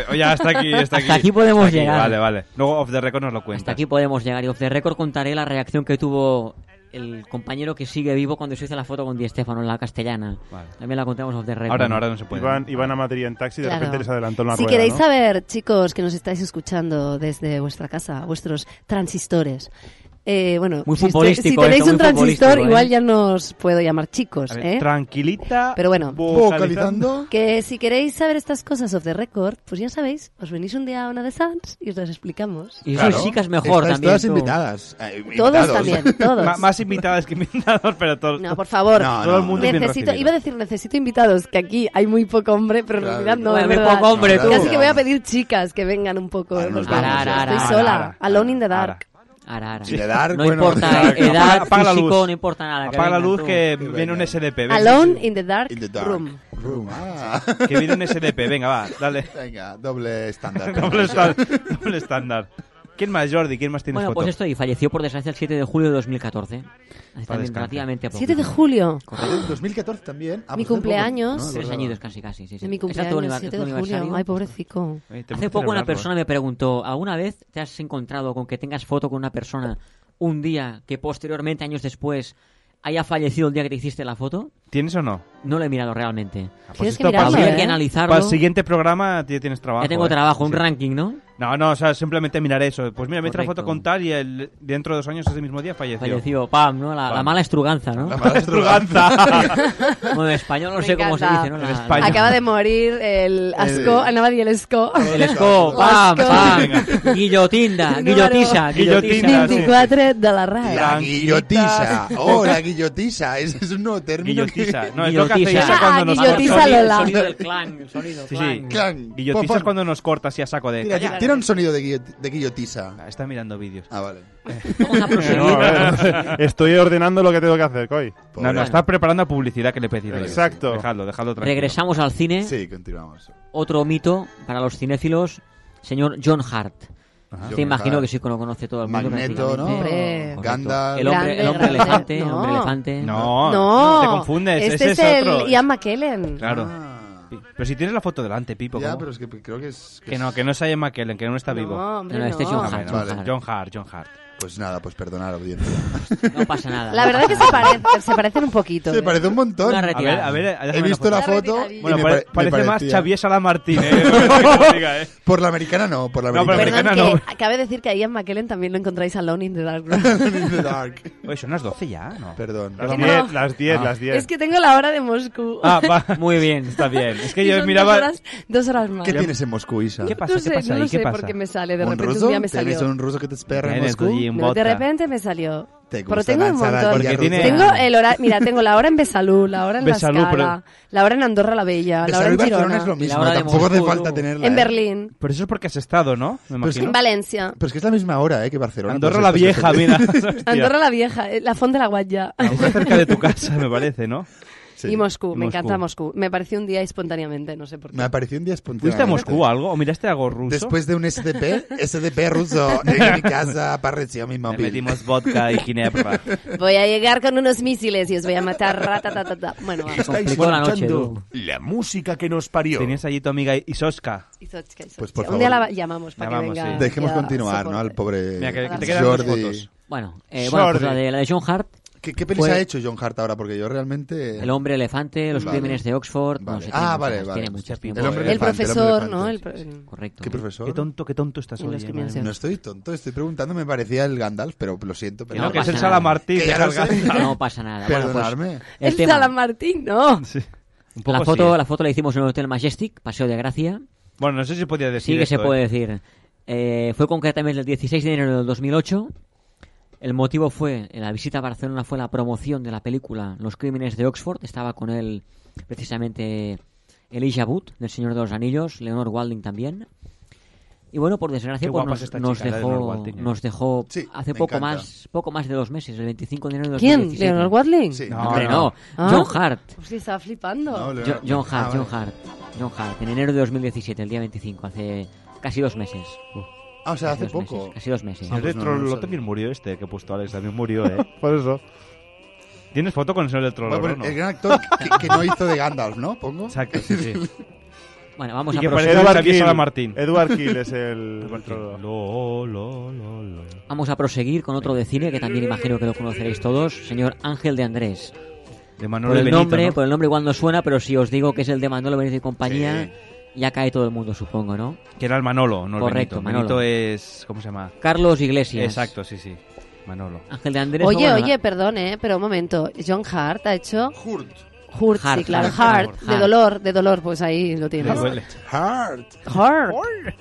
Speaker 8: O, o ya, hasta aquí, hasta aquí.
Speaker 16: Hasta aquí podemos
Speaker 8: Hasta
Speaker 16: llegar.
Speaker 8: Vale, vale. Luego off the record nos lo cuentas.
Speaker 16: Hasta aquí podemos llegar. Y off the record contaré la reacción que tuvo el compañero que sigue vivo cuando se hizo la foto con Di Stefano en la castellana. También la contamos off the record.
Speaker 11: Iban, iban a Madrid en taxi y de
Speaker 12: Claro.
Speaker 11: repente les adelantó una
Speaker 12: Si
Speaker 11: rueda,
Speaker 12: queréis
Speaker 11: ¿no?
Speaker 12: saber, chicos, que nos estáis escuchando desde vuestra casa, vuestros transistores. eh, bueno,
Speaker 16: Muy
Speaker 12: si, este-
Speaker 16: futbolístico
Speaker 12: si tenéis
Speaker 16: esto,
Speaker 12: un
Speaker 16: muy
Speaker 12: transistor,
Speaker 16: futbolístico, ¿eh?
Speaker 12: igual ya no os puedo llamar chicos.
Speaker 8: A ver,
Speaker 12: ¿eh?
Speaker 8: Tranquilita.
Speaker 12: Pero bueno,
Speaker 8: vocalizando.
Speaker 12: que si queréis saber estas cosas off the record, pues ya sabéis, os venís un día a una de Sans y os las explicamos.
Speaker 16: Y
Speaker 5: Claro.
Speaker 16: sois chicas mejor
Speaker 5: Estáis
Speaker 16: también.
Speaker 5: todas
Speaker 16: tú.
Speaker 5: invitadas. Eh,
Speaker 12: Todos
Speaker 5: invitados.
Speaker 12: también,
Speaker 5: <laughs>
Speaker 12: todos.
Speaker 8: Ma- más invitadas que invitados, pero todo,
Speaker 12: No, por favor.
Speaker 8: todo el mundo es bien
Speaker 12: necesito,
Speaker 8: recibido.
Speaker 12: iba a decir, necesito invitados, que aquí hay muy poco hombre, pero en
Speaker 8: Claro.
Speaker 12: realidad no,
Speaker 8: Bueno,
Speaker 12: es
Speaker 8: muy
Speaker 12: verdad.
Speaker 8: poco hombre, tú.
Speaker 12: Casi que voy a pedir chicas que vengan un poco.
Speaker 16: nos
Speaker 12: porque
Speaker 16: vamos, ya. Ara, ara,
Speaker 12: Estoy sola,
Speaker 16: ara, ara.
Speaker 12: alone in the dark.
Speaker 16: Ara, ara.
Speaker 5: Sí. De dar,
Speaker 16: no
Speaker 5: bueno,
Speaker 16: importa
Speaker 5: de dar. <laughs>
Speaker 16: edad,
Speaker 5: Apaga- apaga la
Speaker 16: físico,
Speaker 5: luz.
Speaker 16: no importa nada. que
Speaker 8: Apaga la
Speaker 16: vengan,
Speaker 8: luz
Speaker 16: tú.
Speaker 8: que viene un SDP. venga.
Speaker 12: Alone in the dark,
Speaker 5: In the dark. pues
Speaker 12: room.
Speaker 5: Room, ah.
Speaker 8: <laughs> Que viene un SDP, venga, va, dale.
Speaker 5: Venga, doble estándar.
Speaker 8: <laughs> doble, estan- doble estándar. ¿Quién más, Jordi? ¿Quién más tienes
Speaker 16: Bueno,
Speaker 8: foto?
Speaker 16: pues esto y falleció por desgracia el 7 de julio de 2014. Hace también
Speaker 8: descanse.
Speaker 16: relativamente poco.
Speaker 12: 7 de julio.
Speaker 5: Ah, 2014 también. Ah, pues hace
Speaker 12: Mi
Speaker 5: poco,
Speaker 12: cumpleaños.
Speaker 5: ¿no?
Speaker 16: Tres añitos casi, casi. Sí, sí.
Speaker 12: De mi
Speaker 16: Exacto,
Speaker 12: cumpleaños,
Speaker 16: univer-
Speaker 12: 7 de
Speaker 16: aniversario.
Speaker 12: julio. Ay, pobrecico.
Speaker 8: Eh, tenemos
Speaker 16: Hace
Speaker 8: que
Speaker 16: poco una
Speaker 8: celebrarlo.
Speaker 16: persona me preguntó, ¿alguna vez te has encontrado con que tengas foto con una persona un día que posteriormente, años después, haya fallecido el día que te hiciste la foto?
Speaker 8: ¿Tienes o no? Ah, pues
Speaker 16: No lo he mirado realmente.
Speaker 12: Tienes
Speaker 8: esto
Speaker 12: que mirarlo,
Speaker 16: habría
Speaker 12: ¿eh?
Speaker 16: que analizarlo.
Speaker 8: Para el siguiente programa ya tienes trabajo.
Speaker 16: Ya tengo
Speaker 8: ¿eh?
Speaker 16: trabajo, un
Speaker 8: Sí.
Speaker 16: ranking, ¿no?
Speaker 8: No, no, o sea, simplemente mirar eso. Pues mira, me hice la
Speaker 16: Correcto.
Speaker 8: foto con tal y el- dentro de dos años, ese mismo día, falleció.
Speaker 16: Falleció, pam, ¿no? La, la
Speaker 8: Pam.
Speaker 16: mala estruganza, ¿no?
Speaker 8: La mala
Speaker 5: <laughs>
Speaker 8: estruganza.
Speaker 16: <laughs> bueno, en español no
Speaker 12: Me
Speaker 16: sé cómo se
Speaker 12: encanta.
Speaker 16: dice, ¿no? La-
Speaker 8: En español.
Speaker 12: Acaba de morir el
Speaker 5: Eh.
Speaker 12: Asco,
Speaker 16: El-
Speaker 12: Anabadi el Esco.
Speaker 16: El
Speaker 12: <laughs>
Speaker 16: esco, pam,
Speaker 12: Asco.
Speaker 16: pam. Guillotina, guillotisa, guillotina. sí.
Speaker 12: 24 de la RAE.
Speaker 5: La guillotiza. Oh, la guillotiza. Ese es un nuevo término <laughs>
Speaker 8: guillotiza. No, es lo que hace
Speaker 12: Guillotiza.
Speaker 8: Isa cuando nos
Speaker 12: Ah, guillotiza
Speaker 8: corta.
Speaker 12: Lola.
Speaker 16: El sonido del clan, el
Speaker 8: <laughs>
Speaker 16: sonido del
Speaker 8: Sí,
Speaker 16: clan.
Speaker 8: sí.
Speaker 5: Clan.
Speaker 8: Guillotiza
Speaker 5: Pon, pon.
Speaker 8: es cuando nos corta así a saco de...
Speaker 5: Mira,
Speaker 8: "Calla".
Speaker 5: tiene un sonido de, guillo- de guillotiza.
Speaker 8: Está mirando vídeos.
Speaker 5: Ah, vale.
Speaker 16: Vamos a proseguir.
Speaker 11: No, <laughs> a
Speaker 5: <laughs>
Speaker 11: ver, estoy ordenando lo que tengo que hacer, Coy.
Speaker 8: No, no, está preparando la publicidad que le he pedido. yo.
Speaker 11: Exacto.
Speaker 8: Dejadlo, dejadlo tranquilo.
Speaker 16: Regresamos al cine.
Speaker 5: Sí, continuamos.
Speaker 16: Otro mito para los cinéfilos, señor John Hart.
Speaker 5: Ajá.
Speaker 16: Te
Speaker 5: John
Speaker 16: imagino
Speaker 5: Hart.
Speaker 16: que sí que lo conoce todo el mundo.
Speaker 5: Magneto, ¿no?
Speaker 16: prácticamente.
Speaker 5: Hombre.
Speaker 16: Correcto.
Speaker 5: Gandalf.
Speaker 16: El hombre,
Speaker 12: Grande,
Speaker 16: el hombre
Speaker 12: grande.
Speaker 16: elefante. el hombre
Speaker 12: No.
Speaker 16: elefante.
Speaker 8: No,
Speaker 12: No,
Speaker 8: te confundes.
Speaker 12: Este
Speaker 8: ese
Speaker 12: es,
Speaker 8: es,
Speaker 12: el
Speaker 8: otro.
Speaker 12: Ian McKellen.
Speaker 8: Claro. Pi- Pero si tienes la foto delante, Pipo.
Speaker 5: Ah. Ya,
Speaker 8: ¿cómo?
Speaker 5: pero es que creo que es...
Speaker 8: Que no, que no es Ian McKellen, que no está
Speaker 12: No,
Speaker 8: vivo.
Speaker 12: hombre, No, no, este es no. John
Speaker 8: Ah,
Speaker 12: Hart,
Speaker 8: bueno,
Speaker 5: John Hart.
Speaker 8: John Hart, John Hart.
Speaker 5: Pues nada, pues perdonar, audiencia.
Speaker 16: No pasa nada.
Speaker 12: La
Speaker 16: no
Speaker 12: verdad es que
Speaker 16: pasa
Speaker 12: se,
Speaker 16: nada.
Speaker 12: parece- se parecen un poquito.
Speaker 5: Se
Speaker 12: ¿eh?
Speaker 5: parece un montón.
Speaker 16: Una
Speaker 8: A ver,
Speaker 16: retirada.
Speaker 8: a ver, déjame
Speaker 5: He visto la foto.
Speaker 12: Retirada.
Speaker 5: y
Speaker 8: Bueno,
Speaker 5: me
Speaker 8: pare-
Speaker 5: pare- me
Speaker 8: parece más
Speaker 5: parecía.
Speaker 8: Xavier Salamartín. eh,
Speaker 5: <laughs>
Speaker 8: que te diga, eh.
Speaker 5: Por la americana no, por la
Speaker 8: No, por la
Speaker 5: americana.
Speaker 12: Perdón,
Speaker 8: americana
Speaker 12: que
Speaker 8: no.
Speaker 12: acabe de decir que a Ian McKellen también lo encontráis Alone in the Dark
Speaker 8: <laughs>
Speaker 12: Room.
Speaker 5: In the
Speaker 12: <laughs>
Speaker 5: dark.
Speaker 8: Oye, son las 12 ya, ¿no?
Speaker 5: Perdón.
Speaker 11: Las
Speaker 12: Que
Speaker 11: 10,
Speaker 12: no.
Speaker 11: las 10,
Speaker 8: Ah.
Speaker 11: las 10.
Speaker 12: es que tengo la hora de Moscú.
Speaker 8: Ah, va.
Speaker 16: Muy bien.
Speaker 8: Está bien. Es que
Speaker 12: <laughs> Y
Speaker 8: yo
Speaker 12: son Dos
Speaker 8: miraba...
Speaker 12: horas, dos horas más.
Speaker 5: ¿Qué tienes en Moscú, Isa?
Speaker 8: ¿Qué pasa?
Speaker 12: No
Speaker 8: ¿Qué
Speaker 12: sé,
Speaker 8: pasa
Speaker 12: no
Speaker 8: ahí?
Speaker 12: lo
Speaker 8: ¿Qué
Speaker 12: sé
Speaker 8: pasa?
Speaker 12: por qué me sale. De
Speaker 5: ¿Un
Speaker 12: repente
Speaker 5: ruso?
Speaker 12: un día me
Speaker 5: ¿Tienes
Speaker 12: salió.
Speaker 5: un ruso que te espera en
Speaker 8: Tienes
Speaker 5: Moscú?
Speaker 8: allí un
Speaker 12: No, de
Speaker 8: bota.
Speaker 12: repente me salió.
Speaker 5: ¿Te
Speaker 12: Pero
Speaker 5: gusta
Speaker 12: tengo
Speaker 5: la
Speaker 12: un montón.
Speaker 5: ensaladilla
Speaker 8: Porque tiene-
Speaker 5: rusa?
Speaker 12: Tengo el hora, mira, tengo la hora en Besalú, la hora en
Speaker 8: Besalú,
Speaker 12: Lascala,
Speaker 8: pero-
Speaker 12: la hora en Andorra la Bella, la
Speaker 5: Besalú
Speaker 12: hora
Speaker 5: y
Speaker 12: en
Speaker 5: Barcelona es lo
Speaker 12: Girona,
Speaker 5: mismo,
Speaker 16: La hora de
Speaker 5: tampoco hace
Speaker 16: Moscú,
Speaker 5: falta
Speaker 16: ¿no?
Speaker 5: tenerla.
Speaker 12: en
Speaker 5: ¿eh?
Speaker 12: Berlín,
Speaker 8: Pero eso es porque has estado, ¿no? Me
Speaker 5: Pero es que
Speaker 8: imagino.
Speaker 12: en Valencia,
Speaker 5: Pero es que es la misma hora, ¿eh? Que Barcelona.
Speaker 8: Andorra
Speaker 5: Pues
Speaker 8: la
Speaker 5: esto es
Speaker 8: vieja,
Speaker 5: que-
Speaker 8: mira.
Speaker 5: <laughs>
Speaker 8: Hostia.
Speaker 12: Andorra la Vieja, eh, la Font de la Guatlla
Speaker 8: Aunque cerca de tu casa, me parece, ¿no?
Speaker 5: Sí.
Speaker 12: <laughs> y Moscú. Me
Speaker 8: Moscú.
Speaker 12: encanta Moscú. Me pareció un día espontáneamente, no sé por
Speaker 5: Me
Speaker 12: qué.
Speaker 5: apareció un día espontáneo.
Speaker 8: ¿Fuiste a Moscú o algo? ¿O miraste algo ruso?
Speaker 5: Después de un SDP, SDP ruso, en mi casa apareció mi
Speaker 8: Le
Speaker 5: móvil.
Speaker 8: metimos vodka y
Speaker 5: <laughs>
Speaker 8: ginebra.
Speaker 12: Voy a llegar con unos misiles y os voy a matar. ratatatata. Bueno, vamos.
Speaker 16: Complicó la noche, tú.
Speaker 1: La música que nos parió.
Speaker 8: Tenías allí tu amiga Isoska.
Speaker 12: Izotska, Izotska.
Speaker 5: Pues, por
Speaker 12: un día
Speaker 5: favor.
Speaker 12: la llamamos para
Speaker 8: Llamamos,
Speaker 12: que venga.
Speaker 8: sí.
Speaker 5: Dejemos
Speaker 12: ya
Speaker 5: continuar,
Speaker 12: soporte.
Speaker 5: ¿no? Al pobre
Speaker 8: Mira, que- que te quedan dos
Speaker 5: Jordi.
Speaker 8: fotos.
Speaker 16: Bueno, eh, bueno pues
Speaker 11: Jordi.
Speaker 16: la, de, la de John Hart,
Speaker 5: ¿Qué, qué pelis
Speaker 16: Fue-
Speaker 5: ha hecho John Hart ahora? Porque yo realmente...
Speaker 16: El hombre elefante, Los
Speaker 5: Vale.
Speaker 16: crímenes de Oxford. no
Speaker 5: Vale.
Speaker 16: sé,
Speaker 5: Ah,
Speaker 16: tiene
Speaker 5: vale,
Speaker 16: muchas,
Speaker 5: vale.
Speaker 16: tiene muchas, tiene
Speaker 5: El
Speaker 16: muchas.
Speaker 5: hombre
Speaker 12: El
Speaker 5: elefante, el
Speaker 12: profesor,
Speaker 5: hombre
Speaker 12: ¿no? El
Speaker 5: elefante,
Speaker 12: pro-
Speaker 16: Correcto.
Speaker 5: ¿Qué profesor?
Speaker 8: Qué tonto, qué tonto estás
Speaker 12: En
Speaker 8: hoy.
Speaker 12: los
Speaker 8: eh,
Speaker 12: que
Speaker 8: madre
Speaker 12: piensan.
Speaker 5: No estoy tonto, estoy preguntando, me parecía el Gandalf, pero lo siento.
Speaker 8: mía.
Speaker 5: Pero
Speaker 8: No,
Speaker 16: No
Speaker 8: que es el
Speaker 16: pasa nada.
Speaker 8: Salamartín.
Speaker 5: Que ya
Speaker 8: deja
Speaker 5: lo
Speaker 8: el
Speaker 5: sé.
Speaker 8: gato.
Speaker 16: No pasa nada. Bueno, pues,
Speaker 5: Perdonadme.
Speaker 12: El
Speaker 16: tema.
Speaker 12: Salamartín, no.
Speaker 8: Eh, Sí. Este, Un poco
Speaker 16: La foto,
Speaker 8: sí, eh.
Speaker 16: la foto la hicimos en el Hotel Majestic, Paseo de Gracia.
Speaker 8: Bueno, no sé si podía decir
Speaker 16: Sí que
Speaker 8: esto,
Speaker 16: se puede
Speaker 8: eh.
Speaker 16: decir. Eh, fue concretamente el 16 de enero del 2008. El motivo fue, en la visita a Barcelona fue la promoción de la película Los Crímenes de Oxford. Estaba con él precisamente Elijah Wood, del Señor de los Anillos, Leonor Walding también. Y bueno, por desgracia,
Speaker 8: Qué
Speaker 16: pues
Speaker 8: guapa es
Speaker 16: nos,
Speaker 8: esta
Speaker 16: nos
Speaker 8: chica, la de Leonor
Speaker 16: dejó,
Speaker 8: Walding, eh.
Speaker 16: nos dejó
Speaker 5: Sí,
Speaker 16: hace
Speaker 5: me
Speaker 16: poco
Speaker 5: encanta.
Speaker 16: más, poco más de dos meses, el 25 de enero del
Speaker 12: ¿Quién?
Speaker 16: 2017.
Speaker 12: ¿Leonard Watling?
Speaker 5: Sí,
Speaker 8: No,
Speaker 16: Hombre,
Speaker 5: claro.
Speaker 16: no.
Speaker 12: Ah.
Speaker 16: John Hart.
Speaker 12: Hostia, estaba flipando.
Speaker 5: No,
Speaker 16: Jo-
Speaker 5: Leonard-
Speaker 16: John Hart,
Speaker 5: Ah,
Speaker 16: John
Speaker 5: vale.
Speaker 16: Hart. John Hart, en enero de 2017, el día 25, hace casi dos meses. Uf,
Speaker 5: Ah, o sea,
Speaker 16: casi
Speaker 5: hace
Speaker 16: dos
Speaker 5: poco.
Speaker 16: meses, casi dos meses.
Speaker 8: El
Speaker 5: pues no, no
Speaker 8: retro
Speaker 5: lo
Speaker 8: lo
Speaker 5: sabía.
Speaker 8: también murió este que he puesto Alex, también murió, ¿eh?
Speaker 11: Por eso.
Speaker 8: ¿Tienes foto con el señor del
Speaker 5: Voy a
Speaker 8: Trololo,
Speaker 5: poner
Speaker 8: no?
Speaker 5: el gran actor que, que no hizo de Gandalf, ¿no? Pongo.
Speaker 8: Exacto, sí, sí.
Speaker 16: Bueno, vamos
Speaker 8: Y
Speaker 16: a,
Speaker 8: que
Speaker 16: proseguir,
Speaker 8: parece-
Speaker 11: Edward
Speaker 8: Xavier
Speaker 11: Kill.
Speaker 8: Salamartín.
Speaker 11: Edward Kill
Speaker 8: <laughs>
Speaker 11: es el...
Speaker 8: Lo, lo, lo, lo.
Speaker 16: vamos a proseguir con otro de cine que también imagino que lo conoceréis todos, señor Ángel de Andrés.
Speaker 8: De
Speaker 16: por
Speaker 8: Manuel
Speaker 16: el
Speaker 8: Benito,
Speaker 16: nombre,
Speaker 8: ¿no?
Speaker 16: por el nombre igual no suena, pero si os digo que es el de Manolo Benito y compañía, ya cae todo el mundo, supongo, ¿no?
Speaker 8: Que era el Manolo, no el
Speaker 16: <laughs> Correcto,
Speaker 8: Benito. Benito
Speaker 16: Manolo.
Speaker 8: es... ¿Cómo se llama?
Speaker 16: Carlos Iglesias.
Speaker 8: Exacto, sí, sí. Manolo.
Speaker 16: Ángel de Andrés.
Speaker 12: Oye,
Speaker 16: bueno,
Speaker 12: oye, perdón, ¿eh? Pero un momento. John Hart ha hecho...
Speaker 5: Hurt.
Speaker 12: Hurt,
Speaker 16: Hart,
Speaker 12: sí, claro.
Speaker 16: Hart,
Speaker 12: Hart,
Speaker 16: Hart.
Speaker 12: de dolor, de dolor, pues ahí lo
Speaker 8: Le
Speaker 12: tienes.
Speaker 8: duele.
Speaker 5: Hart.
Speaker 12: Hart.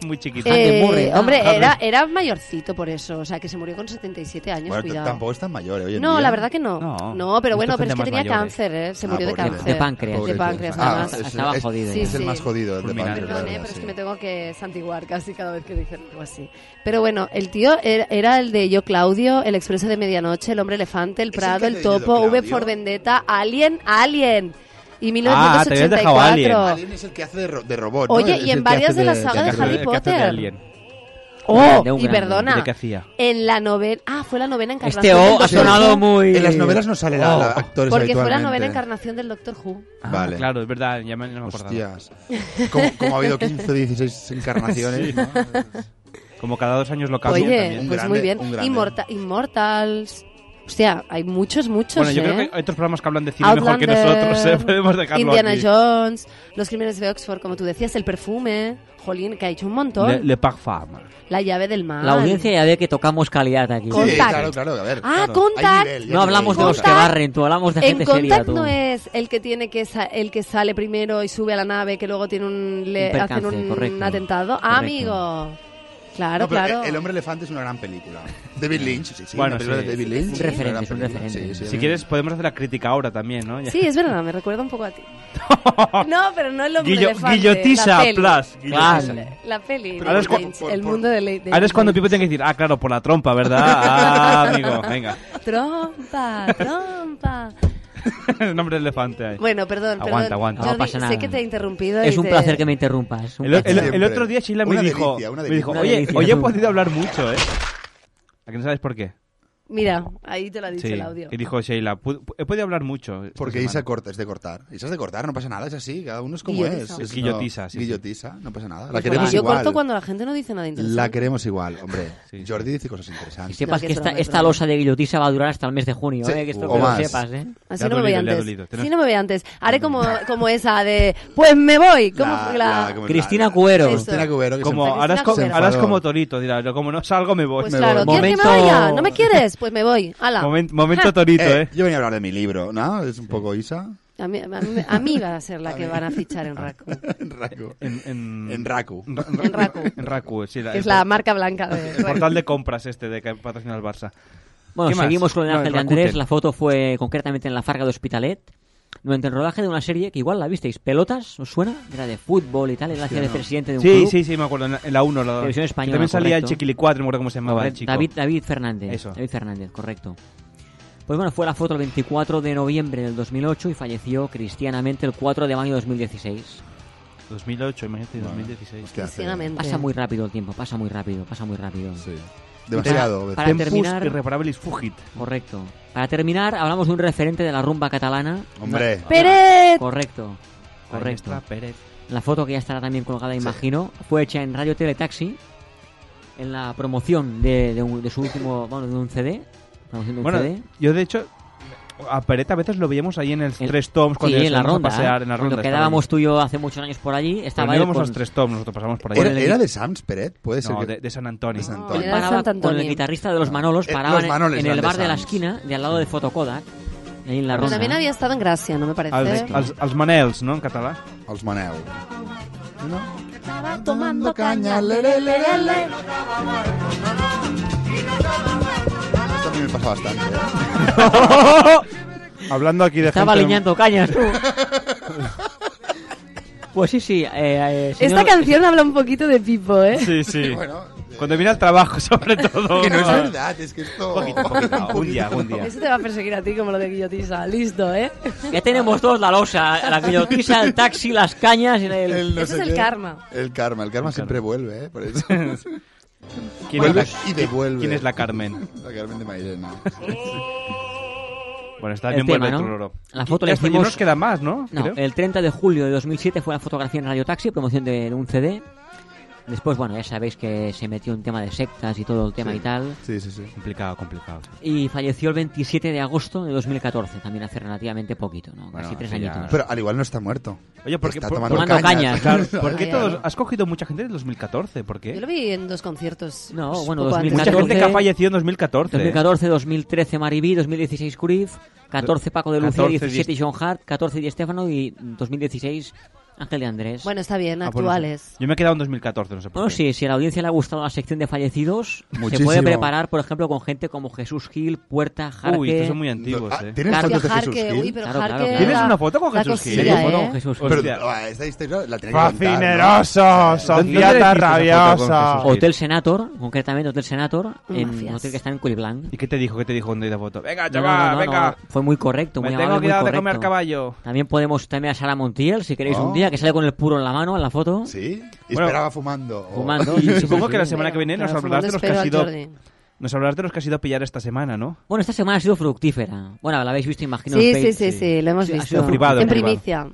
Speaker 8: Muy chiquito.
Speaker 16: Andy
Speaker 12: Eh,
Speaker 16: Murray, ¿no?
Speaker 12: hombre,
Speaker 16: Harry.
Speaker 12: era, era mayorcito por eso, o sea, que se murió con 77 años,
Speaker 5: Bueno, t-
Speaker 12: cuidado.
Speaker 5: tampoco es tan mayor, ¿eh? hoy en
Speaker 12: No,
Speaker 5: día.
Speaker 12: la verdad que no.
Speaker 8: No.
Speaker 12: No,
Speaker 8: Esto
Speaker 12: pero bueno,
Speaker 8: es
Speaker 12: pero
Speaker 8: de
Speaker 12: es que
Speaker 8: más
Speaker 12: tenía
Speaker 8: mayores.
Speaker 12: cáncer, ¿eh? Se
Speaker 5: Ah,
Speaker 12: murió de
Speaker 5: pobre.
Speaker 12: cáncer.
Speaker 16: De páncreas.
Speaker 5: Pobre
Speaker 12: De páncreas,
Speaker 5: tío. Ah,
Speaker 12: además.
Speaker 5: es-
Speaker 16: Estaba
Speaker 5: es-
Speaker 16: jodido,
Speaker 12: Sí,
Speaker 5: Es el
Speaker 12: sí.
Speaker 5: más jodido, el de
Speaker 8: Fulminante,
Speaker 5: Panther,
Speaker 8: la
Speaker 12: Perdón,
Speaker 5: la
Speaker 12: eh,
Speaker 5: verdad,
Speaker 12: pero es
Speaker 5: sí.
Speaker 12: que me tengo que santiguar casi cada vez que dicen algo así. Pero bueno, el tío era, era el de Yo Claudio, El Expreso de Medianoche, El Hombre Elefante, El
Speaker 5: ¿Es el
Speaker 12: Prado,
Speaker 5: que
Speaker 12: El,
Speaker 5: ha leído
Speaker 12: Topo, V
Speaker 5: Claudio?
Speaker 12: for Vendetta, Alien, Alien. Y
Speaker 8: Ah, te habías dejado
Speaker 12: 1984.
Speaker 5: Alien es el que hace de, ro- de robot. ¿no?
Speaker 12: Oye,
Speaker 5: Es
Speaker 12: y
Speaker 5: el
Speaker 12: en
Speaker 5: que
Speaker 12: varias
Speaker 5: hace
Speaker 12: de la saga de
Speaker 8: ¿Qué hace-
Speaker 12: Harry
Speaker 8: qué hace
Speaker 12: Potter.
Speaker 8: de Alien?
Speaker 12: Oh,
Speaker 16: De un
Speaker 12: y
Speaker 16: grande,
Speaker 8: ¿De
Speaker 12: perdona.
Speaker 8: qué hacía?
Speaker 12: En la novela. Ah, fue la novena encarnación.
Speaker 16: Este
Speaker 12: del
Speaker 16: O ha
Speaker 12: Doctor
Speaker 16: sonado
Speaker 12: Who,
Speaker 16: muy... Oh.
Speaker 5: En las novelas no sale la, la- actores
Speaker 12: Porque fue la
Speaker 5: habitualmente.
Speaker 12: novena encarnación del Doctor Who.
Speaker 8: Ah,
Speaker 5: Vale.
Speaker 8: Claro, es verdad, ya me, no me acordaba.
Speaker 5: Hostias. Como, como ha
Speaker 12: <laughs>
Speaker 5: habido 15, 16 encarnaciones. ¿no?
Speaker 8: Como cada dos años lo cambian
Speaker 12: Oye,
Speaker 8: también.
Speaker 12: pues
Speaker 5: grande,
Speaker 12: muy bien.
Speaker 5: un grande.
Speaker 12: Inmorta Immortals. Hostia, hay muchos, muchos,
Speaker 8: Bueno, yo
Speaker 12: ¿eh?
Speaker 8: creo que hay otros programas que hablan de cine mejor que nosotros, ¿eh? <laughs>
Speaker 12: Outlander,
Speaker 8: Podemos dejarlo
Speaker 12: Indiana
Speaker 8: aquí.
Speaker 12: Jones, Los Crímenes de Oxford, como tú decías, El Perfume, Jolín, que ha hecho un montón,
Speaker 8: Le, Le Parfum.
Speaker 12: La Llave del Mar.
Speaker 16: La audiencia ya ve que tocamos calidad aquí.
Speaker 5: Sí,
Speaker 12: Contact.
Speaker 5: claro, claro, a ver.
Speaker 12: Ah,
Speaker 5: claro.
Speaker 12: Contact.
Speaker 5: Hay nivel, hay
Speaker 16: No hablamos de
Speaker 5: nivel.
Speaker 16: los que
Speaker 12: Contact.
Speaker 16: barren, tú hablamos de
Speaker 12: En
Speaker 16: gente seria.
Speaker 12: Contact
Speaker 16: Tú.
Speaker 12: no es el que tiene que sa- el que sale primero y sube a la nave que luego tiene un le
Speaker 16: Un percance,
Speaker 12: hacen un
Speaker 16: correcto.
Speaker 12: atentado. Ah,
Speaker 16: Correcto.
Speaker 12: Amigo. Claro,
Speaker 5: No, pero
Speaker 12: claro.
Speaker 8: eh,
Speaker 5: El hombre elefante es una gran película. David Lynch, sí, sí.
Speaker 8: Bueno,
Speaker 5: una película
Speaker 8: sí.
Speaker 5: de David Lynch.
Speaker 8: Un referente,
Speaker 5: una gran
Speaker 8: es un
Speaker 5: película,
Speaker 8: referente.
Speaker 5: sí, sí, a
Speaker 8: si
Speaker 5: mí-
Speaker 8: quieres, podemos hacer la crítica ahora también, <laughs> ¿no? Ya.
Speaker 12: Sí, es verdad, me recuerda un poco
Speaker 8: <laughs>
Speaker 12: a ti. No, pero no el hombre
Speaker 8: Guillo-
Speaker 12: elefante,
Speaker 8: guillotisa,
Speaker 12: la peli.
Speaker 8: plus, guillotisa.
Speaker 12: La- La peli,
Speaker 8: Ahora es
Speaker 12: David
Speaker 8: cua-
Speaker 12: Lynch, el mundo de Lady
Speaker 8: Ahora es cuando Pipo tiene que decir, ah, claro, por la trompa, ¿verdad? Ah, amigo, venga. <laughs>
Speaker 12: Trompa, trompa.
Speaker 8: el nombre del elefante ahí.
Speaker 12: Bueno, perdón, perdón.
Speaker 8: Aguanta, aguanta.
Speaker 12: Jordi, sé que te he interrumpido.
Speaker 16: Es
Speaker 12: y
Speaker 16: un
Speaker 12: te-
Speaker 16: placer que me interrumpas. un
Speaker 8: El, el-
Speaker 16: placer.
Speaker 8: el otro día Sheila me
Speaker 16: Una
Speaker 8: dijo,
Speaker 16: delicia, una
Speaker 8: me
Speaker 16: delicia.
Speaker 8: dijo,
Speaker 16: Una
Speaker 8: oye,
Speaker 16: delicia.
Speaker 8: hoy he podido hablar mucho, ¿eh? ¿A que no sabes por qué?
Speaker 12: Mira, ahí te lo ha dicho
Speaker 8: Sí.
Speaker 12: el audio.
Speaker 8: Y dijo Sheila, "Pu- he podido hablar mucho. esta
Speaker 5: Porque
Speaker 8: semana".
Speaker 5: Isa corta, es de cortar. Isa es de cortar, no pasa nada, es así. Cada uno es como
Speaker 12: Guillotiza.
Speaker 5: es.
Speaker 8: Es
Speaker 5: no,
Speaker 8: guillotiza, sí, sí.
Speaker 5: Guillotiza, no pasa nada. La
Speaker 12: Pues
Speaker 5: queremos
Speaker 12: yo
Speaker 5: igual.
Speaker 12: corto cuando la gente no dice nada interesante.
Speaker 5: La queremos igual, hombre. Jordi dice cosas interesantes.
Speaker 16: Que sepas que esta, esta losa de guillotisa va a durar hasta el mes de junio,
Speaker 5: Sí,
Speaker 16: ¿eh? Que esto
Speaker 5: o
Speaker 16: que lo
Speaker 5: más.
Speaker 16: sepas, ¿eh?
Speaker 12: Así
Speaker 5: Le ha
Speaker 12: no me
Speaker 5: dolido,
Speaker 12: voy
Speaker 5: le ha
Speaker 12: antes.
Speaker 5: dolido.
Speaker 12: Así no me voy antes. Haré como, como esa de, pues me voy. Como
Speaker 5: La-
Speaker 12: la-
Speaker 5: la- como-
Speaker 16: Cristina
Speaker 5: la-
Speaker 16: Cuero.
Speaker 5: Cristina Cuero. que
Speaker 8: Como,
Speaker 5: se-
Speaker 8: ahora, es co-
Speaker 5: se
Speaker 8: ahora es
Speaker 5: enfadó.
Speaker 8: como Torito, dirá, "Yo como no salgo me voy.
Speaker 12: Pues
Speaker 8: Me
Speaker 12: claro,
Speaker 8: voy.
Speaker 12: ¿quieres que me vaya? ¿No me quieres? Pues me voy. Ala.
Speaker 8: Moment- momento
Speaker 12: Ja. <laughs>
Speaker 8: Torito, ¿eh?
Speaker 5: Yo venía a hablar de mi libro, ¿no? Es un poco Isa.
Speaker 12: A mí, a mí- a mí va a ser la que van a fichar en Raku.
Speaker 5: <laughs> En Raku.
Speaker 8: En, en,
Speaker 5: En Raku.
Speaker 8: En Raku. En Raku, sí. la-
Speaker 12: Que es
Speaker 8: el por-
Speaker 12: la marca blanca de
Speaker 8: El portal de compras este de que patrocina el Barça.
Speaker 16: Bueno,
Speaker 8: ¿Qué más?
Speaker 16: seguimos con el
Speaker 8: No,
Speaker 16: Ángel de
Speaker 8: Rakuten.
Speaker 16: Andrés. La foto fue concretamente en la Farga de Hospitalet. Durante el rodaje de una serie que igual la visteis, Pelotas, ¿os suena? Era de fútbol y tal, él hacía de
Speaker 8: no.
Speaker 16: presidente de un
Speaker 8: Sí,
Speaker 16: club.
Speaker 8: sí, sí, me acuerdo. En la, en la 1. La,
Speaker 16: Televisión
Speaker 8: que
Speaker 16: española,
Speaker 8: También salía el
Speaker 16: correcto.
Speaker 8: Chiquilicuatre, no me acuerdo cómo se llamaba el
Speaker 16: Correcto,
Speaker 8: chico.
Speaker 16: David, David Fernández.
Speaker 8: Eso.
Speaker 16: David Fernández, correcto. Pues bueno, fue la foto el 24 de noviembre del 2008 y falleció cristianamente el 4 de mayo de 2016.
Speaker 8: 2008, imagínate, 2016.
Speaker 12: Sinceramente.
Speaker 16: Pasa muy rápido el tiempo, pasa muy rápido, pasa muy rápido. Sí.
Speaker 5: Demasiado, a
Speaker 16: Para,
Speaker 5: veces.
Speaker 16: para
Speaker 5: Tempus
Speaker 16: terminar,
Speaker 8: irreparabilis fugit.
Speaker 16: Correcto. Para terminar, hablamos de un referente de la rumba catalana.
Speaker 5: Hombre.
Speaker 16: No-
Speaker 12: ¡Peret!
Speaker 16: Correcto. Correcto.
Speaker 8: está, Peret.
Speaker 16: La foto que ya estará también colgada, imagino, fue hecha en Radio Teletaxi en la promoción de, de un- de su último, bueno, de un CD. promoción de un
Speaker 8: Bueno,
Speaker 16: CD.
Speaker 8: yo de hecho, a Peret a veces lo veíamos ahí en el Tres Toms cuando
Speaker 16: sí, en la
Speaker 8: íbamos
Speaker 16: ronda.
Speaker 8: a pasear en la
Speaker 16: Cuando
Speaker 8: ronda.
Speaker 16: quedábamos tú y yo hace muchos años por allí,
Speaker 8: Estaba
Speaker 16: estaba
Speaker 8: ahí.
Speaker 16: él
Speaker 8: íbamos
Speaker 16: con-
Speaker 8: a los Tres Toms, nosotros pasamos por ahí.
Speaker 5: ¿Era, era de Sams, Peret? Puede ser
Speaker 8: No,
Speaker 5: que-
Speaker 8: de, de San Antonio.
Speaker 5: De San
Speaker 16: Él
Speaker 5: Antonio.
Speaker 16: paraba
Speaker 12: Santo
Speaker 16: con el
Speaker 12: Antonio.
Speaker 16: guitarrista de los Manolos,
Speaker 5: Eh,
Speaker 16: paraba
Speaker 5: los
Speaker 16: en-
Speaker 5: Manoles
Speaker 16: en,
Speaker 5: eran
Speaker 16: el
Speaker 5: de
Speaker 16: bar de la
Speaker 5: Sants.
Speaker 16: esquina, de al lado de Fotokodak, ahí en la
Speaker 12: Pero
Speaker 16: ronda.
Speaker 12: también había estado en Gracia, no me parece.
Speaker 8: Els, els, els Manels, no, en català?
Speaker 5: Els Manel.
Speaker 12: Estaba tomando
Speaker 5: caña, le, le, le, le, le. Esto a mí me pasa bastante.
Speaker 11: <laughs> Hablando aquí de
Speaker 16: Estaba
Speaker 11: gente...
Speaker 16: aliñando cañas
Speaker 11: <laughs>
Speaker 16: tú. pues sí, sí. eh, eh,
Speaker 12: Esta
Speaker 16: señor-
Speaker 12: canción habla un poquito de Pipo, ¿eh?
Speaker 8: Sí, sí. Cuando viene al trabajo, <laughs> sobre todo.
Speaker 5: Que no
Speaker 4: Ah.
Speaker 5: es verdad, es que esto...
Speaker 8: Poquito, poquito, un día, un día.
Speaker 12: Eso te va a perseguir a ti como lo de guillotisa. Listo, ¿eh?
Speaker 16: Ya tenemos todos la losa, la guillotina, el taxi, las cañas y el...
Speaker 5: El no
Speaker 12: Ese
Speaker 5: sé
Speaker 12: es el
Speaker 5: qué.
Speaker 12: karma.
Speaker 5: El karma, el karma siempre vuelve, ¿eh? Por eso.
Speaker 8: <laughs> ¿Quién
Speaker 5: vuelve
Speaker 8: es la-
Speaker 5: y devuelve.
Speaker 8: quién es la Carmen?
Speaker 5: La Carmen de Mairena.
Speaker 8: Bueno, está
Speaker 16: el
Speaker 8: bien
Speaker 16: tema,
Speaker 8: vuelve
Speaker 16: ¿no?
Speaker 8: el Troloro.
Speaker 16: La
Speaker 8: Y
Speaker 16: foto
Speaker 8: ya
Speaker 16: la
Speaker 8: está, y
Speaker 16: hicimos...
Speaker 8: no nos queda más, ¿no?
Speaker 16: No,
Speaker 8: Creo.
Speaker 16: el 30 de julio de 2007 fue la fotografía en Radio Taxi, promoción de un CD. Después, bueno, ya sabéis que se metió un tema de sectas y todo el tema
Speaker 5: Sí.
Speaker 16: y tal.
Speaker 5: Sí, sí, sí.
Speaker 8: Complicado, complicado.
Speaker 16: Y falleció el 27 de agosto de 2014, también hace relativamente poquito, ¿no? Casi
Speaker 5: Bueno,
Speaker 16: tres
Speaker 5: sí, ya.
Speaker 16: añitos.
Speaker 5: Pero al igual no está muerto.
Speaker 8: Oye, ¿por qué
Speaker 5: Está
Speaker 8: por-
Speaker 5: tomando,
Speaker 16: tomando
Speaker 5: cañas.
Speaker 16: cañas,
Speaker 8: <laughs>
Speaker 16: claro.
Speaker 8: ¿Por qué
Speaker 12: Ay,
Speaker 8: todos?
Speaker 12: ay.
Speaker 8: Has cogido mucha gente del 2014, ¿por
Speaker 12: Yo
Speaker 8: qué?
Speaker 12: lo vi en dos conciertos.
Speaker 16: No,
Speaker 12: pues,
Speaker 16: bueno,
Speaker 12: poco
Speaker 16: 2014.
Speaker 12: antes.
Speaker 8: Mucha gente que ha fallecido en 2014.
Speaker 16: 2014, 2013 Maribí, 2016 Cruyff, 14 Paco de Lucía,
Speaker 8: 14,
Speaker 16: 17 John Hart, 14 Di Stefano y 2016 Ángel de Andrés.
Speaker 12: Bueno, está bien,
Speaker 8: Ah, pues no sé.
Speaker 12: actuales.
Speaker 8: Yo me he quedado en 2014, no sé por
Speaker 16: Bueno, sí, si a la audiencia le ha gustado la sección de fallecidos, se
Speaker 5: Muchísimo.
Speaker 16: puede preparar, por ejemplo, con gente como Jesús Gil, Puerta, Jarque...
Speaker 8: Uy, estos son muy antiguos,
Speaker 5: Ah,
Speaker 8: eh.
Speaker 5: ¿Tienes
Speaker 16: Claro,
Speaker 5: fotos de
Speaker 12: Jarque,
Speaker 5: Jesús
Speaker 12: uy,
Speaker 5: Gil?
Speaker 12: pero
Speaker 16: Claro,
Speaker 12: Jarque
Speaker 16: claro.
Speaker 8: ¿Tienes
Speaker 12: da-
Speaker 8: una foto con
Speaker 12: da
Speaker 8: Jesús Gil?
Speaker 12: cosilla,
Speaker 16: Sí, foto
Speaker 12: ¿eh?
Speaker 16: con Jesús Gil.
Speaker 5: Pero
Speaker 8: Hostia.
Speaker 5: ah, esta historia la tenía que contar, ¿no?
Speaker 11: ¡Facinerosos! ¡Sociata
Speaker 8: ¿Dónde le hiciste esa foto con
Speaker 11: rabiosa!
Speaker 8: Jesús?
Speaker 16: Hotel Senator, concretamente Hotel Senator, en
Speaker 12: Mafias.
Speaker 16: un hotel que está en Culiblanc.
Speaker 8: ¿Y qué te dijo? ¿Qué te dijo cuando la foto? Venga,
Speaker 16: No, no,
Speaker 8: chaval,
Speaker 16: no, no,
Speaker 8: venga.
Speaker 16: Fue muy correcto, muy
Speaker 8: Me
Speaker 16: amable,
Speaker 8: tengo que
Speaker 16: muy
Speaker 8: ir a comer
Speaker 16: correcto.
Speaker 8: caballo.
Speaker 16: También podemos también a Sara Montiel, si queréis,
Speaker 5: Oh.
Speaker 16: un día que sale con el puro en la mano en la foto.
Speaker 5: Sí, y
Speaker 8: Bueno.
Speaker 5: esperaba fumando. o-
Speaker 16: Fumando.
Speaker 8: Y
Speaker 16: Sí,
Speaker 8: supongo
Speaker 16: sí,
Speaker 8: que la
Speaker 16: sí.
Speaker 8: semana que viene
Speaker 12: Claro,
Speaker 8: nos hablarás de los que
Speaker 12: fumando
Speaker 8: has
Speaker 12: espero
Speaker 8: ido.
Speaker 12: al
Speaker 8: Nos hablarás de los que has ido a pillar esta semana, ¿no?
Speaker 16: Bueno, esta semana ha sido fructífera. Bueno, la habéis visto, imagino.
Speaker 12: Sí,
Speaker 16: en
Speaker 12: sí,
Speaker 16: Facebook.
Speaker 12: sí, sí, lo hemos
Speaker 16: Sí, ha
Speaker 12: visto.
Speaker 16: sido Ah,
Speaker 12: En
Speaker 8: privado, en privado.
Speaker 16: <laughs>
Speaker 12: primicia.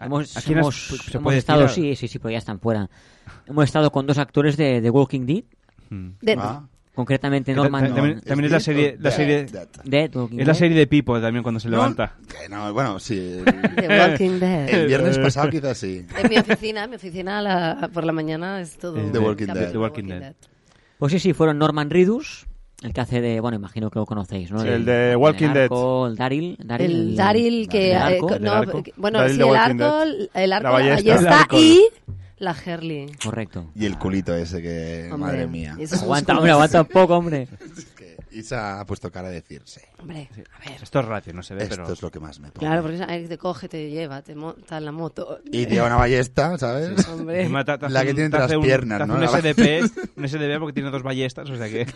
Speaker 16: Hemos,
Speaker 8: ¿A quién has-
Speaker 16: hemos-
Speaker 8: se
Speaker 16: hemos
Speaker 8: puede
Speaker 16: estado,
Speaker 8: decir?
Speaker 16: sí, sí, sí, pero ya están fuera. Hemos estado con dos actores de The Walking Dead,
Speaker 12: De-
Speaker 5: Ah,
Speaker 16: concretamente
Speaker 8: Hmm. Que
Speaker 16: Norman.
Speaker 8: ta- También,
Speaker 5: No,
Speaker 8: también es
Speaker 5: es
Speaker 8: la
Speaker 5: Dead
Speaker 8: serie,
Speaker 5: or
Speaker 8: la
Speaker 5: Dead.
Speaker 8: serie,
Speaker 5: Dead.
Speaker 16: Dead, Walking
Speaker 8: es la
Speaker 16: Dead.
Speaker 8: serie de Pipo también cuando se
Speaker 5: No,
Speaker 8: levanta.
Speaker 5: que no, bueno,
Speaker 12: <laughs>
Speaker 5: sí.
Speaker 12: The Walking Dead.
Speaker 5: El viernes pasado quizás sí.
Speaker 12: En mi oficina, en mi oficina la- por la mañana es todo.
Speaker 8: The
Speaker 12: un
Speaker 5: The Walking
Speaker 12: capítulo
Speaker 5: Dead.
Speaker 12: de
Speaker 8: The Walking Dead.
Speaker 16: Pues sí, sí, fueron Norman Reedus, el que hace de, bueno, imagino que lo conocéis, ¿no?
Speaker 11: Sí, el de Walking
Speaker 16: el arco, El Daryl. Daryl
Speaker 12: El Daryl que...
Speaker 16: el
Speaker 12: eh,
Speaker 16: arco.
Speaker 12: co-
Speaker 11: El
Speaker 12: no,
Speaker 11: arco.
Speaker 12: que- bueno,
Speaker 11: Daryl
Speaker 12: sí,
Speaker 11: de
Speaker 12: el
Speaker 11: Walking
Speaker 12: arco,
Speaker 11: Dead.
Speaker 12: el arco,
Speaker 11: La ballesta.
Speaker 12: la
Speaker 11: El
Speaker 12: ballesta
Speaker 11: arco.
Speaker 12: y La Herli.
Speaker 16: Correcto.
Speaker 5: Y el culito ese que,
Speaker 12: Hombre,
Speaker 5: madre mía.
Speaker 12: esos
Speaker 16: Aguanta,
Speaker 12: Aguanta,
Speaker 16: hombre, aguanta un poco, hombre.
Speaker 5: Isa ha puesto cara de decir, sí.
Speaker 12: Hombre, a ver.
Speaker 8: Esto es ratio, no se ve,
Speaker 5: Esto
Speaker 8: pero-
Speaker 5: es lo que más me pone.
Speaker 12: Claro, porque a ver, te coge, te lleva, te monta en la moto.
Speaker 5: Y lleva una ballesta, ¿sabes?
Speaker 12: Hombre.
Speaker 8: Encima te- te hace
Speaker 5: La que
Speaker 8: un-
Speaker 5: tiene
Speaker 8: te
Speaker 5: entre las
Speaker 8: hace un-
Speaker 5: piernas,
Speaker 8: te hace
Speaker 5: ¿no?
Speaker 8: Un
Speaker 5: La- <laughs>
Speaker 8: SDP, un SDP porque tiene dos ballestas, o sea que...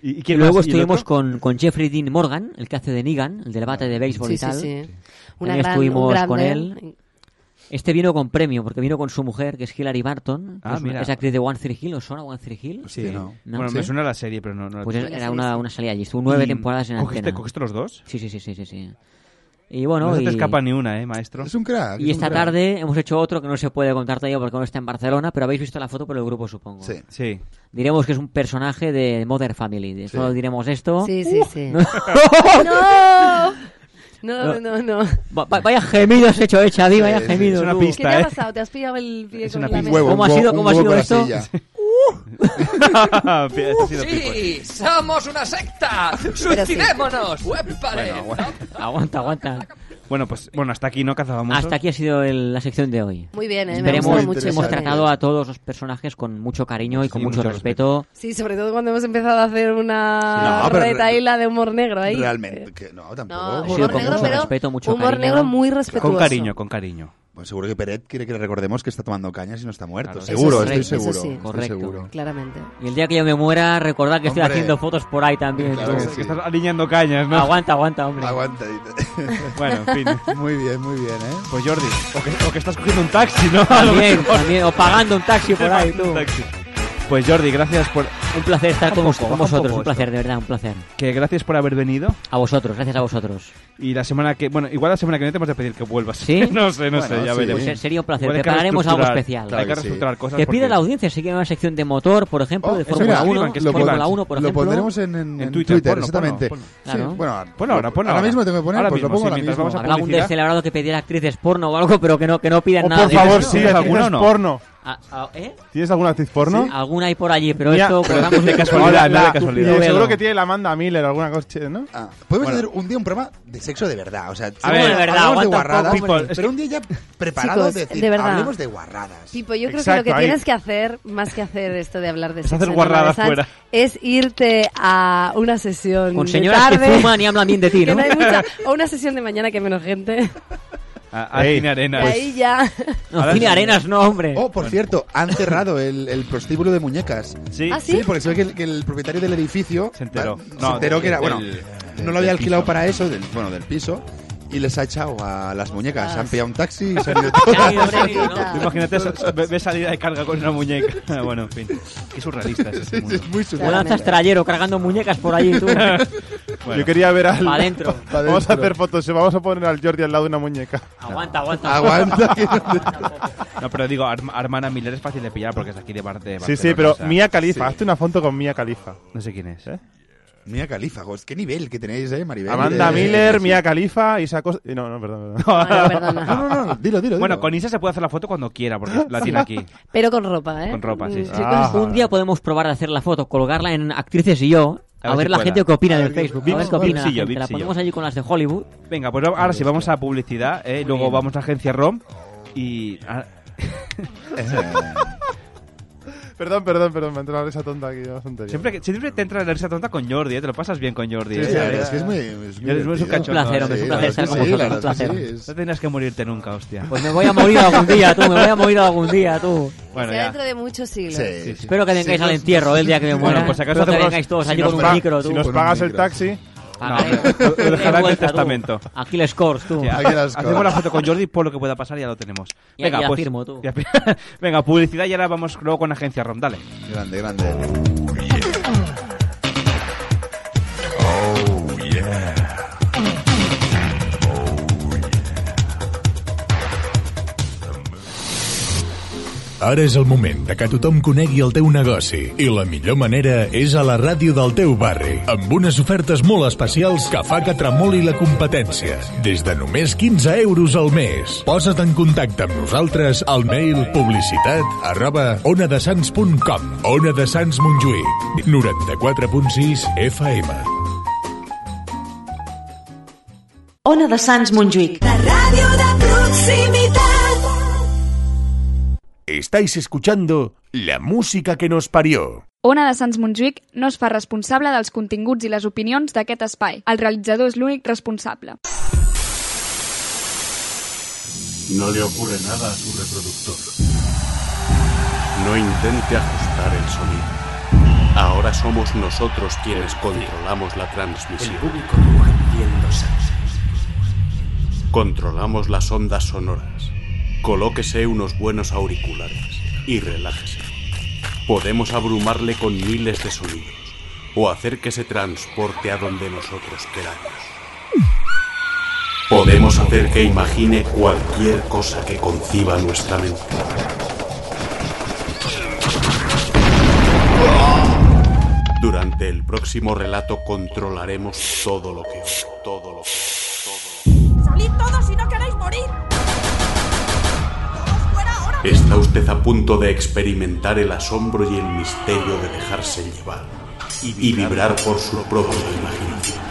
Speaker 8: ¿Y, y
Speaker 16: Y
Speaker 8: quién
Speaker 16: luego
Speaker 8: más? ¿Y el
Speaker 16: estuvimos
Speaker 8: otro?
Speaker 16: con, con Jeffrey Dean Morgan, el que hace de Negan, el del bate de béisbol
Speaker 12: Sí,
Speaker 16: y
Speaker 12: sí,
Speaker 16: tal.
Speaker 12: sí. Sí. Una
Speaker 16: También
Speaker 12: gran-
Speaker 16: estuvimos
Speaker 12: un gran
Speaker 16: con
Speaker 12: del-
Speaker 16: él. Este vino con premio, porque vino con su mujer, que es Hilary Barton. que
Speaker 8: Ah,
Speaker 16: es, una-
Speaker 8: mira.
Speaker 16: es actriz de One Three Hill, ¿os suena One Three Hill?
Speaker 8: Sí, no. Bueno, me suena la serie, pero no... no la-
Speaker 16: Pues era una, una salida allí. Estuvo nueve
Speaker 8: ¿Y
Speaker 16: temporadas en
Speaker 8: cogiste-
Speaker 16: antena.
Speaker 8: ¿Cogiste los dos?
Speaker 16: Sí, sí, sí, sí, sí. sí. Y bueno...
Speaker 8: No se te
Speaker 16: y-
Speaker 8: escapa ni una, ¿eh, maestro? Es un crack,
Speaker 16: Y
Speaker 8: es un
Speaker 16: esta
Speaker 8: crack.
Speaker 16: tarde hemos hecho otro que no se puede contar todavía porque no está en Barcelona, pero habéis visto la foto por el grupo, supongo.
Speaker 8: Sí. Sí.
Speaker 16: Diremos que es un personaje de Mother Family. de- Solo diremos esto. Uh,
Speaker 12: Sí, sí, sí.
Speaker 16: No.
Speaker 12: <laughs>
Speaker 16: <laughs>
Speaker 12: ¡No! No, no, no.
Speaker 16: Va- va- vaya gemido has hecho, eh, Xavi, vaya Uh.
Speaker 8: Sí, sí,
Speaker 16: gemido.
Speaker 8: es una eh.
Speaker 16: tú.
Speaker 12: ¿Qué te ha pasado? ¿Te has pillado el pie con la mesa?
Speaker 16: ¿Cómo ha sido, cómo ha sido esto?
Speaker 8: <laughs> Esto ha sido
Speaker 9: ¡Sí! ¡Somos una secta! ¡Suicidémonos! ¡Uépale!
Speaker 16: <laughs> Aguanta, aguanta.
Speaker 8: Bueno, pues bueno, hasta aquí no cazábamos.
Speaker 16: Hasta aquí ha sido el- la sección de hoy.
Speaker 12: Muy bien, eh, me ha
Speaker 16: Esperemos-
Speaker 12: gustado mucho
Speaker 16: Hemos
Speaker 12: eso, eh.
Speaker 16: tratado a todos los personajes con mucho cariño y con
Speaker 8: Sí,
Speaker 16: mucho,
Speaker 8: mucho
Speaker 16: respeto.
Speaker 12: Sí, sobre todo cuando hemos empezado a hacer una
Speaker 16: No, pero re-
Speaker 12: retaíla de humor negro ahí.
Speaker 5: Realmente, que no, tampoco.
Speaker 12: No,
Speaker 16: Ha
Speaker 12: humor
Speaker 16: sido con
Speaker 12: negro,
Speaker 16: mucho
Speaker 12: pero
Speaker 16: respeto, mucho
Speaker 12: humor
Speaker 16: cariño.
Speaker 12: negro muy respetuoso.
Speaker 8: con cariño.
Speaker 5: Pues seguro que Peret quiere que le recordemos que está tomando cañas y no está muerto.
Speaker 16: Claro,
Speaker 5: seguro,
Speaker 16: eso sí,
Speaker 5: estoy
Speaker 16: eso
Speaker 5: seguro.
Speaker 16: sí.
Speaker 5: estoy
Speaker 16: Correcto.
Speaker 5: seguro.
Speaker 12: Claramente.
Speaker 16: Y el día que yo me muera, recordad que estoy
Speaker 5: Hombre.
Speaker 16: haciendo fotos por ahí también.
Speaker 5: Claro
Speaker 16: tú.
Speaker 5: que sí. Que estás
Speaker 8: alineando cañas, ¿no?
Speaker 16: Aguanta, aguanta, hombre.
Speaker 5: Aguanta.
Speaker 8: <laughs> Bueno, en fin.
Speaker 5: <laughs> Muy bien, muy bien, ¿eh?
Speaker 8: Pues Jordi, o que, o que estás cogiendo un taxi, ¿no? <laughs> A lo
Speaker 16: También,
Speaker 8: mejor.
Speaker 16: también, o pagando un taxi por ahí, tú.
Speaker 8: Un taxi. Pues Jordi, gracias por...
Speaker 16: Un placer estar
Speaker 8: Baja
Speaker 16: con,
Speaker 8: un poco,
Speaker 16: con
Speaker 8: baja un
Speaker 16: vosotros,
Speaker 8: poco
Speaker 16: un placer, de verdad, un placer.
Speaker 8: Que gracias por haber venido.
Speaker 16: A vosotros, gracias a vosotros.
Speaker 8: Y la semana que... Bueno, igual la semana que viene te hemos de pedir que vuelvas.
Speaker 16: ¿Sí?
Speaker 8: <laughs> no sé, no sé,
Speaker 16: Bueno,
Speaker 8: ya
Speaker 16: sí.
Speaker 8: veremos.
Speaker 16: Pues sería un placer.
Speaker 8: Igual hay que
Speaker 16: Prepararemos algo
Speaker 8: reestructurar-
Speaker 16: especial.
Speaker 8: hay que reestructurar cosas.
Speaker 16: Que pida
Speaker 8: porque-
Speaker 16: la audiencia si quiere una sección de motor, por ejemplo, de
Speaker 8: Oh, eso,
Speaker 16: Fórmula
Speaker 8: mira,
Speaker 16: 1,
Speaker 8: que
Speaker 16: de
Speaker 8: escriban.
Speaker 16: Fórmula 1, por
Speaker 5: Lo
Speaker 16: ejemplo.
Speaker 5: pondremos en, en- en Twitter,
Speaker 8: ponlo,
Speaker 5: exactamente.
Speaker 8: ponlo,
Speaker 5: Sí,
Speaker 16: Claro.
Speaker 5: bueno,
Speaker 8: Ponlo ahora, ponlo ahora.
Speaker 5: mismo tengo que poner,
Speaker 8: Ahora
Speaker 5: pues
Speaker 8: mismo,
Speaker 5: lo pongo
Speaker 8: sí,
Speaker 5: ahora
Speaker 8: mientras
Speaker 5: mismo.
Speaker 8: vamos a
Speaker 16: Habrá algún
Speaker 8: publicidad. Oh,
Speaker 16: descelebrado que pidiera actrices porno o algo, pero que no, que no pidan
Speaker 11: O
Speaker 16: nada.
Speaker 11: por
Speaker 16: de <laughs>
Speaker 11: favor,
Speaker 16: eso.
Speaker 11: sí, actrices porno.
Speaker 16: Ah, ah, ¿eh?
Speaker 11: ¿Tienes alguna actriz porno?
Speaker 16: Sí, alguna hay por allí, pero
Speaker 11: Mira,
Speaker 16: esto
Speaker 11: pero <laughs>
Speaker 8: <laughs>
Speaker 16: corramos
Speaker 11: de
Speaker 16: el-
Speaker 11: casualidad,
Speaker 16: Hola,
Speaker 11: no de
Speaker 16: la-
Speaker 11: casualidad.
Speaker 16: tu novela.
Speaker 11: Seguro que tiene la Amanda Miller alguna cosa, ch- ¿no?
Speaker 5: Podemos hacer un día un programa de sexo de verdad. O sea,
Speaker 11: A ver, de
Speaker 5: hablamos
Speaker 11: verdad,
Speaker 5: de
Speaker 11: aguanta un poco,
Speaker 5: guarradas,
Speaker 11: people, es
Speaker 5: pero un día ya preparado
Speaker 12: Chicos,
Speaker 5: de decir,
Speaker 12: de verdad.
Speaker 5: hablemos de guarradas.
Speaker 12: Pipo, yo creo
Speaker 5: Exacto,
Speaker 12: que lo que
Speaker 5: ahí.
Speaker 12: tienes que hacer, más que hacer esto de hablar de sexo,
Speaker 5: hacer
Speaker 12: en Semana
Speaker 5: guarradas
Speaker 12: Sants,
Speaker 5: fuera.
Speaker 12: es irte a una sesión
Speaker 16: Con
Speaker 12: de
Speaker 16: señoras que
Speaker 12: tarde,
Speaker 16: fuman y hablan bien de ti,
Speaker 12: <laughs> que
Speaker 16: ¿no?
Speaker 12: no hay mucha- o una sesión de mañana que hay menos gente.
Speaker 8: A, a Cine
Speaker 12: Y
Speaker 8: Arenas.
Speaker 12: ahí ya.
Speaker 16: No, Cine Arenas no, hombre.
Speaker 5: Oh, por cierto, han cerrado el, el prostíbulo de muñecas.
Speaker 8: ¿Sí?
Speaker 12: ¿Ah, sí?
Speaker 5: porque se ve que el, que el propietario del edificio se
Speaker 8: enteró.
Speaker 5: se
Speaker 8: No,
Speaker 5: enteró
Speaker 8: del-
Speaker 5: que era,
Speaker 8: del-
Speaker 5: bueno,
Speaker 8: del-
Speaker 5: no lo había
Speaker 8: del
Speaker 5: alquilado
Speaker 8: piso.
Speaker 5: para eso, del, bueno, del piso. Y les ha echado a las muñecas.
Speaker 8: Ah,
Speaker 5: Se han
Speaker 8: sí.
Speaker 5: pillado un taxi y
Speaker 8: <laughs>
Speaker 5: se han
Speaker 16: <laughs>
Speaker 5: ido
Speaker 8: Ay,
Speaker 5: todas.
Speaker 8: hombre, ¿no? Imagínate esa- <laughs> ve- ve salida de carga con una muñeca. <laughs> Ah, Bueno, en fin. Qué surrealista es este mundo.
Speaker 16: O lanzas trayero cargando muñecas por allí,
Speaker 8: <laughs>
Speaker 16: tú.
Speaker 11: Yo quería ver al.
Speaker 16: Pa' dentro.
Speaker 11: pa- pa- <laughs> Vamos a hacer fotos. Vamos a poner al Jordi al lado de una muñeca.
Speaker 16: Aguanta, aguanta.
Speaker 8: No, pero digo, Arm- Armana Miller es fácil de pillar porque es aquí de parte
Speaker 11: <laughs>
Speaker 8: de
Speaker 11: Sí, sí,
Speaker 8: Barcelona,
Speaker 11: pero
Speaker 8: o sea.
Speaker 11: Mía Califa. Hazte una foto con ¿Eh? Mía Califa.
Speaker 8: No sé quién es.
Speaker 5: Mía Califa, jo, es qué nivel que tenéis, eh, Maribel.
Speaker 11: Amanda
Speaker 5: Eh,
Speaker 11: Miller,
Speaker 5: sí.
Speaker 11: Mía Califa, Isa Costa. No, <laughs> no, perdón, perdón.
Speaker 5: No, no, no, dilo, dilo.
Speaker 8: Bueno,
Speaker 5: dilo.
Speaker 8: con Isa se puede hacer la foto cuando quiera porque la tiene
Speaker 5: <laughs>
Speaker 8: aquí.
Speaker 12: Pero con ropa, ¿eh?
Speaker 8: Con ropa, sí, sí.
Speaker 12: Chicos,
Speaker 8: Ah.
Speaker 16: Un día podemos probar de hacer la foto, colgarla en Actrices y yo,
Speaker 8: A
Speaker 16: a
Speaker 8: ver
Speaker 16: ver,
Speaker 8: si
Speaker 16: la
Speaker 8: cuela.
Speaker 16: gente qué opina
Speaker 8: A
Speaker 16: del
Speaker 8: ver qué-
Speaker 16: Facebook. A ver qué
Speaker 8: Vipsillo,
Speaker 16: opina la gente. La
Speaker 8: vipsillo.
Speaker 16: ponemos allí con las de Hollywood.
Speaker 8: Venga, pues ahora sí, vamos a publicidad, ¿eh? luego vamos a agencia ROM y...
Speaker 5: <laughs>
Speaker 8: ah, <laughs>
Speaker 11: Perdón, perdón, perdón. Me ha entrado esa tonta aquí. una tontería.
Speaker 8: siempre, que- siempre te entra la risa tonta con Jordi, ¿eh? te lo pasas bien con Jordi.
Speaker 11: Sí,
Speaker 8: ¿eh?
Speaker 11: sí, la verdad es
Speaker 5: que es muy- es muy
Speaker 8: Eres un
Speaker 5: divertido.
Speaker 8: cachondo,
Speaker 5: Un placer,
Speaker 8: ¿eh?
Speaker 5: hombre, es un Sí, placer la verdad estar es que con sí, la vosotros, un verdad es que placer. sí,
Speaker 8: No tenías que morirte nunca, hostia.
Speaker 16: Pues me voy a morir algún día, tú. Me voy a morir algún día, tú.
Speaker 8: Bueno,
Speaker 12: Será
Speaker 8: ya.
Speaker 12: dentro de muchos siglos.
Speaker 16: Espero que vengáis al entierro el día que me muera.
Speaker 8: Bueno, pues si acaso
Speaker 16: Espero que
Speaker 8: hacemos-
Speaker 16: vengáis todos
Speaker 8: si
Speaker 16: allí
Speaker 8: nos
Speaker 16: con un
Speaker 8: pa-
Speaker 16: micro, tú. Ah, eh.
Speaker 8: si nos Con un pagas el micro.
Speaker 11: taxi.
Speaker 8: No,
Speaker 16: Pagaré.
Speaker 8: pero <laughs> lo dejará en el
Speaker 16: Vuelta, tú.
Speaker 8: testamento.
Speaker 16: Aquí les cors, tú.
Speaker 8: Sí, Hacemos la foto con Jordi por lo que pueda pasar y ya lo tenemos. pues,
Speaker 16: Y- y la firmo, tú.
Speaker 8: ya fi- <laughs> Venga, publicidad y ahora vamos luego con agencia ROM, dale.
Speaker 5: Grande, grande.
Speaker 1: Oh, yeah.
Speaker 24: Ara és el moment de que tothom conegui el teu negoci i la millor manera és a la ràdio del teu barri amb unes ofertes molt especials que fa que tremoli la competència. Des de només 15 euros al mes. Posa't en contacte amb nosaltres al mail publicitat arroba onadesans.com Ona de Sants Montjuïc 94.6 FM
Speaker 18: Ona de Sants Montjuïc.
Speaker 20: Ràdio de proximitat.
Speaker 1: Estáis escuchando la música que nos parió.
Speaker 21: Ona de Sants Montjuïc no es fa responsable dels continguts i les opinions d'aquest espai. El realitzador és l'únic responsable.
Speaker 23: No le ocurre nada a su reproductor. No intente ajustar el sonido. Ahora somos nosotros quienes controlamos la transmisión. Controlamos las ondas sonoras. Colóquese unos buenos auriculares y relájese. Podemos abrumarle con miles de sonidos o hacer que se transporte a donde nosotros queramos. Podemos hacer que imagine cualquier cosa que conciba nuestra mente. Durante el próximo relato controlaremos todo lo que os- todo lo que
Speaker 25: ¡Salid todos si no queréis morir!
Speaker 23: Está usted a punto de experimentar el asombro y el misterio de dejarse llevar y vibrar por su propia imaginación.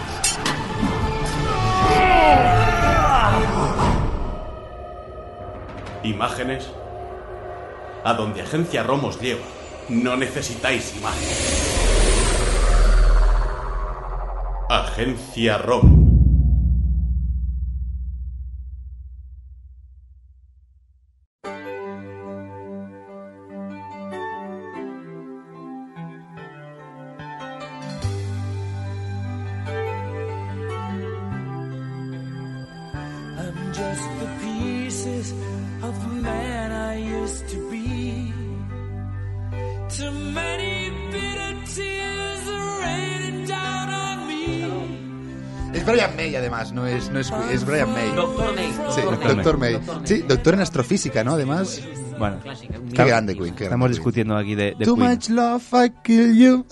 Speaker 23: Imágenes. A donde Agencia Romos lleva, no necesitáis imágenes. Agencia Rom.
Speaker 18: I'm just the pieces of the man I used to be. Too many bitter tears are raining down on me.
Speaker 5: Es Brian May, además, no es, no es, es Brian May.
Speaker 18: Doctor May.
Speaker 5: Sí,
Speaker 18: Doctor
Speaker 5: doctor,
Speaker 18: May.
Speaker 5: May. Sí, doctor en astrofísica, ¿no? Además.
Speaker 8: Bueno,
Speaker 5: qué grande Queen. Qué
Speaker 8: Estamos
Speaker 5: grande Queen.
Speaker 8: discutiendo aquí de, de
Speaker 5: Too
Speaker 8: Queen.
Speaker 5: much love, I kill you.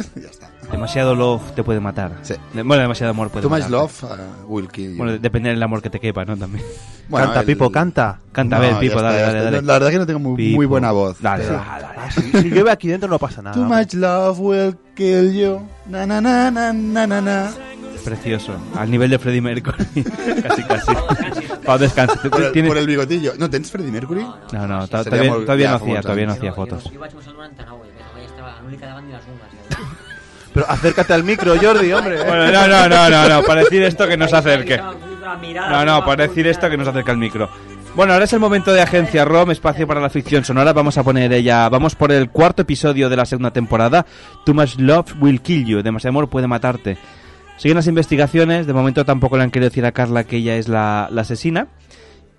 Speaker 8: Demasiado love te puede matar. De- bueno, demasiado amor puede
Speaker 5: Too much
Speaker 8: matar.
Speaker 5: love uh, will kill you.
Speaker 8: Bueno, de- depende del amor que te quepa, ¿no? También.
Speaker 5: Bueno,
Speaker 8: canta,
Speaker 5: el-
Speaker 8: Pipo, canta. Canta, a
Speaker 5: No,
Speaker 8: ver,
Speaker 5: ya
Speaker 8: Pipo,
Speaker 5: está,
Speaker 8: dale,
Speaker 5: ya
Speaker 8: dale,
Speaker 5: está.
Speaker 8: dale.
Speaker 5: La verdad que no tengo muy, muy
Speaker 8: Pipo.
Speaker 5: buena voz.
Speaker 8: Dale,
Speaker 5: pero-
Speaker 8: dale,
Speaker 11: Ah, Si, si llueve aquí dentro no pasa nada.
Speaker 5: Too
Speaker 11: ¿no?
Speaker 5: much love will kill you. Na na na na na na na.
Speaker 8: Precioso. Al nivel de Freddie Mercury. <laughs> casi, casi. Pa' descanso. ¿Tú
Speaker 5: Por el,
Speaker 8: tienes-
Speaker 5: por el bigotillo. ¿No tens Freddie Mercury?
Speaker 8: No, no,
Speaker 5: Seria
Speaker 8: ta- todavía,
Speaker 5: molt-
Speaker 8: todavía
Speaker 5: ja
Speaker 8: no
Speaker 5: fa
Speaker 8: hacía,
Speaker 5: molts
Speaker 8: todavía no
Speaker 5: anys.
Speaker 8: hacía fotos.
Speaker 26: Yo iba a echar un Antanagua, pero ahí estaba la única davant de las ungas.
Speaker 11: Pero acércate al micro, Jordi, hombre.
Speaker 8: Bueno, no, no, no, no, no, para decir esto que nos acerque.
Speaker 26: La mirada
Speaker 8: No, no, para decir esto que nos acerca el micro. Bueno, ahora es el momento de Agencia ROM, espacio para la ficción sonora. Vamos a poner ella. Vamos por el cuarto episodio de la segunda temporada. Too much love will kill you. Demasiado amor puede matarte. Siguen las investigaciones. De momento tampoco le han querido decir a Carla que ella es la, la asesina.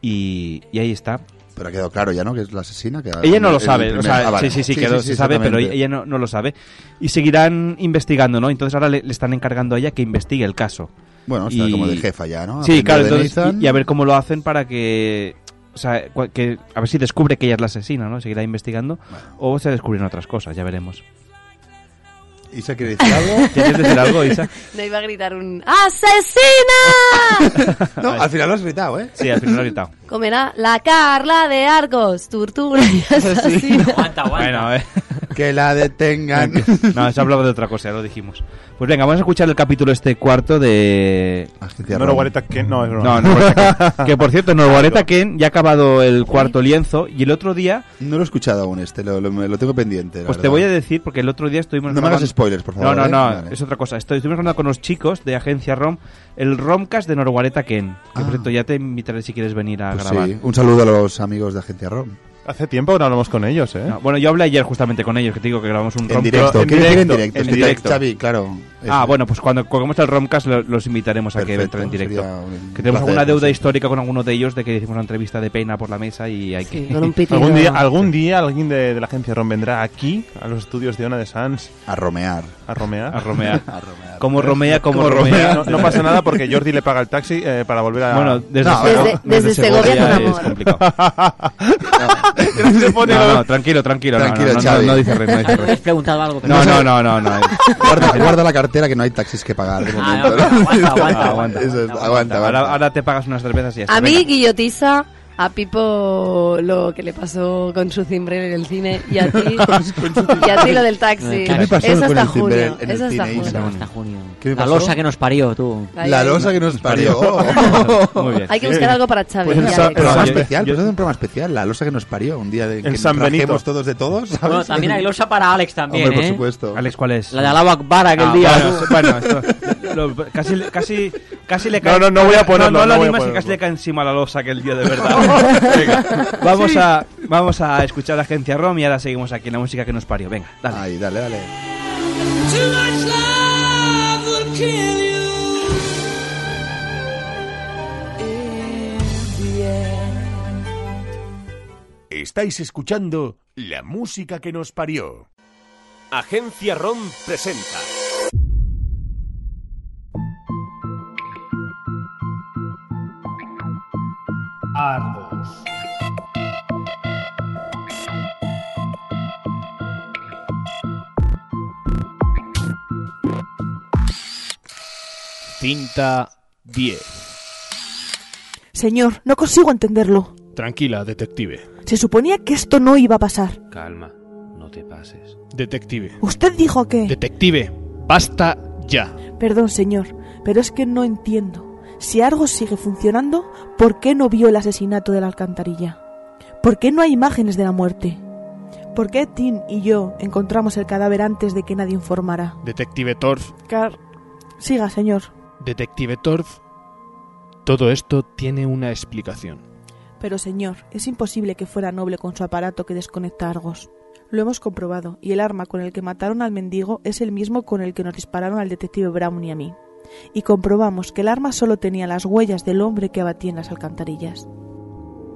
Speaker 8: Y, y ahí está.
Speaker 5: Pero ha quedado claro ya, ¿no? Que es la asesina. Que
Speaker 8: Ella no lo
Speaker 5: el
Speaker 8: sabe, o
Speaker 5: primer-
Speaker 8: sea,
Speaker 5: Ah, vale.
Speaker 8: sí, sí, sí, que lo- se sabe, pero
Speaker 5: exactamente.
Speaker 8: ella no, no lo sabe. Y seguirán investigando, ¿no? Entonces ahora le, le están encargando a ella que investigue el caso.
Speaker 5: Bueno, está como de jefa ya, ¿no?
Speaker 8: Sí,
Speaker 5: Aprende
Speaker 8: claro,
Speaker 5: de
Speaker 8: entonces,
Speaker 5: Nathan.
Speaker 8: y, y a ver cómo lo hacen para que... O sea, cua- que, a ver si descubre que ella es la asesina, ¿no? Seguirá investigando o se descubren otras cosas, ya veremos.
Speaker 5: ¿Isa quiere decir <laughs> algo?
Speaker 8: <laughs> ¿Quieres decir algo, Isa?
Speaker 5: <laughs>
Speaker 12: No iba a gritar un ¡Asesina!
Speaker 5: No, al final lo has gritado, ¿eh?
Speaker 8: Sí, al final lo he
Speaker 5: <laughs>
Speaker 8: gritado.
Speaker 12: Comerá la Carla de Argos,
Speaker 5: <laughs>
Speaker 12: tortura y asesina.
Speaker 8: Bueno, a ver.
Speaker 5: Que la detengan.
Speaker 8: No, eso hablaba de otra cosa, ya lo dijimos. Pues venga, vamos a escuchar el capítulo este cuarto de...
Speaker 11: No lo guareta que no, es
Speaker 8: No,
Speaker 5: <laughs>
Speaker 11: broma.
Speaker 8: Noroguareta Ken. Que por cierto, Noroguareta Ken ya ha acabado el cuarto lienzo y el otro día.
Speaker 5: No lo he escuchado aún este, lo, lo- me lo tengo pendiente. la
Speaker 8: Pues te
Speaker 5: verdad.
Speaker 8: voy a decir, porque el otro día estuvimos.
Speaker 5: No me hagas spoilers, por favor,
Speaker 8: No, no,
Speaker 5: ¿eh?
Speaker 8: no,
Speaker 5: Vale.
Speaker 8: es otra cosa. Estoy- Estuvimos hablando con los chicos de Agencia ROM, el ROMcast de Noroguareta Ken. Que por cierto, ya te invitaré si quieres venir a
Speaker 5: Ah. Pues
Speaker 8: grabar.
Speaker 5: sí, un saludo a los amigos de Agencia ROM.
Speaker 11: Hace tiempo que no hablamos con ellos, ¿eh?
Speaker 8: No, bueno, yo hablé ayer justamente con ellos, que te digo que grabamos un
Speaker 5: En
Speaker 8: ROMcast.
Speaker 5: directo,
Speaker 8: Pero
Speaker 5: quiero decir en directo, es que
Speaker 8: directo.
Speaker 5: Xavi, claro, es-
Speaker 8: Ah, bueno, pues cuando colguemos el ROMcast lo- los invitaremos a que entren
Speaker 5: Perfecto,
Speaker 8: en directo.
Speaker 5: sería un
Speaker 8: Que tenemos
Speaker 5: placer,
Speaker 8: alguna deuda
Speaker 5: sí.
Speaker 8: histórica con alguno de ellos de que hicimos una entrevista de peina por la mesa y hay que...
Speaker 11: algún día, algún día alguien de, de la agencia ROM vendrá aquí a los estudios de Ona de Sans
Speaker 5: a romear.
Speaker 11: A romear.
Speaker 8: A romear. Como romea, como romea.
Speaker 11: No, no pasa nada porque Jordi le paga el taxi eh, para volver a.
Speaker 8: Bueno, desde No, Segovia- desde- desde Segovia con amor.
Speaker 11: Se pone
Speaker 8: No,
Speaker 11: lo-
Speaker 8: no, tranquilo, tranquilo. no,
Speaker 5: Tranquilo,
Speaker 8: no, no,
Speaker 5: Xavi.
Speaker 8: no, no dice rey, no dice
Speaker 16: <laughs>
Speaker 8: rey.
Speaker 26: Habéis preguntado algo.
Speaker 8: No, no, no, no, no.
Speaker 5: Guarda, guarda la cartera que no hay taxis que pagar
Speaker 16: Ah,
Speaker 5: de momento.
Speaker 8: Ah, aguanta,
Speaker 5: ¿no? <laughs>
Speaker 8: Ah, aguanta, aguanta,
Speaker 5: Eso es,
Speaker 8: aguanta.
Speaker 5: aguanta, aguanta.
Speaker 8: Ahora, ahora te pagas unas cervezas y ya está.
Speaker 12: A mí,
Speaker 8: venga.
Speaker 12: guillotiza, a Pipo lo que le pasó con su cimbrero en el cine y
Speaker 5: <laughs>
Speaker 12: a ti, y a ti lo del taxi.
Speaker 5: Eh, ¿Qué me pasó
Speaker 12: Eso
Speaker 5: con
Speaker 12: hasta
Speaker 5: el timbre
Speaker 12: junio.
Speaker 5: en el
Speaker 12: Eso hasta
Speaker 5: cine, Isa?
Speaker 12: junio.
Speaker 16: Hasta junio.
Speaker 5: ¿Qué me
Speaker 16: La
Speaker 5: pasó?
Speaker 16: losa que nos parió, tú.
Speaker 12: Ahí,
Speaker 5: La
Speaker 12: ahí.
Speaker 5: losa que nos parió. <laughs> Oh.
Speaker 8: Muy bien.
Speaker 12: Hay que buscar algo para Xavi.
Speaker 5: Pues el
Speaker 12: ya, eh,
Speaker 5: sa-
Speaker 12: de-
Speaker 5: programa
Speaker 8: yo-
Speaker 5: especial, pues haz un programa especial, la losa que nos parió, un día de que
Speaker 8: En San
Speaker 5: nos
Speaker 8: Benito.
Speaker 5: rajemos todos de todos, ¿sabes?
Speaker 16: Bueno, también hay losa para Alex también,
Speaker 5: Hombre, por
Speaker 16: ¿eh?
Speaker 5: supuesto.
Speaker 8: Alex, ¿cuál es?
Speaker 16: La de Allahu Akbar aquel
Speaker 8: Ah,
Speaker 16: día.
Speaker 8: Bueno,
Speaker 5: <laughs>
Speaker 8: bueno, esto- lo- casi, le- casi, casi le
Speaker 11: No, no, no voy a ponerlo,
Speaker 8: No, no lo
Speaker 11: no voy a
Speaker 8: animas que
Speaker 11: ponerlo.
Speaker 8: casi le cae encima la losa aquel día de
Speaker 16: <laughs>
Speaker 8: verdad. Venga, vamos,
Speaker 11: Sí.
Speaker 8: a, vamos a escuchar la agencia ROM y ahora seguimos aquí en la música que nos parió. Venga, dale.
Speaker 5: Ahí, dale, dale.
Speaker 7: Too much love will kill you in the end.
Speaker 1: Estáis escuchando la música que nos parió.
Speaker 14: Agencia ROM presenta.
Speaker 13: Argos.
Speaker 14: Cinta 10.
Speaker 15: Señor, no consigo entenderlo.
Speaker 14: Tranquila, detective.
Speaker 15: Se suponía que esto no iba a pasar.
Speaker 14: Calma, no te pases. Detective.
Speaker 15: Usted dijo que...
Speaker 14: Detective, basta ya.
Speaker 15: Perdón, señor, pero es que no entiendo. Si Argos sigue funcionando, ¿por qué no vio el asesinato de la alcantarilla? ¿Por qué no hay imágenes de la muerte? ¿Por qué Tim y yo encontramos el cadáver antes de que nadie informara?
Speaker 14: Detective Torf.
Speaker 15: Car... Siga, señor.
Speaker 14: Detective Torf. Todo esto tiene una explicación.
Speaker 15: Pero señor, es imposible que fuera noble con su aparato que desconecta a Argos. Lo hemos comprobado, y el arma con el que mataron al mendigo es el mismo con el que nos dispararon al detective Brown y a mí. Y comprobamos que el arma solo tenía las huellas del hombre que abatía en las alcantarillas.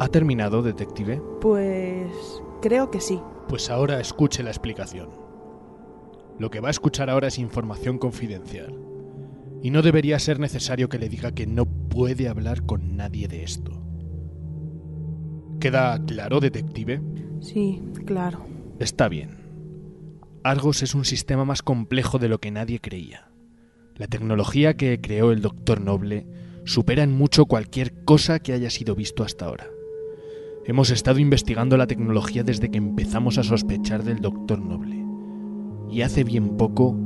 Speaker 14: ¿Ha terminado, detective?
Speaker 15: Pues... creo que sí.
Speaker 14: Pues ahora escuche la explicación. Lo que va a escuchar ahora es información confidencial. Y no debería ser necesario que le diga que no puede hablar con nadie de esto. ¿Queda claro, detective?
Speaker 15: Sí, claro.
Speaker 14: Está bien. Argos es un sistema más complejo de lo que nadie creía. La tecnología que creó el Doctor Noble supera en mucho cualquier cosa que haya sido visto hasta ahora. Hemos estado investigando la tecnología desde que empezamos a sospechar del Doctor Noble. Y hace bien poco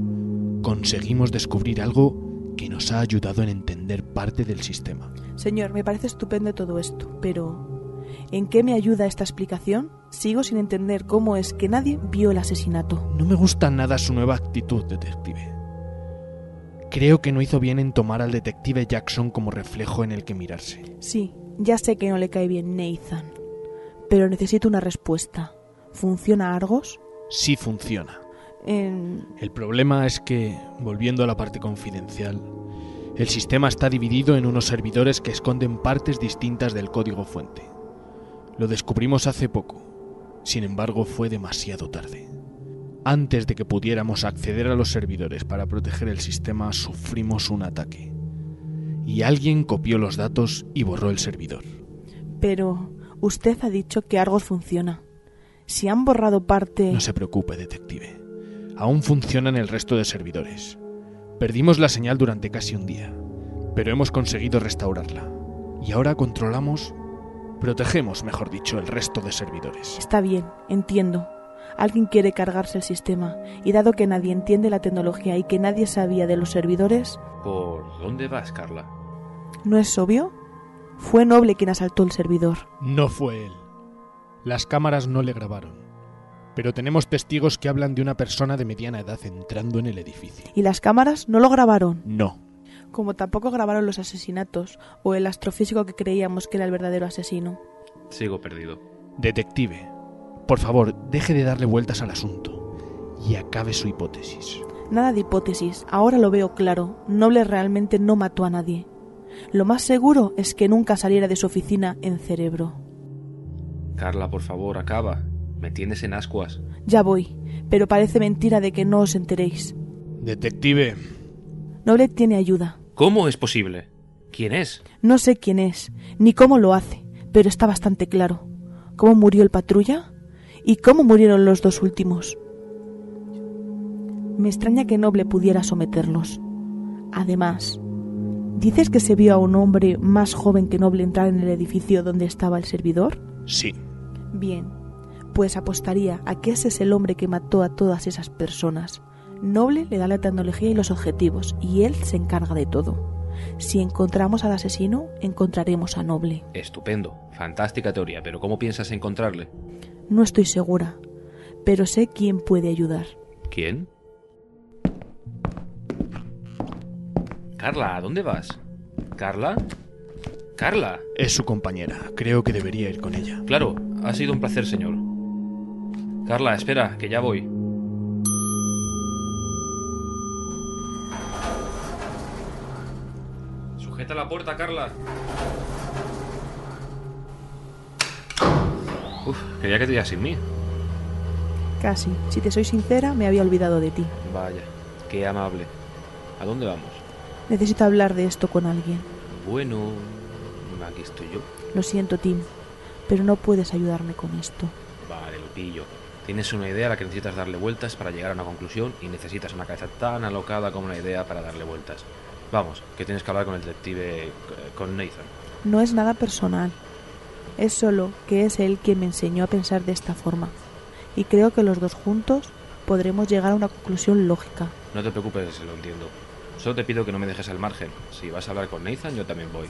Speaker 14: conseguimos descubrir algo que nos ha ayudado en entender parte del sistema.
Speaker 15: Señor, me parece estupendo todo esto, pero... ¿En qué me ayuda esta explicación? Sigo sin entender cómo es que nadie vio el asesinato.
Speaker 14: No me gusta nada su nueva actitud, detective. Creo que no hizo bien en tomar al detective Jackson como reflejo en el que mirarse.
Speaker 15: Sí, ya sé que no le cae bien Nathan, pero necesito una respuesta. ¿Funciona Argos? Em,
Speaker 14: Sí funciona.
Speaker 15: En-
Speaker 14: El problema es que, volviendo a la parte confidencial, el sistema está dividido en unos servidores que esconden partes distintas del código fuente. Lo descubrimos hace poco. Sin embargo, fue demasiado tarde. Antes de que pudiéramos acceder a los servidores para proteger el sistema, sufrimos un ataque. Y alguien copió los datos y borró el servidor.
Speaker 15: Pero usted ha dicho que Argos funciona. Si han borrado parte...
Speaker 14: No se preocupe, detective. Aún funcionan el resto de servidores. Perdimos la señal durante casi un día, pero hemos conseguido restaurarla. Y ahora controlamos, protegemos, mejor dicho, el resto de servidores.
Speaker 15: Está bien, entiendo. Alguien quiere cargarse el sistema, y dado que nadie entiende la tecnología y que nadie sabía de los servidores,
Speaker 27: ¿Por dónde vas, Carla?
Speaker 15: ¿no es obvio? Fue Noble quien asaltó el servidor.
Speaker 14: No fue él. Las cámaras no le grabaron. Pero tenemos testigos que hablan de una persona de mediana edad entrando en el edificio.
Speaker 15: Y las cámaras no lo grabaron.
Speaker 14: No.
Speaker 15: Como tampoco grabaron los asesinatos o el astrofísico que creíamos que era el verdadero asesino.
Speaker 27: Sigo perdido.
Speaker 14: Detective, por favor, deje de darle vueltas al asunto y acabe su hipótesis.
Speaker 15: Nada de hipótesis, ahora lo veo claro. Noble realmente no mató a nadie. Lo más seguro es que nunca saliera de su oficina en cerebro.
Speaker 27: Carla, por favor, acaba. Me tienes en ascuas.
Speaker 15: Ya voy, pero parece mentira de que no os enteréis.
Speaker 14: Detective.
Speaker 15: Noble tiene ayuda.
Speaker 27: ¿Cómo es posible? ¿Quién es?
Speaker 15: No sé quién es, ni cómo lo hace, pero está bastante claro. ¿Cómo murió el patrulla? ¿Y cómo murieron los dos últimos? Me extraña que Noble pudiera someterlos. Además, ¿Dices que se vio a un hombre más joven que noble entrar en el edificio donde estaba el servidor?
Speaker 14: Sí.
Speaker 15: Bien, pues apostaría a que ese es el hombre que mató a todas esas personas. Noble le da la tecnología y los objetivos, y él se encarga de todo. Si encontramos al asesino, encontraremos a Noble.
Speaker 27: Estupendo, fantástica teoría, pero ¿cómo piensas encontrarle?
Speaker 15: No estoy segura, pero sé quién puede ayudar.
Speaker 27: ¿Quién? Carla, ¿a dónde vas? ¿Carla? ¿Carla?
Speaker 14: Es su compañera. Creo que debería ir con ella.
Speaker 27: Claro, ha sido un placer, señor. Carla, espera, que ya voy. Sujeta la puerta, Carla. Uf, quería que te ibas sin mí.
Speaker 15: Casi, si te soy sincera, me había olvidado de ti.
Speaker 27: Vaya, qué amable. ¿A dónde vamos?
Speaker 15: Necesito hablar de esto con alguien.
Speaker 27: Bueno, aquí estoy yo.
Speaker 15: Lo siento, Tim, pero no puedes ayudarme con esto.
Speaker 27: Vale, lo pillo. Tienes una idea a la que necesitas darle vueltas para llegar a una conclusión y necesitas una cabeza tan alocada como una idea para darle vueltas. Vamos, que tienes que hablar con el detective, eh, con Nathan.
Speaker 15: No es nada personal. Es solo que es él quien me enseñó a pensar de esta forma. Y creo que los dos juntos podremos llegar a una conclusión lógica.
Speaker 27: No te preocupes, lo entiendo. Solo te pido que no me dejes al margen. Si vas a hablar con Nathan, yo también voy.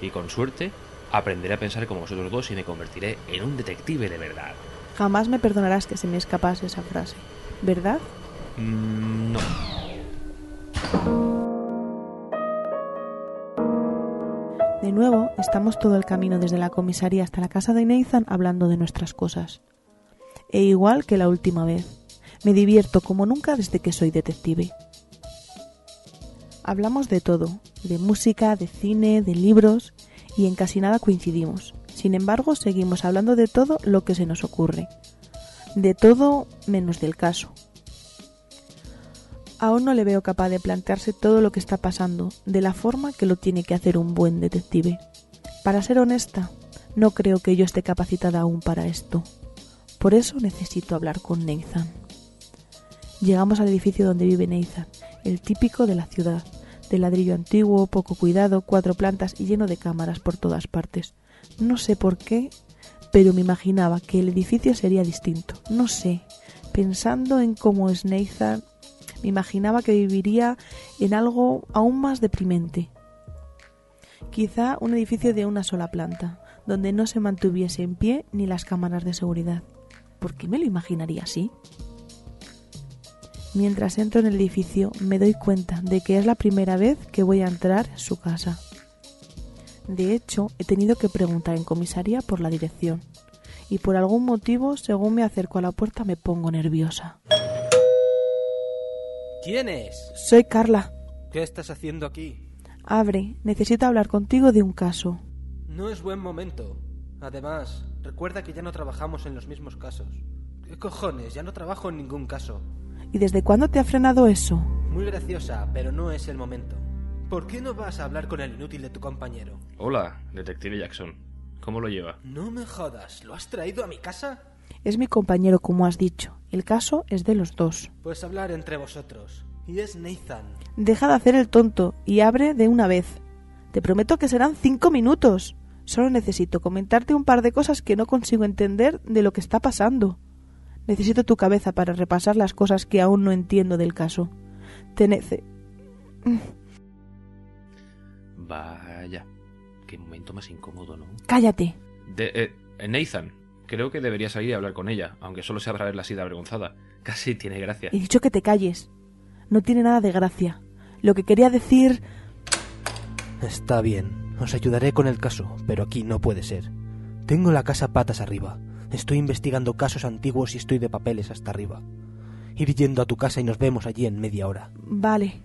Speaker 27: Y con suerte, aprenderé a pensar como vosotros dos y me convertiré en un detective de verdad.
Speaker 15: Jamás me perdonarás que se me escapase esa frase, ¿verdad?
Speaker 27: Mm, no.
Speaker 15: De nuevo, estamos todo el camino desde la comisaría hasta la casa de Nathan hablando de nuestras cosas. E igual que la última vez, me divierto como nunca desde que soy detective. Hablamos de todo, de música, de cine, de libros, y en casi nada coincidimos. Sin embargo, seguimos hablando de todo lo que se nos ocurre. De todo menos del caso. Aún no le veo capaz de plantearse todo lo que está pasando, de la forma que lo tiene que hacer un buen detective. Para ser honesta, no creo que yo esté capacitada aún para esto. Por eso necesito hablar con Nathan. Llegamos al edificio donde vive Nathan, el típico de la ciudad, de ladrillo antiguo, poco cuidado, cuatro plantas y lleno de cámaras por todas partes. No sé por qué, pero me imaginaba que el edificio sería distinto. No sé. Pensando en cómo es Nathan, me imaginaba que viviría en algo aún más deprimente. Quizá un edificio de una sola planta, donde no se mantuviese en pie ni las cámaras de seguridad. ¿Por qué me lo imaginaría así? Mientras entro en el edificio me doy cuenta de que es la primera vez que voy a entrar en su casa. De hecho, he tenido que preguntar en comisaría por la dirección. Y por algún motivo, según me acerco a la puerta, me pongo nerviosa.
Speaker 2: ¿Quién es?
Speaker 15: Soy Carla.
Speaker 2: ¿Qué estás haciendo aquí?
Speaker 15: Abre, necesito hablar contigo de un caso.
Speaker 2: No es buen momento. Además, recuerda que ya no trabajamos en los mismos casos. ¿Qué cojones? Ya no trabajo en ningún caso.
Speaker 15: ¿Y desde cuándo te ha frenado eso?
Speaker 2: Muy graciosa, pero no es el momento. ¿Por qué no vas a hablar con el inútil de tu compañero?
Speaker 27: Hola, detective Jackson. ¿Cómo lo lleva?
Speaker 2: No me jodas, ¿lo has traído a mi casa?
Speaker 15: Es mi compañero, como has dicho. El caso es de los dos.
Speaker 2: Pues hablar entre vosotros. Y es Nathan.
Speaker 15: Deja de hacer el tonto y abre de una vez. Te prometo que serán cinco minutos. Solo necesito comentarte un par de cosas que no consigo entender de lo que está pasando. Necesito tu cabeza para repasar las cosas que aún no entiendo del caso. Te nece... Mm,
Speaker 27: Vaya, qué momento más incómodo, ¿no?
Speaker 15: Cállate.
Speaker 27: De, eh, Nathan, creo que debería salir y hablar con ella, aunque solo sea para verla así de avergonzada. <laughs> Casi tiene gracia.
Speaker 15: He dicho que te calles. No tiene nada de gracia. Lo que quería decir...
Speaker 2: Está bien, os ayudaré con el caso, pero aquí no puede ser. Tengo la casa patas arriba. Estoy investigando casos antiguos y estoy de papeles hasta arriba. Ir yendo a tu casa y nos vemos allí en media hora.
Speaker 15: Vale.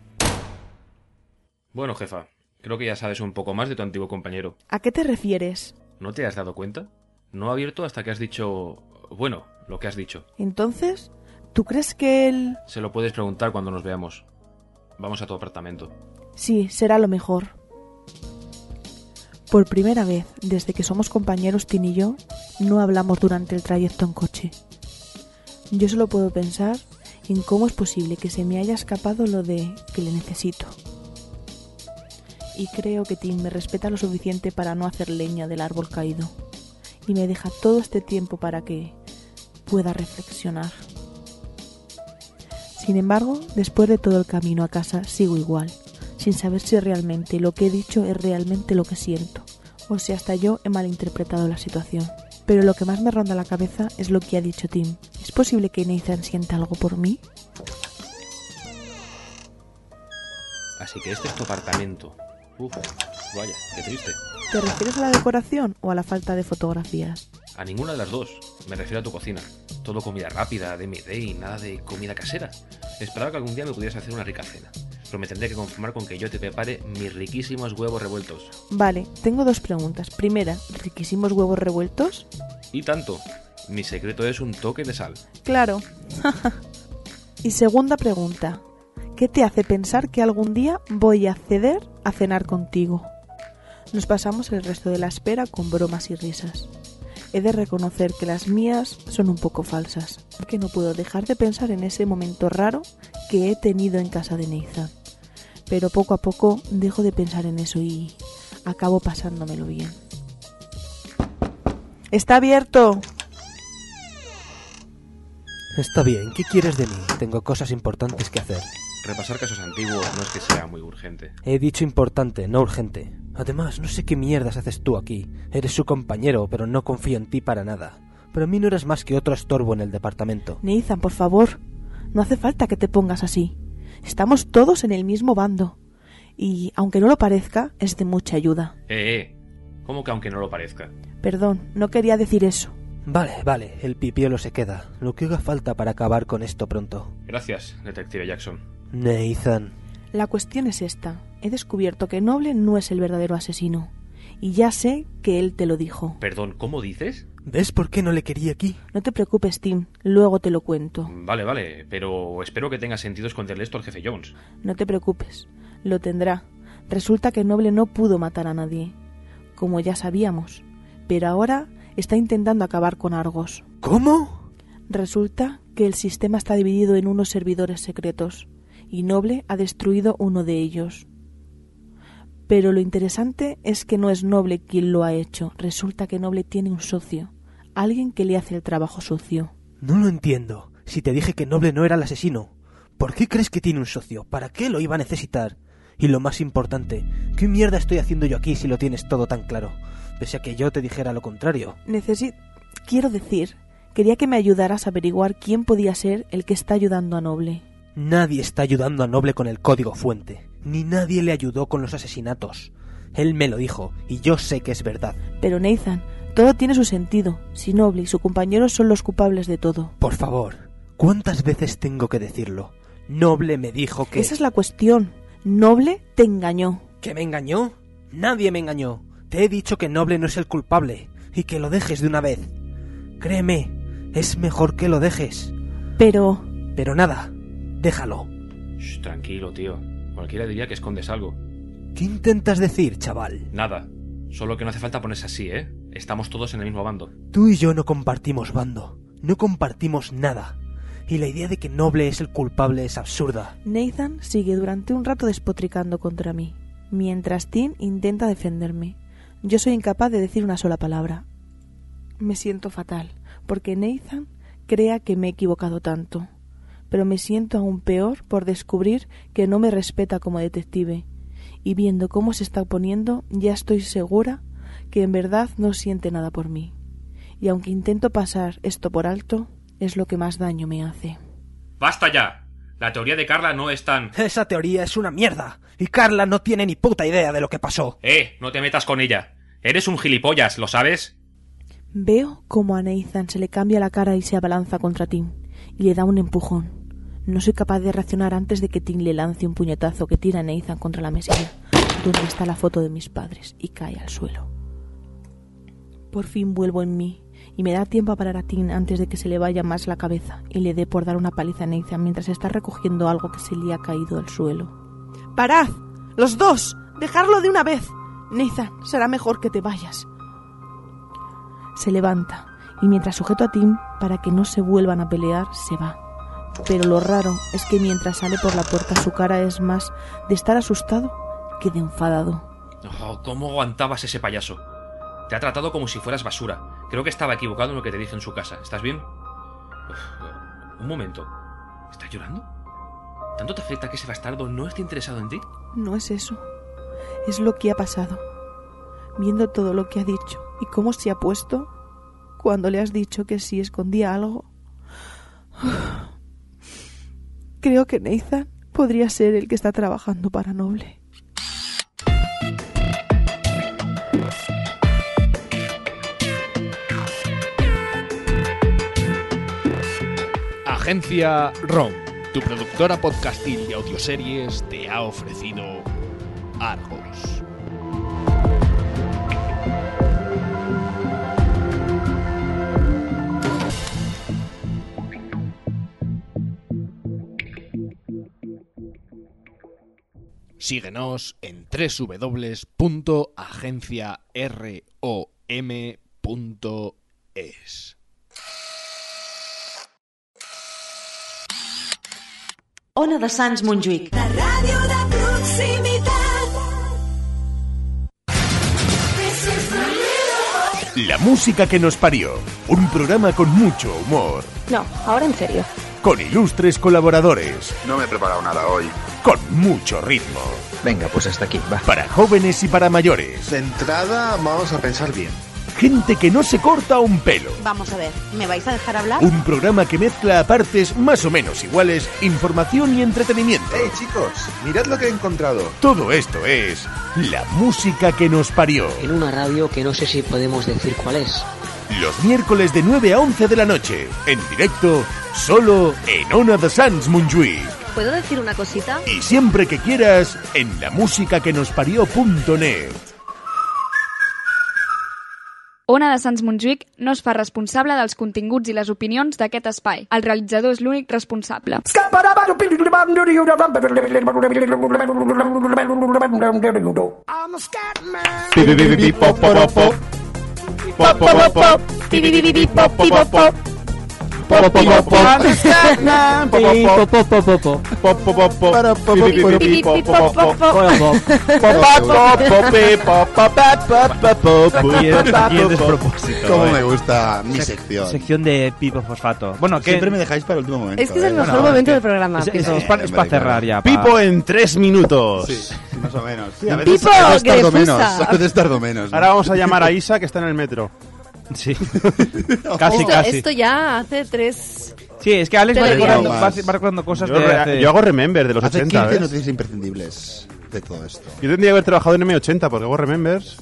Speaker 27: Bueno, jefa, creo que ya sabes un poco más de tu antiguo compañero.
Speaker 15: ¿A qué te refieres?
Speaker 27: ¿No te has dado cuenta? No ha abierto hasta que has dicho... Bueno, lo que has dicho.
Speaker 15: Entonces, ¿tú crees que él...
Speaker 27: Se lo puedes preguntar cuando nos veamos. Vamos a tu apartamento.
Speaker 15: Sí, será lo mejor. Por primera vez, desde que somos compañeros Tin y yo, no hablamos durante el trayecto en coche. Yo solo puedo pensar en cómo es posible que se me haya escapado lo de que le necesito. y creo que Tim me respeta lo suficiente para no hacer leña del árbol caído y me deja todo este tiempo para que pueda reflexionar. Sin embargo, después de todo el camino a casa sigo igual, sin saber si realmente lo que he dicho es realmente lo que siento, o si hasta yo he malinterpretado la situación. Pero lo que más me ronda la cabeza es lo que ha dicho Tim. ¿Es posible que Nathan sienta algo por mí?
Speaker 27: Así que este es tu apartamento. Uf, vaya, qué triste.
Speaker 15: ¿Te refieres a la decoración o a la falta de fotografías?
Speaker 27: A ninguna de las dos. Me refiero a tu cocina. Todo comida rápida, de mi y nada de comida casera. Esperaba que algún día me pudieras hacer una rica cena. Pero me tendré que conformar con que yo te prepare mis riquísimos huevos revueltos.
Speaker 15: Vale, tengo dos preguntas. Primera, ¿riquísimos huevos revueltos?
Speaker 27: Y tanto. Mi secreto es un toque de sal.
Speaker 15: Claro. <laughs> y segunda pregunta, ¿qué te hace pensar que algún día voy a ceder a cenar contigo? Nos pasamos el resto de la espera con bromas y risas. He de reconocer que las mías son un poco falsas, que no puedo dejar de pensar en ese momento raro que he tenido en casa de Nathan. Pero poco a poco dejo de pensar en eso y acabo pasándomelo bien. ¡Está abierto!
Speaker 2: Está bien, ¿qué quieres de mí? Tengo cosas importantes que hacer.
Speaker 27: Repasar casos antiguos no es que sea muy urgente.
Speaker 2: He dicho importante, no urgente. Además, no sé qué mierdas haces tú aquí. Eres su compañero, pero no confío en ti para nada. Para mí no eres más que otro estorbo en el departamento.
Speaker 15: Nathan, por favor, no hace falta que te pongas así. Estamos todos en el mismo bando. Y, aunque no lo parezca, es de mucha ayuda.
Speaker 27: Eh, eh. ¿Cómo que aunque no lo parezca?
Speaker 15: Perdón, no quería decir eso.
Speaker 2: Vale, vale, el pipiolo se queda. Lo que haga falta para acabar con esto pronto.
Speaker 27: Gracias, detective Jackson.
Speaker 2: Nathan.
Speaker 15: La cuestión es esta. He descubierto que Noble no es el verdadero asesino. Y ya sé que él te lo dijo.
Speaker 27: Perdón, ¿cómo dices?
Speaker 2: ¿Ves por qué no le quería aquí?
Speaker 15: No te preocupes, Tim. Luego te lo cuento.
Speaker 27: Vale, vale, pero espero que tenga sentido esconderle esto al jefe Jones.
Speaker 15: No te preocupes. Lo tendrá. Resulta que Noble no pudo matar a nadie. Como ya sabíamos. Pero ahora está intentando acabar con Argos.
Speaker 2: ¿Cómo?
Speaker 15: Resulta que el sistema está dividido en unos servidores secretos y Noble ha destruido uno de ellos. Pero lo interesante es que no es Noble quien lo ha hecho. Resulta que Noble tiene un socio, alguien que le hace el trabajo sucio.
Speaker 2: No lo entiendo. Si te dije que Noble no era el asesino, ¿por qué crees que tiene un socio? ¿Para qué lo iba a necesitar? Y lo más importante, ¿qué mierda estoy haciendo yo aquí si lo tienes todo tan claro? Pese a que yo te dijera lo contrario.
Speaker 15: Necesi Quiero decir, quería que me ayudaras a averiguar quién podía ser el que está ayudando a Noble.
Speaker 2: Nadie está ayudando a Noble con el código fuente, ni nadie le ayudó con los asesinatos. Él me lo dijo, y yo sé que es verdad.
Speaker 15: Pero Nathan, todo tiene su sentido, si Noble y su compañero son los culpables de todo.
Speaker 2: Por favor, ¿cuántas veces tengo que decirlo? Noble me dijo que...
Speaker 15: Esa es la cuestión. Noble te engañó.
Speaker 2: ¿Que me engañó? Nadie me engañó. Te he dicho que Noble no es el culpable, y que lo dejes de una vez. Créeme, es mejor que lo dejes.
Speaker 15: Pero...
Speaker 2: Pero nada, Déjalo.
Speaker 27: Shh, tranquilo, tío. Cualquiera diría que escondes algo.
Speaker 2: ¿Qué intentas decir, chaval?
Speaker 27: Nada. Solo que no hace falta ponerse así, ¿eh? Estamos todos en el mismo bando.
Speaker 2: Tú y yo no compartimos bando. No compartimos nada. Y la idea de que Noble es el culpable es absurda.
Speaker 15: Nathan sigue durante un rato despotricando contra mí, mientras Tim intenta defenderme. Yo soy incapaz de decir una sola palabra. Me siento fatal, porque Nathan crea que me he equivocado tanto pero me siento aún peor por descubrir que no me respeta como detective. Y viendo cómo se está poniendo, ya estoy segura que en verdad no siente nada por mí. Y aunque intento pasar esto por alto, es lo que más daño me hace.
Speaker 27: ¡Basta ya! La teoría de Carla no es tan...
Speaker 2: Esa teoría es una mierda. Y Carla no tiene ni puta idea de lo que pasó.
Speaker 27: Eh, no te metas con ella. Eres un gilipollas, ¿lo sabes?
Speaker 15: Veo cómo a Nathan se le cambia la cara y se abalanza contra Tim, y le da un empujón. No soy capaz de reaccionar antes de que Tim le lance un puñetazo que tira a Nathan contra la mesilla, donde está la foto de mis padres, y cae al suelo. Por fin vuelvo en mí, y me da tiempo a parar a Tim antes de que se le vaya más la cabeza y le dé por dar una paliza a Nathan mientras está recogiendo algo que se le ha caído al suelo. ¡Parad! ¡Los dos! ¡Dejarlo de una vez! Nathan, será mejor que te vayas. Se levanta, y mientras sujeto a Tim para que no se vuelvan a pelear, se va pero lo raro es que mientras sale por la puerta su cara es más de estar asustado que de enfadado.
Speaker 27: Oh, ¿Cómo aguantabas ese payaso? Te ha tratado como si fueras basura. Creo que estaba equivocado en lo que te dije en su casa. ¿Estás bien? Uf, un momento. ¿Estás llorando? ¿Tanto te afecta que ese bastardo no esté interesado en ti?
Speaker 15: No es eso. Es lo que ha pasado. Viendo todo lo que ha dicho y cómo se ha puesto, cuando le has dicho que si escondía algo. <sighs> Creo que Nathan podría ser el que está trabajando para Noble.
Speaker 17: Agencia ROM, tu productora podcastil de audioseries, te ha ofrecido Argos. Síguenos en www.agenciarom.es.
Speaker 18: Ona de Sants Montjuïc. La ràdio de proximitat. This is the real
Speaker 1: La música que nos parió. Un programa con mucho humor.
Speaker 19: No, ahora en serio.
Speaker 1: Con ilustres colaboradores.
Speaker 22: No me he preparado nada hoy.
Speaker 1: Con mucho ritmo.
Speaker 22: Venga, pues hasta aquí, va.
Speaker 1: Para jóvenes y para mayores.
Speaker 22: De entrada, vamos a pensar bien.
Speaker 1: Gente que no se corta un pelo.
Speaker 19: Vamos a ver, ¿me vais a dejar hablar?
Speaker 1: Un programa que mezcla a partes más o menos iguales información y entretenimiento.
Speaker 22: ¡Hey, chicos! Mirad lo que he encontrado.
Speaker 1: Todo esto es la música que nos parió.
Speaker 16: En una radio que no sé si podemos decir cuál es.
Speaker 1: Los miércoles de 9 a 11 de la noche, en directo, solo en Ona de Sans Montjuïc.
Speaker 12: ¿Puedo decir una cosita?
Speaker 1: Y siempre que quieras, en la música que nos parió.net.
Speaker 21: Ona de Sants Montjuïc no es fa responsable dels continguts i les opinions d'aquest espai. El realitzador és l'únic responsable.
Speaker 7: I'm a scat man. I'm a scat man.
Speaker 5: Cómo me gusta mi sección.
Speaker 8: eh. Sección de pipo fosfato. Bueno, que
Speaker 5: Siempre me dejáis para el último momento.
Speaker 12: Este Es que es el
Speaker 5: ¿eh?
Speaker 12: mejor momento del programa.
Speaker 8: Es, es-
Speaker 12: Pipo.
Speaker 8: es pa- es para cerrar ya. pa-
Speaker 5: Pipo en tres minutos. más o menos. Sí, a veces,
Speaker 12: Pipo,
Speaker 5: a veces
Speaker 12: que
Speaker 5: tardo
Speaker 12: fusa.
Speaker 5: menos. <laughs> A veces tardo menos. ¿no?
Speaker 11: Ahora vamos a llamar a Isa, que está en el metro.
Speaker 5: <laughs>
Speaker 8: Sí.
Speaker 12: esto, esto ya hace tres.
Speaker 8: Sí, es que Alex
Speaker 12: Te
Speaker 8: va
Speaker 12: lo
Speaker 8: recordando,
Speaker 12: digo.
Speaker 8: va, va recordando cosas
Speaker 11: Yo,
Speaker 8: de
Speaker 11: re-
Speaker 8: hace-
Speaker 11: yo hago remember de los ¿eh?
Speaker 5: Hace
Speaker 11: 80,
Speaker 5: 15
Speaker 11: ¿ves?
Speaker 5: noticias imprescindibles de todo esto.
Speaker 11: Yo tendría que haber trabajado en M80 porque hago remembers.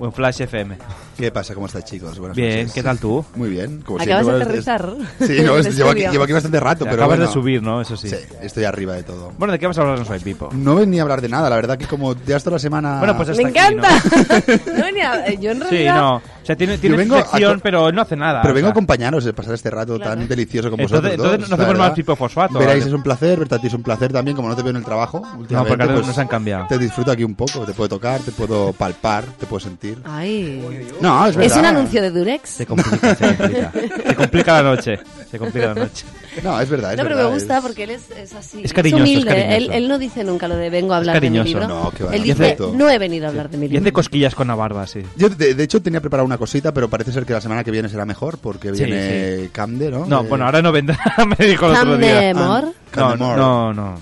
Speaker 8: o en Flash FM.
Speaker 5: ¿Qué pasa? ¿Cómo estás, chicos? Buenas
Speaker 8: Bien,
Speaker 5: noches.
Speaker 8: ¿qué tal tú?
Speaker 5: Muy bien. como
Speaker 12: Acabas de
Speaker 5: siempre.
Speaker 12: aterrizar.
Speaker 5: Sí, no,
Speaker 12: En
Speaker 5: es-
Speaker 12: <laughs> el
Speaker 5: llevo, aquí,
Speaker 12: estudio.
Speaker 5: llevo aquí bastante rato,
Speaker 8: Te
Speaker 5: pero
Speaker 8: acabas
Speaker 5: bueno.
Speaker 8: de subir, ¿no? Eso sí.
Speaker 5: Sí, estoy arriba de todo.
Speaker 8: Bueno, ¿de qué vas a hablarnos hoy, Pipo?
Speaker 5: No venía a hablar de nada, la verdad que como ya hasta la semana...
Speaker 8: Bueno, pues hasta
Speaker 12: Me
Speaker 8: aquí,
Speaker 12: encanta. No, ni a- eh, yo en
Speaker 8: Sí,
Speaker 12: realidad.
Speaker 8: no. O sea, tiene,
Speaker 5: Yo
Speaker 8: tiene
Speaker 5: vengo a
Speaker 8: sección,
Speaker 5: co-
Speaker 8: pero él no hace nada.
Speaker 5: Pero vengo
Speaker 8: o
Speaker 5: a
Speaker 8: sea.
Speaker 5: acompañaros de pasar este rato tan delicioso con
Speaker 8: Entonces-
Speaker 5: vosotros dos,
Speaker 8: entonces no
Speaker 5: la
Speaker 8: hacemos
Speaker 5: verdad.
Speaker 8: más pipofosfato,
Speaker 5: Veráis,
Speaker 8: vale.
Speaker 5: es un placer, verte a ti es un placer también, como no te veo en el trabajo
Speaker 8: ¿eh? No,
Speaker 5: últimamente,
Speaker 8: porque ahora
Speaker 5: pues,
Speaker 8: nos han cambiado.
Speaker 5: Te disfruto aquí un poco, te puedo tocar, te puedo palpar, te puedo sentir.
Speaker 12: Ay.
Speaker 5: No, es
Speaker 12: un
Speaker 5: verdad.
Speaker 12: anuncio de Durex.
Speaker 8: Se complica, se complica. Se
Speaker 5: <laughs>
Speaker 8: complica la noche. Se complica la noche.
Speaker 5: No, es verdad, es
Speaker 12: no, pero
Speaker 5: verdad,
Speaker 12: me gusta
Speaker 5: es-
Speaker 12: porque él es, es así.
Speaker 8: Es cariñoso, es
Speaker 12: humilde.
Speaker 8: cariñoso.
Speaker 12: Él, él no dice nunca lo de vengo a hablar de mi
Speaker 8: cariñoso.
Speaker 12: libro.
Speaker 8: No, qué va,
Speaker 12: él
Speaker 8: no,
Speaker 12: dice
Speaker 8: perfecto.
Speaker 12: no he venido a hablar de mi
Speaker 8: Y
Speaker 12: libro.
Speaker 8: hace cosquillas con la barba, sí.
Speaker 5: Yo, de, de hecho, tenía preparada una cosita, pero parece ser que la semana que viene será mejor, porque
Speaker 8: Sí,
Speaker 5: viene
Speaker 8: sí.
Speaker 5: Camde, ¿no?
Speaker 8: No,
Speaker 5: Eh,
Speaker 8: bueno, ahora no vendrá, <laughs> me dijo el otro día.
Speaker 12: Candemor.
Speaker 8: No,
Speaker 5: Candemor.
Speaker 8: no, no.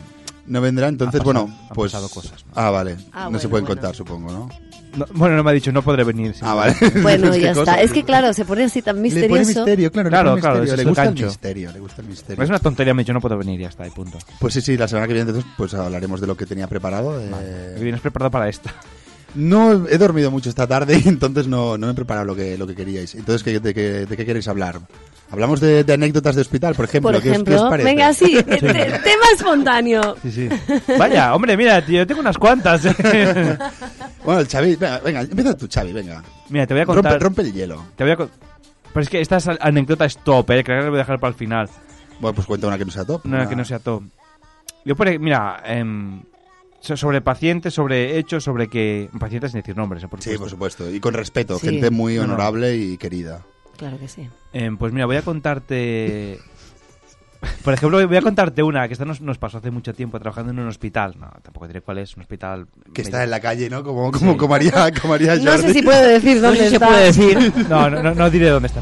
Speaker 5: No vendrá, entonces,
Speaker 8: Ha pasado-
Speaker 5: bueno,
Speaker 8: han
Speaker 5: pues...
Speaker 8: pasado cosas.
Speaker 5: Ah, vale.
Speaker 12: Ah,
Speaker 5: no se
Speaker 12: bueno,
Speaker 5: pueden
Speaker 12: bueno.
Speaker 5: contar, supongo, ¿no?
Speaker 8: No, Bueno, no me ha dicho, no podré venir. sí. <laughs>
Speaker 5: Ah, vale.
Speaker 12: Bueno,
Speaker 5: <laughs> Es que
Speaker 12: ya está.
Speaker 5: cosa-
Speaker 12: Es que claro, se pone así tan
Speaker 5: Le pone
Speaker 12: misterioso.
Speaker 5: misterio, claro,
Speaker 8: Claro,
Speaker 5: le pone
Speaker 8: claro,
Speaker 5: misterio.
Speaker 8: ese es
Speaker 5: Le
Speaker 8: el Pues
Speaker 5: gusta
Speaker 8: gancho.
Speaker 5: el misterio, le gusta el misterio.
Speaker 8: Es una tontería, me ha dicho, no puedo venir, ya está, y punto.
Speaker 5: Pues sí, sí, la semana que viene entonces pues hablaremos de lo que tenía preparado. eh,
Speaker 8: Que Vienes preparado para esta.
Speaker 5: No he dormido mucho esta tarde, <laughs> entonces no, no me he preparado lo que, lo que queríais. Entonces, ¿qué- de, qué, de qué queréis hablar? Hablamos de, de anécdotas de hospital, por ejemplo.
Speaker 12: Por
Speaker 5: ¿qué os- qué os
Speaker 12: ejemplo,
Speaker 5: parece?
Speaker 12: venga, sí,
Speaker 5: <laughs>
Speaker 12: te- te- tema espontáneo.
Speaker 8: Sí, sí. <laughs> Vaya, hombre, mira, tío, yo tengo unas cuantas. eh.
Speaker 5: <laughs> Bueno, el Xavi, venga, venga, empieza tú, Xavi, venga.
Speaker 8: mira, te voy a
Speaker 5: Rompe,
Speaker 8: contar.
Speaker 5: rompe el hielo.
Speaker 8: Te voy a con- Pero es que esta es- anécdota es top, eh. Creo que la voy a dejar para el final.
Speaker 5: Bueno, pues cuenta una que no sea top. Ah.
Speaker 8: No, que no sea top. Yo, por, ej- mira, em, so- sobre pacientes, sobre hechos, sobre que. Pacientes sin decir nombres, eh, por
Speaker 5: Sí,
Speaker 8: supuesto.
Speaker 5: por supuesto. Y con respeto,
Speaker 12: Sí.
Speaker 5: gente muy
Speaker 8: No, no.
Speaker 5: honorable y querida.
Speaker 8: pues
Speaker 12: Claro que sí.
Speaker 8: Em, pues mira, voy a contarte <laughs> Por ejemplo, voy a contarte una, que esta nos, nos pasó hace mucho tiempo trabajando en un hospital. No, tampoco diré cuál es, un hospital...
Speaker 5: Que
Speaker 8: medio-
Speaker 5: está en la calle, ¿no? Como, como, como haría, como haría
Speaker 8: No sé
Speaker 5: Jordi.
Speaker 8: si puedo decir
Speaker 5: <laughs>
Speaker 8: No dónde sé si se está. puede decir. <laughs> No, no, no, no diré dónde está.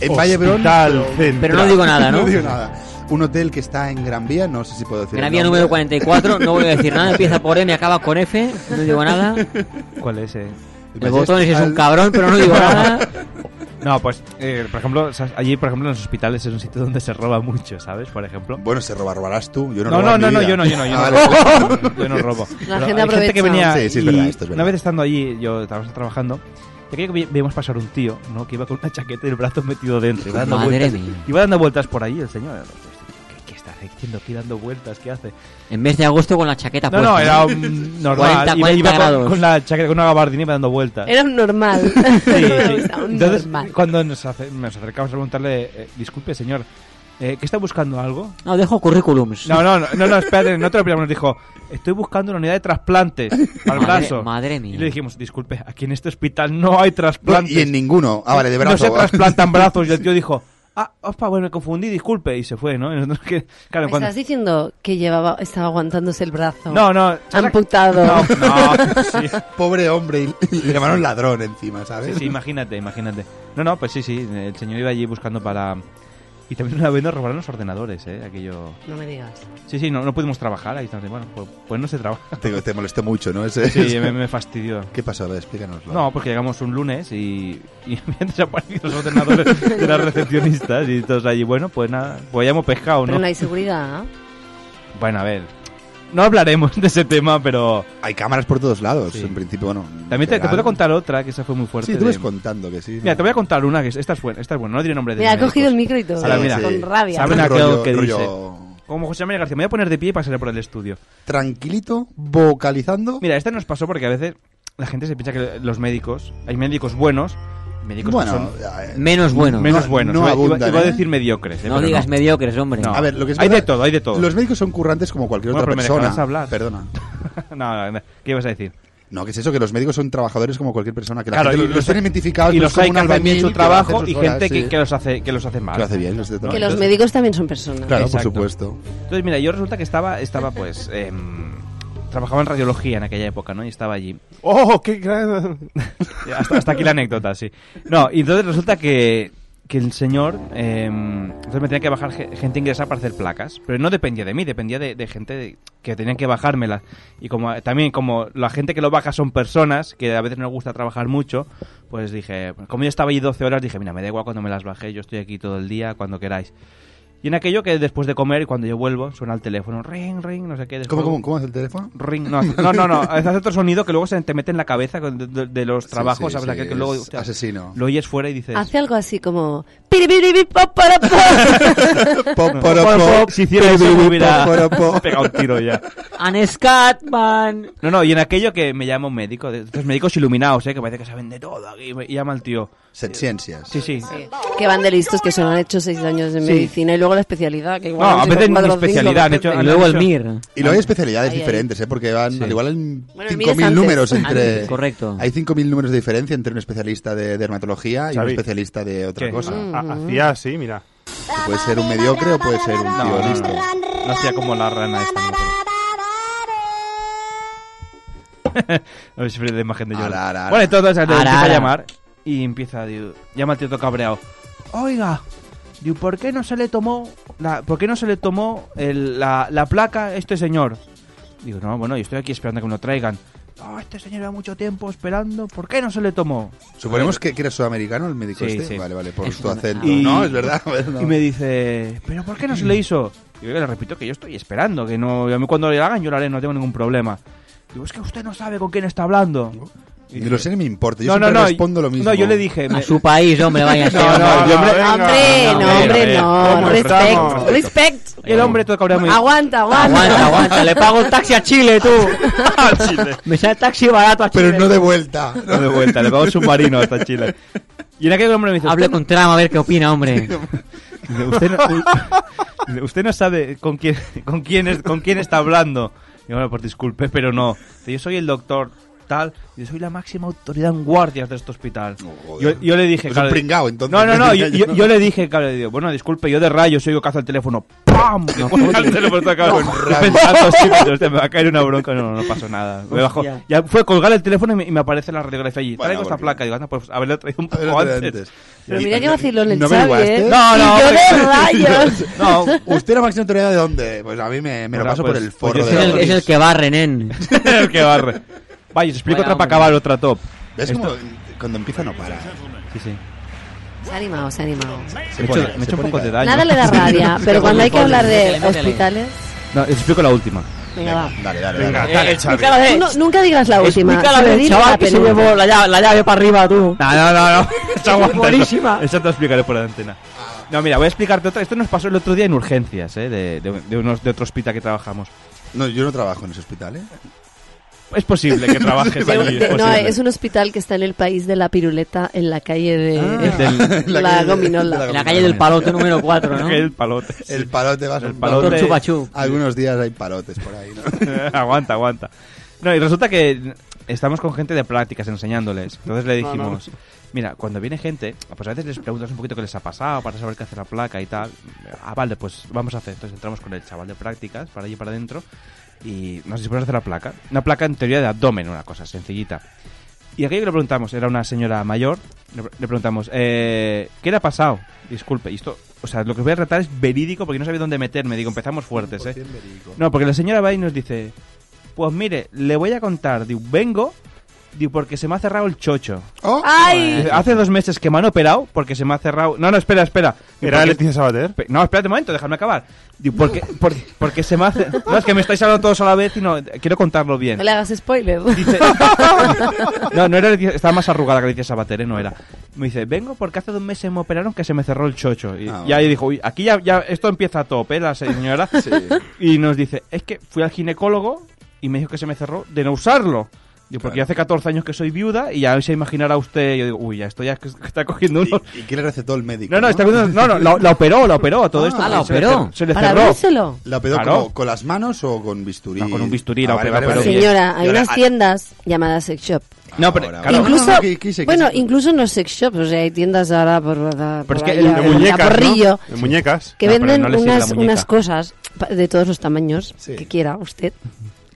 Speaker 5: En Valle Verón,
Speaker 8: Hospital Central.
Speaker 5: pero no digo nada, <laughs> ¿no? digo nada. Un hotel que está en Gran Vía, no sé si puedo decir.
Speaker 16: Gran
Speaker 5: el
Speaker 16: Vía
Speaker 5: nombre.
Speaker 16: número 44, no voy a decir nada, empieza por M, acaba con F, no digo nada.
Speaker 8: ¿Cuál es? eh?
Speaker 16: El botones es un cabrón, pero no digo nada.
Speaker 8: <laughs> No, pues, eh, por ejemplo, ¿sabes? allí, por ejemplo, en los hospitales es un sitio donde se roba mucho, ¿sabes? Por ejemplo.
Speaker 5: Bueno, se roba, robarás tú. Yo no
Speaker 8: no,
Speaker 5: robo
Speaker 8: no,
Speaker 5: en
Speaker 8: no,
Speaker 5: mi
Speaker 8: no,
Speaker 5: vida.
Speaker 8: yo no, yo no, yo no,
Speaker 5: Ah,
Speaker 8: robo.
Speaker 5: vale.
Speaker 8: <laughs> Yo no robo.
Speaker 5: La
Speaker 8: Pero
Speaker 5: gente
Speaker 8: hay gente que
Speaker 5: aprovecha.
Speaker 8: venía
Speaker 5: Sí, sí, es
Speaker 8: y
Speaker 5: verdad, esto es
Speaker 8: Una
Speaker 5: verdad.
Speaker 8: vez estando allí, yo estaba trabajando, y aquello que vi- vimos pasar un tío, ¿no? Que iba con una chaqueta y el brazo metido dentro. Iba dando
Speaker 16: Madre
Speaker 8: vueltas,
Speaker 16: mía.
Speaker 8: iba dando vueltas por ahí el señor. ¿Qué, qué está haciendo aquí dando vueltas? ¿Qué hace?
Speaker 16: En mes de agosto con la chaqueta
Speaker 8: No,
Speaker 16: puesta.
Speaker 8: no, era un
Speaker 16: <laughs>
Speaker 8: normal.
Speaker 16: 40,
Speaker 8: iba
Speaker 16: 40
Speaker 8: iba con,
Speaker 16: grados.
Speaker 8: con la chaqueta, con una gabardina iba dando vueltas.
Speaker 12: Era un normal.
Speaker 8: Ah.
Speaker 12: <laughs>
Speaker 16: <laughs>
Speaker 8: Sí, sí.
Speaker 12: Un
Speaker 8: Entonces,
Speaker 12: normal.
Speaker 8: cuando nos, ace- nos acercamos a preguntarle, eh, disculpe, señor, eh, ¿qué está buscando algo?
Speaker 16: No, dejo currículums.
Speaker 8: No, no, no, no, no, espérate, no te lo pillamos. Nos dijo, estoy buscando una unidad de trasplantes al
Speaker 16: Madre-
Speaker 8: brazo.
Speaker 16: madre mía.
Speaker 8: Y le dijimos, disculpe, aquí en este hospital no hay trasplantes.
Speaker 5: Y en ninguno. Ah, vale, de
Speaker 8: No
Speaker 5: brazo.
Speaker 8: se
Speaker 5: <laughs>
Speaker 8: trasplantan brazos. Y el tío dijo, ah, ospa, bueno, me confundí, disculpe. Y se fue, ¿no? Y nosotros que- claro,
Speaker 12: ¿Me
Speaker 8: cuando-
Speaker 12: estás diciendo que llevaba, estaba aguantándose el brazo?
Speaker 8: No, no.
Speaker 12: Amputado.
Speaker 5: <laughs> Pobre hombre, y le llamaron ladrón encima, ¿sabes?
Speaker 8: Sí, sí, imagínate, imagínate. No, no, pues sí, sí, el señor iba allí buscando para... Y también una vez nos robaron los ordenadores, ¿eh? Aquello...
Speaker 12: <laughs> No me digas.
Speaker 8: Sí, sí, no, no pudimos trabajar ahí. estamos de, Bueno, pues, pues no se trabaja.
Speaker 5: Te, te molestó mucho, ¿no? Ese- <laughs>
Speaker 8: Sí, me, me fastidió.
Speaker 5: ¿Qué pasó? A ver, explícanoslo.
Speaker 8: No, porque llegamos un lunes y, y <laughs> habían desaparecido los ordenadores de las recepcionistas y todos allí. Bueno, pues nada, pues ya hemos pescado,
Speaker 12: Pero
Speaker 8: ¿no?
Speaker 12: no hay seguridad. ¿eh?
Speaker 8: Bueno, a ver. No hablaremos <laughs> de ese tema, pero.
Speaker 5: Hay cámaras por todos lados, en principio, bueno.
Speaker 8: También te, te
Speaker 5: legal.
Speaker 8: puedo contar otra que esa fue muy fuerte.
Speaker 5: Sí, tú
Speaker 8: de-
Speaker 5: ves contando que sí.
Speaker 8: Mira, te voy a contar una que es- esta es buena, esta es buena, no diré nombre de
Speaker 12: Mira, ha
Speaker 8: médicos.
Speaker 12: cogido el micro y todo.
Speaker 8: Ahora,
Speaker 12: Sí,
Speaker 8: mira,
Speaker 12: sí. Con rabia.
Speaker 8: Saben aquel
Speaker 5: Rollo-
Speaker 8: que
Speaker 5: rollo-
Speaker 8: dice. Como José María García, me voy a poner de pie y pasaré por el estudio.
Speaker 5: Tranquilito, vocalizando.
Speaker 8: Mira, este nos pasó porque a veces la gente se piensa que los médicos, hay médicos buenos, médicos que
Speaker 5: Bueno,
Speaker 8: son
Speaker 5: eh,
Speaker 16: Menos buenos.
Speaker 8: menos
Speaker 5: no-
Speaker 8: buenos.
Speaker 5: no
Speaker 8: iba, iba-
Speaker 5: abundan,
Speaker 8: iba a
Speaker 5: ¿eh?
Speaker 8: decir mediocres. eh,
Speaker 16: No
Speaker 8: pero
Speaker 16: digas mediocres, hombre.
Speaker 8: No.
Speaker 5: A ver, lo que es
Speaker 8: hay de
Speaker 5: verdad-
Speaker 8: todo, hay de todo.
Speaker 5: Los médicos son currantes como cualquier
Speaker 8: Bueno,
Speaker 5: otra
Speaker 8: pero me
Speaker 5: persona.
Speaker 8: dejarás hablar.
Speaker 5: Perdona.
Speaker 8: <laughs> no, no, ¿qué ibas a decir?
Speaker 5: No, que es eso, que los médicos son trabajadores como cualquier persona, que la
Speaker 8: Claro,
Speaker 5: gente
Speaker 8: y
Speaker 5: los, los tiene identificados
Speaker 8: y
Speaker 5: pues,
Speaker 8: los
Speaker 5: como
Speaker 8: hay
Speaker 5: un
Speaker 8: que hacen bien
Speaker 5: albañil
Speaker 8: su
Speaker 5: que va a hacer
Speaker 8: trabajo
Speaker 5: sus
Speaker 8: y
Speaker 5: horas,
Speaker 8: gente
Speaker 5: sí.
Speaker 8: que, que los hace que los hace mal.
Speaker 5: Que lo hace bien, los de
Speaker 12: Que los
Speaker 8: Entonces-
Speaker 12: médicos también son personas.
Speaker 5: Claro, por
Speaker 8: Exacto.
Speaker 5: supuesto.
Speaker 8: Entonces, mira, yo resulta que estaba, estaba pues. em, trabajaba en radiología en aquella época, ¿no? Y estaba allí.
Speaker 11: ¡Oh, qué gran! <laughs>
Speaker 8: Hasta, hasta aquí la anécdota, sí. No, y entonces resulta que, que el señor. em, entonces me tenía que bajar ge- gente ingresada para hacer placas. Pero no dependía de mí, dependía de, de gente de- que tenían que bajármela. Y como también, como la gente que lo baja son personas que a veces no les gusta trabajar mucho, pues dije. Como yo estaba allí 12 horas, dije, mira, me da igual cuando me las bajé, yo estoy aquí todo el día, cuando queráis. Y en aquello que después de comer, cuando yo vuelvo, suena el teléfono, ring, ring, no sé qué.
Speaker 5: ¿Cómo,
Speaker 8: después-
Speaker 5: cómo, cómo hace el teléfono?
Speaker 8: Ring,
Speaker 5: <laughs>
Speaker 8: no, hace- no, no, no, hace otro sonido que luego se te mete en la cabeza con- de, de- de los
Speaker 5: Sí,
Speaker 8: trabajos,
Speaker 5: sí,
Speaker 8: ¿sabes?
Speaker 5: sí,
Speaker 8: Aquel que luego
Speaker 5: es
Speaker 8: hostia,
Speaker 5: asesino.
Speaker 8: lo oyes fuera y dices...
Speaker 12: Hace algo así como... "Piripiripipoporopo".
Speaker 5: Pop,
Speaker 8: Pop,
Speaker 5: pop,
Speaker 8: pop, si hiciera eso me hubiera <laughs> pegado un tiro ya.
Speaker 16: An Scatman.
Speaker 8: No, no, y en aquello que me llama un médico, de estos médicos iluminados, ¿eh? Que parece que saben de todo aquí, y me- y llama al tío.
Speaker 5: Set ciencias.
Speaker 8: Sí, sí.
Speaker 12: Que van de listos, que solo han hecho seis años en
Speaker 8: Sí.
Speaker 12: medicina y luego la especialidad. Que
Speaker 8: No,
Speaker 12: igual
Speaker 8: a
Speaker 12: han sido
Speaker 8: veces ni
Speaker 12: cuatro o cinco
Speaker 8: especialidad, han hecho...
Speaker 12: veces.
Speaker 8: han hecho-
Speaker 5: Y luego hay especialidades
Speaker 12: Ahí, ahí.
Speaker 5: diferentes, ¿eh? porque van, al igual en
Speaker 12: Bueno, el MIR es
Speaker 5: 5.000
Speaker 12: antes.
Speaker 5: números entre...
Speaker 12: Antes,
Speaker 16: correcto.
Speaker 5: Hay 5.000 números de diferencia entre un especialista de, dermatología y
Speaker 11: Xavi.
Speaker 5: un especialista de otra
Speaker 11: ¿Qué?
Speaker 5: cosa.
Speaker 11: Mm.
Speaker 8: Ah,
Speaker 11: Ha- hacía así, mira.
Speaker 5: Puede ser un mediocre o puede ser un
Speaker 8: No,
Speaker 5: tío
Speaker 8: no,
Speaker 5: listo.
Speaker 8: no, no hacía como la rana esta. no sé. A ver si fue la imagen de yo.
Speaker 5: Ara, ara, ara.
Speaker 8: Bueno, entonces le
Speaker 5: Ara,
Speaker 8: empieza a
Speaker 5: ara.
Speaker 8: llamar y empieza, digo, llama al tío todo cabreado. Oiga, digo, ¿por qué no se le tomó la, por qué no se le tomó el- la, la placa a este señor? Digo, no, bueno, yo estoy aquí esperando que me lo traigan. "Ah, este señor lleva mucho tiempo esperando, ¿por qué no se le tomó?
Speaker 5: Suponemos que, que eres sudamericano el médico
Speaker 8: Eh, Sí,
Speaker 5: este.
Speaker 8: sí.
Speaker 5: Vale, vale, por
Speaker 8: Es
Speaker 5: tu
Speaker 8: un-
Speaker 5: acento.
Speaker 8: Y-
Speaker 5: No, es verdad. <laughs> a ver, no.
Speaker 8: Y me dice, ¿pero por qué no se le hizo? Y yo le repito que yo estoy esperando, que no, a mí cuando le hagan yo lo haré, no tengo ningún problema. Digo, es que usted no sabe con quién está hablando.
Speaker 5: Ni lo sé ni me importa. Yo
Speaker 8: No, no,
Speaker 5: siempre
Speaker 8: no,
Speaker 5: respondo lo
Speaker 8: no,
Speaker 5: mismo.
Speaker 8: yo le dije, A me-
Speaker 16: su país, hombre, vaya, este
Speaker 8: No, no,
Speaker 16: hombre.
Speaker 8: yo me-
Speaker 12: Hombre,
Speaker 8: No,
Speaker 12: no,
Speaker 8: hombre,
Speaker 12: hombre,
Speaker 8: hombre,
Speaker 12: no.
Speaker 8: ¿cómo
Speaker 12: Respect,
Speaker 8: estamos?
Speaker 12: respect.
Speaker 8: Y el hombre todo cabreado me
Speaker 12: <laughs>
Speaker 8: dice,
Speaker 12: Aguanta, aguanta.
Speaker 16: Aguanta, aguanta, le pago un taxi a Chile, tú. Me sale taxi barato a Chile.
Speaker 5: Pero no de vuelta.
Speaker 8: no de vuelta, le pago un submarino hasta Chile. Y en aquel hombre me dice,
Speaker 16: Hable
Speaker 8: "Usted no-
Speaker 16: con Trump a ver qué opina, hombre.
Speaker 8: Dice, usted, no, u- <laughs> dice, usted no sabe con quién, con quién, es, con quién está hablando. Y bueno, pues disculpe, pero no. Dice, Yo soy el doctor tal. Yo soy la máxima autoridad en guardias de este hospital. yo,
Speaker 5: joder.
Speaker 8: yo le dije,
Speaker 5: Es un
Speaker 8: claro,
Speaker 5: pringao, entonces.
Speaker 8: No, no, no. yo,
Speaker 5: <laughs> Yo
Speaker 8: yo-
Speaker 5: no.
Speaker 8: yo le dije, claro, le digo, bueno, disculpe, yo de rayos oigo caza el teléfono. ¡Pam! <laughs> Que cuelga el teléfono, está acá.
Speaker 5: <laughs> Con
Speaker 8: Yo
Speaker 5: rabia.
Speaker 8: pensando, sí, pero hostia, me va a caer una bronca. No, no, no pasó nada. Me bajó.
Speaker 5: Hostia.
Speaker 8: Ya fue colgar el teléfono y me, y me aparece la radiografía allí.
Speaker 5: Bueno,
Speaker 8: Traigo esta
Speaker 5: porque-
Speaker 8: placa. Digo, anda, pues haberla traído un
Speaker 5: Haberla
Speaker 8: poco
Speaker 5: traído
Speaker 8: antes.
Speaker 5: antes.
Speaker 12: Pero mira que vacilón el
Speaker 8: no me
Speaker 12: Xavi,
Speaker 8: iguaste.
Speaker 12: ¿eh?
Speaker 8: No, no,
Speaker 12: Y yo
Speaker 8: hombre.
Speaker 12: de rayos.
Speaker 8: <laughs> No,
Speaker 5: ¿Usted era máxima autoridad de dónde? Pues a mí me, me lo
Speaker 8: Ahora,
Speaker 5: paso
Speaker 8: pues,
Speaker 5: por el
Speaker 8: pues
Speaker 5: forro
Speaker 8: yo
Speaker 5: de
Speaker 8: soy
Speaker 5: la
Speaker 8: el- es el
Speaker 16: que barre, nen.
Speaker 8: <laughs> el que barre. Vaya, os explico otra
Speaker 12: Vaya
Speaker 8: para
Speaker 12: hombre.
Speaker 8: acabar, otra top.
Speaker 5: ¿Ves
Speaker 8: Esto-
Speaker 5: como cuando empieza no para?
Speaker 8: Sí, sí.
Speaker 12: Se ha animado, se ha animado.
Speaker 8: Me he hecho- me he hecho un poco de daño.
Speaker 12: Nada
Speaker 8: <laughs>
Speaker 12: le da rabia, pero cuando hay que hablar de hospitales...
Speaker 8: No, os explico la última.
Speaker 12: Venga, va.
Speaker 5: Dale, dale,
Speaker 8: Venga,
Speaker 5: dale.
Speaker 8: dale, Xavi.
Speaker 12: Explícala, eh. Nu- nunca digas la última.
Speaker 16: Explícala
Speaker 12: solo
Speaker 16: bien,
Speaker 12: di
Speaker 16: chaval,
Speaker 12: la
Speaker 16: que se
Speaker 12: penúltima.
Speaker 16: llevó la llave, la llave para arriba, tú.
Speaker 8: No, no, no, no. Eso aguanta,
Speaker 16: Buenísima.
Speaker 8: Eso, eso te lo explicaré por la antena. No, mira, voy a explicarte otra. Esto nos pasó el otro día en urgencias, ¿eh? De, de, de unos, de otro hospital que trabajamos.
Speaker 5: No, yo no trabajo en ese hospital, ¿eh?
Speaker 8: Es posible que trabajes allí.
Speaker 12: De-
Speaker 8: es
Speaker 12: no,
Speaker 8: posible.
Speaker 12: es un hospital que está en el país de la piruleta, en la calle de
Speaker 8: Ah. del-
Speaker 12: <laughs> la,
Speaker 8: la calle de-
Speaker 12: gominola.
Speaker 5: de la
Speaker 16: La calle del palote número 4, ¿no?
Speaker 8: El palote.
Speaker 5: El palote va a ser
Speaker 8: El palote. Doctor Chupachú.
Speaker 5: Algunos días hay palotes por ahí, ¿no?
Speaker 8: <laughs> aguanta, aguanta. No, y resulta que estamos con gente de prácticas enseñándoles. Entonces le
Speaker 5: No,
Speaker 8: dijimos,
Speaker 5: no.
Speaker 8: mira, cuando viene gente, pues a veces les preguntas un poquito qué les ha pasado para saber qué hace la placa y tal. Ah, vale, pues vamos a hacer. Entonces entramos con el chaval de prácticas para allí para adentro y nos disponemos a hacer la placa. Una placa en teoría de abdomen, una cosa sencillita. Y aquello que le preguntamos, era una señora mayor, le, pre- le preguntamos, eh, ¿qué le ha pasado? Disculpe, y esto, o sea, lo que os voy a tratar es verídico porque no sabía dónde meterme, digo, empezamos fuertes, ¿eh?
Speaker 5: 100% verídico.
Speaker 8: No, porque la señora va y nos dice, pues mire, le voy a contar, digo, vengo, digo, porque se me ha cerrado el chocho.
Speaker 12: ¡Ay!
Speaker 8: Dice, Hace dos meses que me han operado porque se me ha cerrado. No, no, espera, espera.
Speaker 11: ¿Era Leticia
Speaker 8: Sabater? No, espérate un momento, déjame acabar. Digo, Porque, porque, porque se me hace. No, es que me estáis hablando todos a la vez y no. Quiero contarlo bien.
Speaker 12: No le hagas spoiler.
Speaker 8: No, no era Leticia- estaba más arrugada que Leticia Sabater, ¿eh? no era. Me dice, vengo porque hace dos meses me operaron que se me cerró el chocho.
Speaker 5: Ah,
Speaker 8: Y, y ahí dijo, uy, aquí ya, ya esto empieza a tope, ¿eh? la
Speaker 5: <laughs>
Speaker 8: señora. Y nos dice, es que fui al ginecólogo y me dijo que se me cerró de no usarlo. Digo, porque yo hace 14 años que soy viuda y ya se imaginará usted, yo digo, uy, ya esto ya es que está cogiendo unos...
Speaker 5: ¿Y qué le recetó el médico?
Speaker 8: No, no, está cogiendo... No, no, la, la operó, la operó, todo esto.
Speaker 5: Ah, la
Speaker 8: Se le
Speaker 5: operó.
Speaker 8: cer- Se le
Speaker 12: Para
Speaker 8: cerró.
Speaker 12: abrírselo.
Speaker 5: ¿La operó
Speaker 8: Claro.
Speaker 5: como con las manos o con bisturí? Ah,
Speaker 8: No, con un bisturí, la operó, pero bien.
Speaker 12: Señora, hay
Speaker 8: Ahora,
Speaker 12: unas
Speaker 8: ah,
Speaker 12: tiendas llamadas sex shop.
Speaker 8: No, pero... claro.
Speaker 12: incluso,
Speaker 5: no, ¿qué- qué hice? ¿Qué
Speaker 12: bueno,
Speaker 5: hice?
Speaker 12: incluso no sex shops, o sea, hay tiendas ahora por, por
Speaker 11: Pero es que
Speaker 12: ahí,
Speaker 11: el
Speaker 12: a-
Speaker 11: de
Speaker 12: por
Speaker 11: muñecas,
Speaker 12: Porrillo,
Speaker 11: ¿no? De muñecas.
Speaker 12: que
Speaker 11: No, pero
Speaker 12: venden
Speaker 11: no le sirve la
Speaker 12: unas,
Speaker 11: muñeca.
Speaker 12: unas cosas pa- de todos los tamaños
Speaker 11: Sí.
Speaker 12: que quiera usted.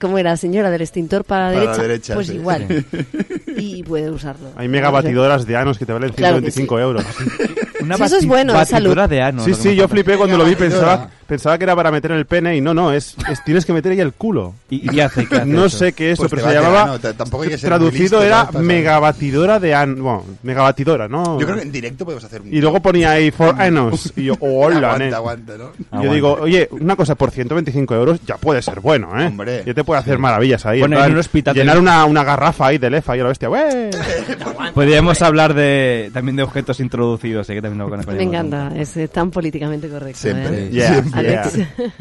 Speaker 12: Como era señora del extintor para la
Speaker 11: Para la
Speaker 12: derecha,
Speaker 11: derecha,
Speaker 12: pues
Speaker 11: sí.
Speaker 12: igual. <laughs> y puede usarlo.
Speaker 11: Hay mega batidoras de anos que te valen
Speaker 12: Claro que
Speaker 11: 125 euros.
Speaker 12: Una Sí, eso es bati- bueno, es batidora salud. de ano,
Speaker 11: Sí,
Speaker 12: lo que me
Speaker 11: sí, yo
Speaker 12: falta.
Speaker 11: flipé cuando lo vi,
Speaker 12: Mega
Speaker 11: pensaba,
Speaker 12: batidora.
Speaker 11: pensaba que era para meter el pene y no, no, es, es- tienes que meter ahí el culo.
Speaker 8: ¿Y, qué hace?
Speaker 5: qué
Speaker 11: <laughs>
Speaker 5: hace
Speaker 11: no
Speaker 5: eso?
Speaker 11: sé qué es,
Speaker 5: Pues
Speaker 11: pero
Speaker 5: te
Speaker 11: se
Speaker 5: va de
Speaker 11: llamaba.
Speaker 5: ano, t- tampoco hay que ser muy listo
Speaker 11: traducido
Speaker 5: para
Speaker 11: era
Speaker 5: estas
Speaker 11: mega batidora de ano. Bueno, mega batidora, ¿no?
Speaker 5: Yo creo que en directo podemos hacer un...
Speaker 11: Y luego ponía ahí
Speaker 5: <laughs>
Speaker 11: for anos. Y yo, oh, hola,
Speaker 5: aguanta,
Speaker 11: nen.
Speaker 5: aguanta, ¿no?
Speaker 11: Yo digo, oye, una cosa por 125 euros ya puede ser bueno, ¿eh?
Speaker 5: Hombre.
Speaker 11: Ya te puede hacer maravillas ahí.
Speaker 8: Bueno,
Speaker 11: en plan,
Speaker 8: en un hospital
Speaker 11: Llenar
Speaker 8: tenemos-
Speaker 11: una, una garrafa ahí de lefa y a la bestia,
Speaker 5: <laughs>
Speaker 11: ¡wey!
Speaker 8: Podríamos hablar de, también de objetos introducidos, ¿eh? que también lo conozco.
Speaker 12: Me encanta, es eh, tan políticamente correcto. ¿eh?
Speaker 8: Yeah,
Speaker 12: Alex.
Speaker 8: yeah. <laughs>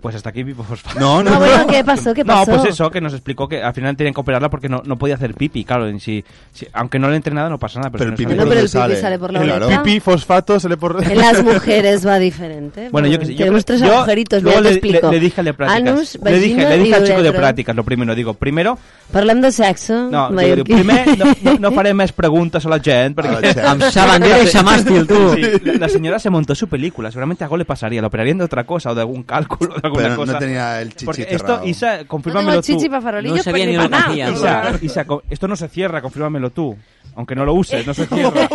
Speaker 8: Pues hasta aquí Pipo Fosfato.
Speaker 12: No, no, No, no. bueno, ¿qué pasó? ¿Qué pasó?
Speaker 8: No, pues eso, que nos explicó que al final tenían que operarla porque no, no podía hacer pipi, claro. en sí, sí, aunque no le entre nada, no pasa nada. Pero,
Speaker 5: Pero el
Speaker 8: no
Speaker 5: pipi
Speaker 8: sabe.
Speaker 5: por Bueno, pero dónde el pipi sale. sale por la
Speaker 8: El
Speaker 5: Claro.
Speaker 8: pipi-
Speaker 11: Pipi, fosfato, se le por... <laughs>
Speaker 12: En las mujeres va diferente.
Speaker 8: Bueno, yo qué sé, yo
Speaker 12: Tenemos
Speaker 8: creo-
Speaker 12: tres
Speaker 8: yo
Speaker 12: agujeritos,
Speaker 8: luego
Speaker 12: mira, te
Speaker 8: le,
Speaker 12: explico.
Speaker 8: le- le dije al de prácticas.
Speaker 12: Anus,
Speaker 8: le dije,
Speaker 12: vagina
Speaker 8: le dije
Speaker 12: y
Speaker 8: al chico de
Speaker 12: uretra.
Speaker 8: prácticas, lo primero, digo, primero,
Speaker 12: Parlant de sexo,
Speaker 8: no, digo,
Speaker 12: mallorquí.
Speaker 8: digo, primer,
Speaker 12: <laughs>
Speaker 8: no, no, no faré més preguntes a la gent perquè... em
Speaker 5: gent. Ah, Amb xavanguera i xamàstil, tu.
Speaker 8: Sí, la, la senyora se montó su película, seguramente algo le pasaría, lo operarían de otra cosa o de algún cálculo, de alguna
Speaker 5: Pero no
Speaker 8: cosa.
Speaker 5: tenía el chichi
Speaker 8: Porque esto,
Speaker 5: cerrado.
Speaker 8: Isa, confírmamelo
Speaker 12: No tengo chichi
Speaker 8: tú.
Speaker 12: pa farolillos, No sabía pues, ni ni lo pa' que nada. hacía.
Speaker 8: Isa, Isa, co- esto no se cierra, confírmamelo tú. Aunque no lo uses, no se cierra.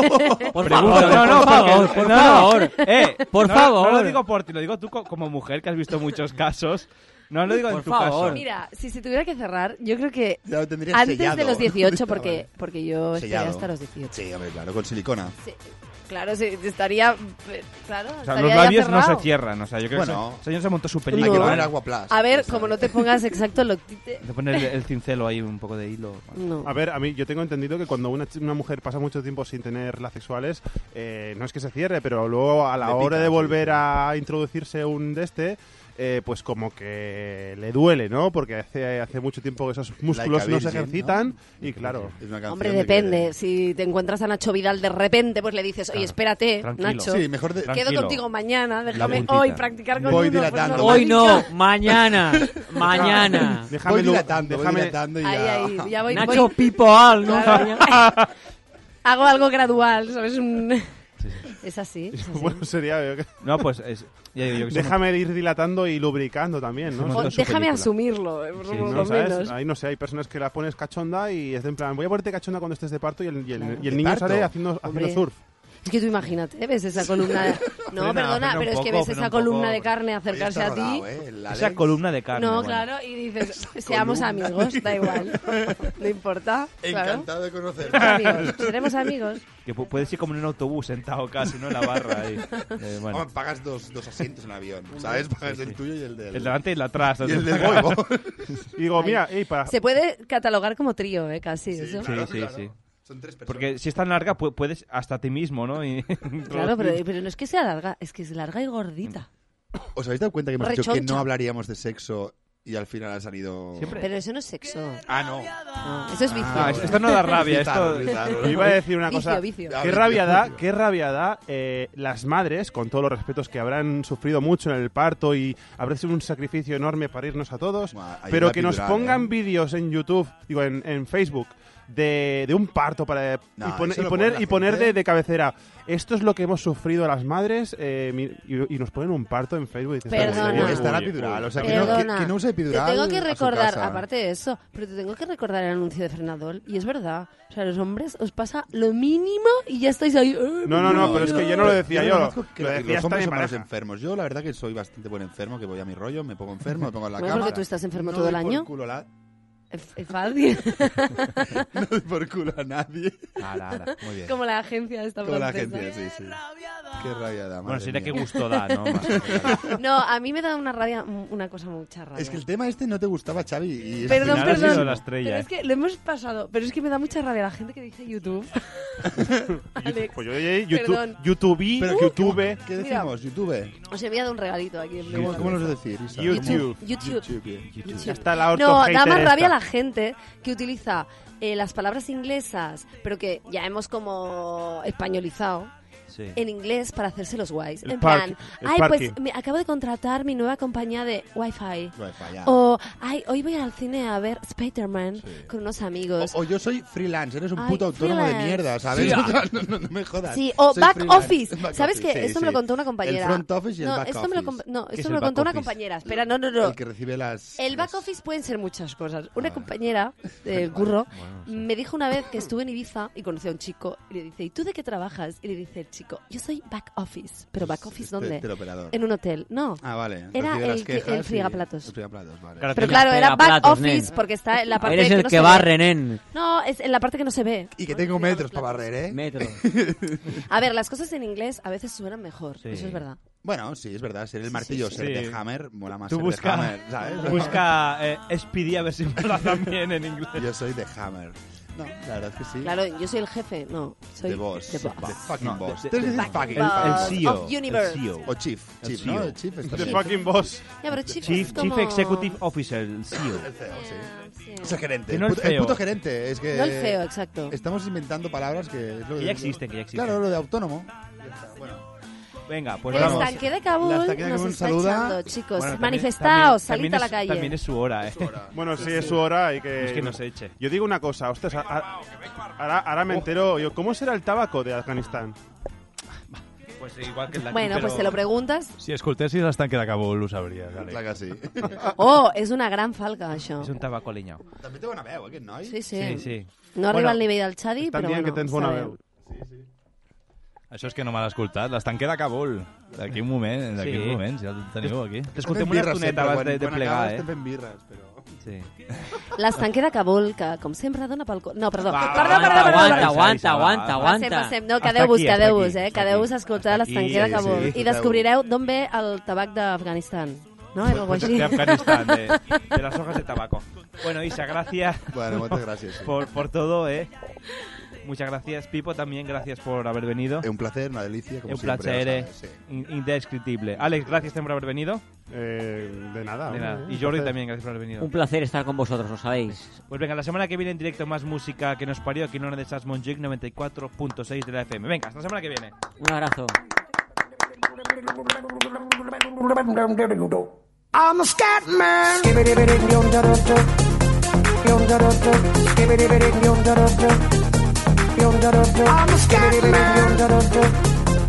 Speaker 16: Por
Speaker 8: Pregunta-
Speaker 16: favor,
Speaker 8: no, no,
Speaker 16: por
Speaker 8: porque-
Speaker 16: favor, por
Speaker 8: no, no.
Speaker 16: favor.
Speaker 8: Eh,
Speaker 16: Por
Speaker 8: no,
Speaker 16: favor.
Speaker 8: No lo digo por ti, lo digo tú co- como mujer que has visto muchos casos. No lo digo en tu caso.
Speaker 12: Mira, si se tuviera que cerrar, yo creo que
Speaker 5: Ya lo tendrías
Speaker 12: antes
Speaker 5: sellado.
Speaker 12: de
Speaker 5: <laughs>
Speaker 12: los 18,
Speaker 5: Ah,
Speaker 12: porque,
Speaker 5: vale.
Speaker 12: porque yo esperé
Speaker 5: Sellado.
Speaker 12: hasta los 18.
Speaker 5: Sí, hombre, claro, con silicona.
Speaker 12: Claro, sí, estaría... eh, Claro,
Speaker 8: O sea,
Speaker 12: estaría
Speaker 8: los
Speaker 12: ya
Speaker 8: labios no se
Speaker 12: cerrado.
Speaker 8: cierran. O sea, yo creo
Speaker 5: Bueno.
Speaker 8: que el señor se montó su
Speaker 5: Hay que
Speaker 8: película.
Speaker 5: poner agua plas.
Speaker 12: A ver, como no te pongas
Speaker 5: <laughs>
Speaker 12: exacto lo que
Speaker 8: Te pone el, el cincelo ahí, un poco de hilo.
Speaker 12: No.
Speaker 11: A ver, a mí yo tengo entendido que cuando una, ch- una mujer pasa mucho tiempo sin tener las sexuales, eh, no es que se cierre, pero luego a la
Speaker 5: Le
Speaker 11: hora
Speaker 5: pica,
Speaker 11: de
Speaker 5: sí.
Speaker 11: volver a introducirse un de este, eh, pues como que le duele, ¿no? Porque hace, hace mucho tiempo que esos músculos no se
Speaker 5: Virgin,
Speaker 11: ejercitan y claro.
Speaker 12: Hombre, depende. Si te encuentras a Nacho Vidal de repente, pues le dices, oye, espérate,
Speaker 5: Tranquilo.
Speaker 12: Nacho.
Speaker 5: Sí, mejor de-
Speaker 12: Quedo
Speaker 5: Tranquilo.
Speaker 12: contigo mañana, déjame
Speaker 5: puntita.
Speaker 12: hoy practicar con
Speaker 5: Voy
Speaker 12: uno, pues
Speaker 5: dilatando.
Speaker 12: no,
Speaker 16: Hoy no,
Speaker 12: marica.
Speaker 16: mañana. mañana.
Speaker 11: Déjame lu- déjame-
Speaker 12: Ahí, ahí, ya voy-
Speaker 16: Nacho
Speaker 12: voy-
Speaker 16: Pipoal, ¿no?
Speaker 12: Claro. <laughs> Hago algo gradual, ¿sabes? Un- Es así. es así.
Speaker 11: Bueno, sería...
Speaker 8: No, pues es- ya digo yo que somos-
Speaker 11: Déjame de ir dilatando y lubricando también, ¿no?
Speaker 12: O déjame asumirlo, eh, por
Speaker 11: Sí,
Speaker 12: lo
Speaker 11: ¿no? ¿Sabes?
Speaker 12: menos.
Speaker 11: Ahí no sé, hay personas que la pones cachonda y es de en plan, voy a ponerte cachonda cuando estés de parto y el, y el- y el
Speaker 5: ¿De
Speaker 11: niño
Speaker 5: parto?
Speaker 11: sale haciendo,
Speaker 12: eh, Hombre.
Speaker 11: haciendo surf.
Speaker 12: Es que tú imagínate, ves
Speaker 5: <laughs>
Speaker 12: esa columna. No,
Speaker 8: Frena,
Speaker 12: perdona,
Speaker 8: frena un
Speaker 12: pero es que
Speaker 8: poco,
Speaker 12: ves
Speaker 8: frena
Speaker 12: esa
Speaker 8: un poco.
Speaker 12: columna de carne acercarse
Speaker 8: Oye,
Speaker 12: a
Speaker 8: está
Speaker 12: ti.
Speaker 8: rodado, ¿eh? El Esa Alex. columna de carne,
Speaker 12: No,
Speaker 8: bueno.
Speaker 12: claro, y
Speaker 5: <laughs>
Speaker 12: dices, "Pues seamos amigos, da igual. No importa. claro.
Speaker 5: Encantado de conocerte.
Speaker 12: Seremos amigos, Seremos amigos.
Speaker 8: Que pu- puedes ir como en un autobús sentado casi, ¿no? En la barra
Speaker 5: <laughs>
Speaker 8: ahí. Eh, bueno.
Speaker 5: Hombre, pagas dos, dos asientos en avión, ¿sabes? Pagas el tuyo y el del...
Speaker 8: El delante y el de atrás.
Speaker 5: Y el del huevo.
Speaker 11: y <laughs> digo, mira, ey,
Speaker 5: Ah.
Speaker 11: para...
Speaker 12: Se puede catalogar como trío, ¿eh? Casi.
Speaker 8: Sí,
Speaker 12: eso.
Speaker 8: sí, sí. Porque si es tan larga, pu- puedes hasta ti mismo, ¿no? Y- <laughs>
Speaker 12: Claro, pero, pero no es que sea larga, es que es larga y gordita.
Speaker 5: ¿Os habéis dado cuenta que hemos dicho que
Speaker 12: Rechoncha.
Speaker 5: no hablaríamos de sexo y al final ha salido...
Speaker 12: Pero eso no es sexo.
Speaker 5: Ah, no.
Speaker 12: Eso es vicio.
Speaker 5: Ah,
Speaker 11: Esto no da rabia,
Speaker 5: Bizarro,
Speaker 11: esto...
Speaker 5: bizarro.
Speaker 11: Yo iba a decir una
Speaker 12: Vicio,
Speaker 11: cosa.
Speaker 12: vicio.
Speaker 11: Qué rabia da, qué rabia da eh, las madres, con todos los respetos que habrán sufrido mucho en el parto y habrá sido un sacrificio enorme para irnos a todos,
Speaker 5: ahí
Speaker 11: pero
Speaker 5: la
Speaker 11: que nos
Speaker 5: epidural,
Speaker 11: pongan vídeos en YouTube, digo, en, en Facebook, de, de un parto para
Speaker 5: No,
Speaker 11: y, pone-
Speaker 5: eso
Speaker 11: y
Speaker 5: lo pone
Speaker 11: poner,
Speaker 5: la
Speaker 11: y poner
Speaker 5: gente.
Speaker 11: de, de cabecera. Esto es lo que hemos sufrido las madres eh, mi- y, y nos ponen un parto en Facebook. y dices, "¿En
Speaker 12: Perdona.
Speaker 11: serio?".
Speaker 5: Está la
Speaker 11: Uy,
Speaker 5: epidural,
Speaker 11: uy,
Speaker 5: o sea,
Speaker 11: uy.
Speaker 5: que no- que-
Speaker 12: Perdona,
Speaker 5: que no usa epidural
Speaker 12: Te tengo que
Speaker 5: a su
Speaker 12: recordar,
Speaker 5: casa.
Speaker 12: aparte de eso, pero te tengo que recordar el anuncio de Frenadol. Y es verdad. O sea, a los hombres os pasa lo mínimo y ya estáis ahí. eh,
Speaker 11: No, no, no, pero es que yo no lo decía yo.
Speaker 5: reconozco que
Speaker 11: Lo
Speaker 5: los
Speaker 11: decía hasta
Speaker 5: hombres
Speaker 11: mi
Speaker 5: son malos
Speaker 11: pareja.
Speaker 5: enfermos. Yo la verdad que soy bastante buen enfermo, que voy a mi rollo, me pongo enfermo, me pongo en la
Speaker 12: Bueno,
Speaker 5: cama.
Speaker 12: porque tú estás enfermo
Speaker 5: No
Speaker 12: todo el
Speaker 5: doy por
Speaker 12: año.
Speaker 5: culo a la- <laughs>
Speaker 12: Es es fácil.
Speaker 5: no doy por culo a nadie. Muy bien.
Speaker 12: Como la agencia esta
Speaker 5: Como la
Speaker 12: francesa.
Speaker 5: gente, sí, sí. Qué rabia da,
Speaker 8: Bueno,
Speaker 5: madre
Speaker 8: sería
Speaker 5: mía.
Speaker 8: que gusto da, Ah,
Speaker 5: <laughs>
Speaker 8: ¿no? Más que
Speaker 12: <laughs> No, a mí me da una rabia, una cosa mucha rabia.
Speaker 5: Es que el tema este no te gustaba, Xavi. Y es
Speaker 12: Perdón,
Speaker 5: al final ha
Speaker 12: perdón.
Speaker 5: sido
Speaker 12: Pero es que lo hemos pasado. Pero es que me da mucha rabia la gente que dice YouTube. Alex,
Speaker 11: Pues yo oye, YouTube,
Speaker 12: Perdón.
Speaker 11: YouTube,
Speaker 5: Pero que-
Speaker 11: YouTube.
Speaker 5: ¿Qué decimos? YouTube.
Speaker 12: <laughs> Os he enviado un regalito aquí. en
Speaker 5: ¿Cómo,
Speaker 12: Blue
Speaker 5: cómo lo
Speaker 12: Balance.
Speaker 5: vas a decir? Isa?
Speaker 11: YouTube.
Speaker 12: YouTube.
Speaker 11: Ya está la
Speaker 12: No,
Speaker 11: orto
Speaker 12: da
Speaker 11: hater
Speaker 12: más rabia
Speaker 11: esta.
Speaker 12: la gente que utiliza eh, las palabras inglesas, pero que ya hemos como españolizado.
Speaker 8: Sí.
Speaker 12: En inglés para hacerse los guays.
Speaker 8: El
Speaker 12: en
Speaker 8: parking,
Speaker 12: plan,
Speaker 8: el
Speaker 12: ay, pues
Speaker 8: parking".
Speaker 12: me acabo de contratar mi nueva compañía de Wi-Fi.
Speaker 5: Wi-Fi, pues ya.
Speaker 12: o, ay, hoy voy al cine a ver Spider-Man con unos amigos.
Speaker 5: O yo soy freelance, eres un
Speaker 12: Ay,
Speaker 5: puto autónomo
Speaker 12: freelance.
Speaker 5: de mierda, ¿sabes?
Speaker 12: Sí,
Speaker 5: <laughs> O
Speaker 12: ah.
Speaker 5: sea, no, no, no me jodas.
Speaker 12: Sí, o
Speaker 5: Soy
Speaker 12: back
Speaker 5: freelance.
Speaker 12: office.
Speaker 5: Back
Speaker 12: ¿Sabes
Speaker 5: office,
Speaker 12: qué?
Speaker 5: sí,
Speaker 12: esto me lo
Speaker 5: sí.
Speaker 12: contó una compañera.
Speaker 5: El front office y
Speaker 12: no,
Speaker 5: el back
Speaker 12: esto
Speaker 5: office.
Speaker 12: Me lo comp- no,
Speaker 5: ¿Qué es
Speaker 12: esto
Speaker 5: el
Speaker 12: me lo
Speaker 5: back
Speaker 12: contó una
Speaker 5: office?
Speaker 12: compañera. Espera, no, no, no.
Speaker 5: El que recibe las...
Speaker 12: El back office pueden ser muchas cosas. Una compañera del curro me dijo una vez que estuve en Ibiza y conocí a un chico y le dice, ¿y tú de qué trabajas? Y le dice el chico, yo soy back office. ¿Pero back office
Speaker 5: este-
Speaker 12: dónde?
Speaker 5: teleoperador.
Speaker 12: En un hotel. No.
Speaker 5: Ah, vale.
Speaker 12: Era
Speaker 5: Recibe las
Speaker 12: el, que-
Speaker 5: quejas
Speaker 12: el
Speaker 5: y-
Speaker 12: frigaplatos.
Speaker 5: El frigaplatos, vale.
Speaker 12: Pero claro, era back
Speaker 16: Platos,
Speaker 12: office
Speaker 16: nen.
Speaker 12: porque está en la parte
Speaker 16: Eres
Speaker 12: que
Speaker 16: el
Speaker 12: no
Speaker 16: que
Speaker 12: se
Speaker 16: barre,
Speaker 12: ve.
Speaker 16: nen.
Speaker 12: No, es en la parte que no se ve.
Speaker 5: Y que tengo metros para barrer, ¿eh? <laughs>
Speaker 16: Metros.
Speaker 12: A ver, las cosas en inglés a veces suenan mejor. Eso es verdad.
Speaker 5: Bueno, sí, es verdad. Ser el martillo,
Speaker 8: sí,
Speaker 5: ser
Speaker 8: sí.
Speaker 5: de Hammer, mola más
Speaker 8: Tú
Speaker 5: ser
Speaker 8: busca,
Speaker 5: de Hammer, ¿sabes?
Speaker 8: <laughs> busca eh, Speedy a ver si me lo hacen bien en inglés.
Speaker 5: Yo soy de Hammer. No, la verdad es que sí.
Speaker 12: Claro, yo soy el jefe, no, soy
Speaker 5: The boss.
Speaker 12: the boss.
Speaker 5: The fucking
Speaker 8: No,
Speaker 5: boss.
Speaker 8: the-
Speaker 5: Tienes que
Speaker 8: the
Speaker 5: decir
Speaker 8: fucking
Speaker 5: fucking.
Speaker 8: boss El- E el CEO,
Speaker 12: of universe.
Speaker 8: el CEO.
Speaker 5: O chief.
Speaker 8: El E
Speaker 5: Chief,
Speaker 8: CEO.
Speaker 5: ¿no? El chief está
Speaker 11: The
Speaker 5: bien.
Speaker 11: fucking boss.
Speaker 12: Ya, pero chief,
Speaker 8: Chief,
Speaker 12: es
Speaker 8: Chief
Speaker 12: como-
Speaker 8: Executive Officer, el E CEO.
Speaker 5: El E CEO, sí.
Speaker 12: sí.
Speaker 5: Es el gerente.
Speaker 8: Que no
Speaker 5: el,
Speaker 8: el
Speaker 5: puto, el
Speaker 8: feo.
Speaker 5: puto gerente. Es que
Speaker 12: No el feo, exacto.
Speaker 5: Estamos inventando palabras que... Es lo
Speaker 8: Que ya existen, que ya existen.
Speaker 5: Claro, lo de autónomo.
Speaker 8: Venga, pues
Speaker 12: El
Speaker 8: vamos.
Speaker 12: estanque de Kabul
Speaker 5: El estanque de
Speaker 12: nos
Speaker 5: Kabul
Speaker 12: está
Speaker 5: saluda.
Speaker 12: echando, chicos.
Speaker 8: Bueno, también-
Speaker 12: Manifestaos,
Speaker 8: también-
Speaker 12: salid a la
Speaker 8: también es-
Speaker 12: calle.
Speaker 8: También es su hora, ¿eh?
Speaker 11: <laughs> Bueno, sí, es su hora y que...
Speaker 8: Es que nos eche.
Speaker 11: Yo digo una cosa, ostras, a- a- ahora, ahora
Speaker 5: Oh.
Speaker 11: me entero, yo, ¿cómo será el tabaco de Afganistán?
Speaker 8: Pues igual que
Speaker 12: Bueno, pues te lo preguntas.
Speaker 9: Si escoltessis l'estan que d'acabó, ho sabries, Àlex.
Speaker 5: Clar que sí.
Speaker 12: Oh, és una gran falca, això.
Speaker 8: Es un tabaco aliñado.
Speaker 5: També té bona veu, aquest noi.
Speaker 12: Sí, sí.
Speaker 8: Sí, sí.
Speaker 12: No
Speaker 8: Bueno,
Speaker 12: arriba al nivell del Xadi,
Speaker 11: estan
Speaker 12: però
Speaker 11: dient
Speaker 12: bueno,
Speaker 11: que tens bona
Speaker 12: està bé.
Speaker 11: veu.
Speaker 9: Això és que no me l'ha escoltat. L'estanquer de Kabul. D'aquí un moment, d'aquí
Speaker 8: Sí.
Speaker 9: un moment, ja el teniu aquí.
Speaker 8: T'escoltem una estoneta abans de, de plegar, eh?
Speaker 5: fent birres, però...
Speaker 8: Sí.
Speaker 12: L'estanque de Cabol, que com sempre dona pel... co- No, perdó.
Speaker 8: Va,
Speaker 12: perdó,
Speaker 16: aguanta,
Speaker 12: perdó, perdó.
Speaker 16: aguanta,
Speaker 12: perdó.
Speaker 16: aguanta, aguanta, aguanta.
Speaker 12: Passem, passem. No,
Speaker 16: Hasta
Speaker 12: quedeu-vos,
Speaker 16: aquí, hasta
Speaker 12: quedeu-vos,
Speaker 16: aquí,
Speaker 12: eh?
Speaker 16: hasta
Speaker 12: Quedeu-vos
Speaker 16: aquí.
Speaker 12: a escoltar
Speaker 16: Hasta aquí,
Speaker 12: l'estanque de
Speaker 16: sí,
Speaker 12: Cabol.
Speaker 16: sí,
Speaker 12: I
Speaker 16: escolteu.
Speaker 12: descobrireu d'on ve el tabac d'Afganistan. No? Algo així.
Speaker 8: De pues Afganistán, de,
Speaker 16: <laughs>
Speaker 8: de las hojas de tabaco. Bueno, Isa, gracias <laughs>
Speaker 5: Bueno, moltes gràcies. Sí.
Speaker 8: por, por todo, ¿eh? Muchas gracias, Pipo, también gracias por haber venido.
Speaker 5: Es un placer, una delicia. Como
Speaker 8: un
Speaker 5: siempre,
Speaker 8: placer
Speaker 5: ya
Speaker 8: eh,
Speaker 5: sabes, sí.
Speaker 8: in- indescriptible. Alex, gracias también por haber venido.
Speaker 16: Eh,
Speaker 11: de nada. hombre,
Speaker 8: De nada.
Speaker 11: un
Speaker 8: Y Jordi
Speaker 11: placer.
Speaker 8: también, gracias por haber venido.
Speaker 16: Un placer estar con vosotros, lo sabéis.
Speaker 8: Pues venga, la semana que viene en directo más música que nos parió aquí en una de esas Monjic 94.6 de la FM. Venga, hasta la semana que viene.
Speaker 16: Un abrazo.
Speaker 7: I'm a scat man. I'm a scat man.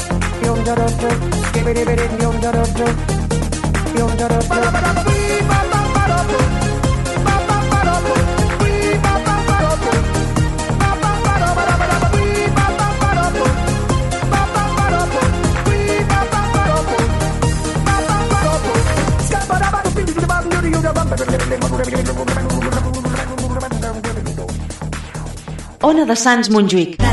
Speaker 18: Ona de Sants Montjuïc.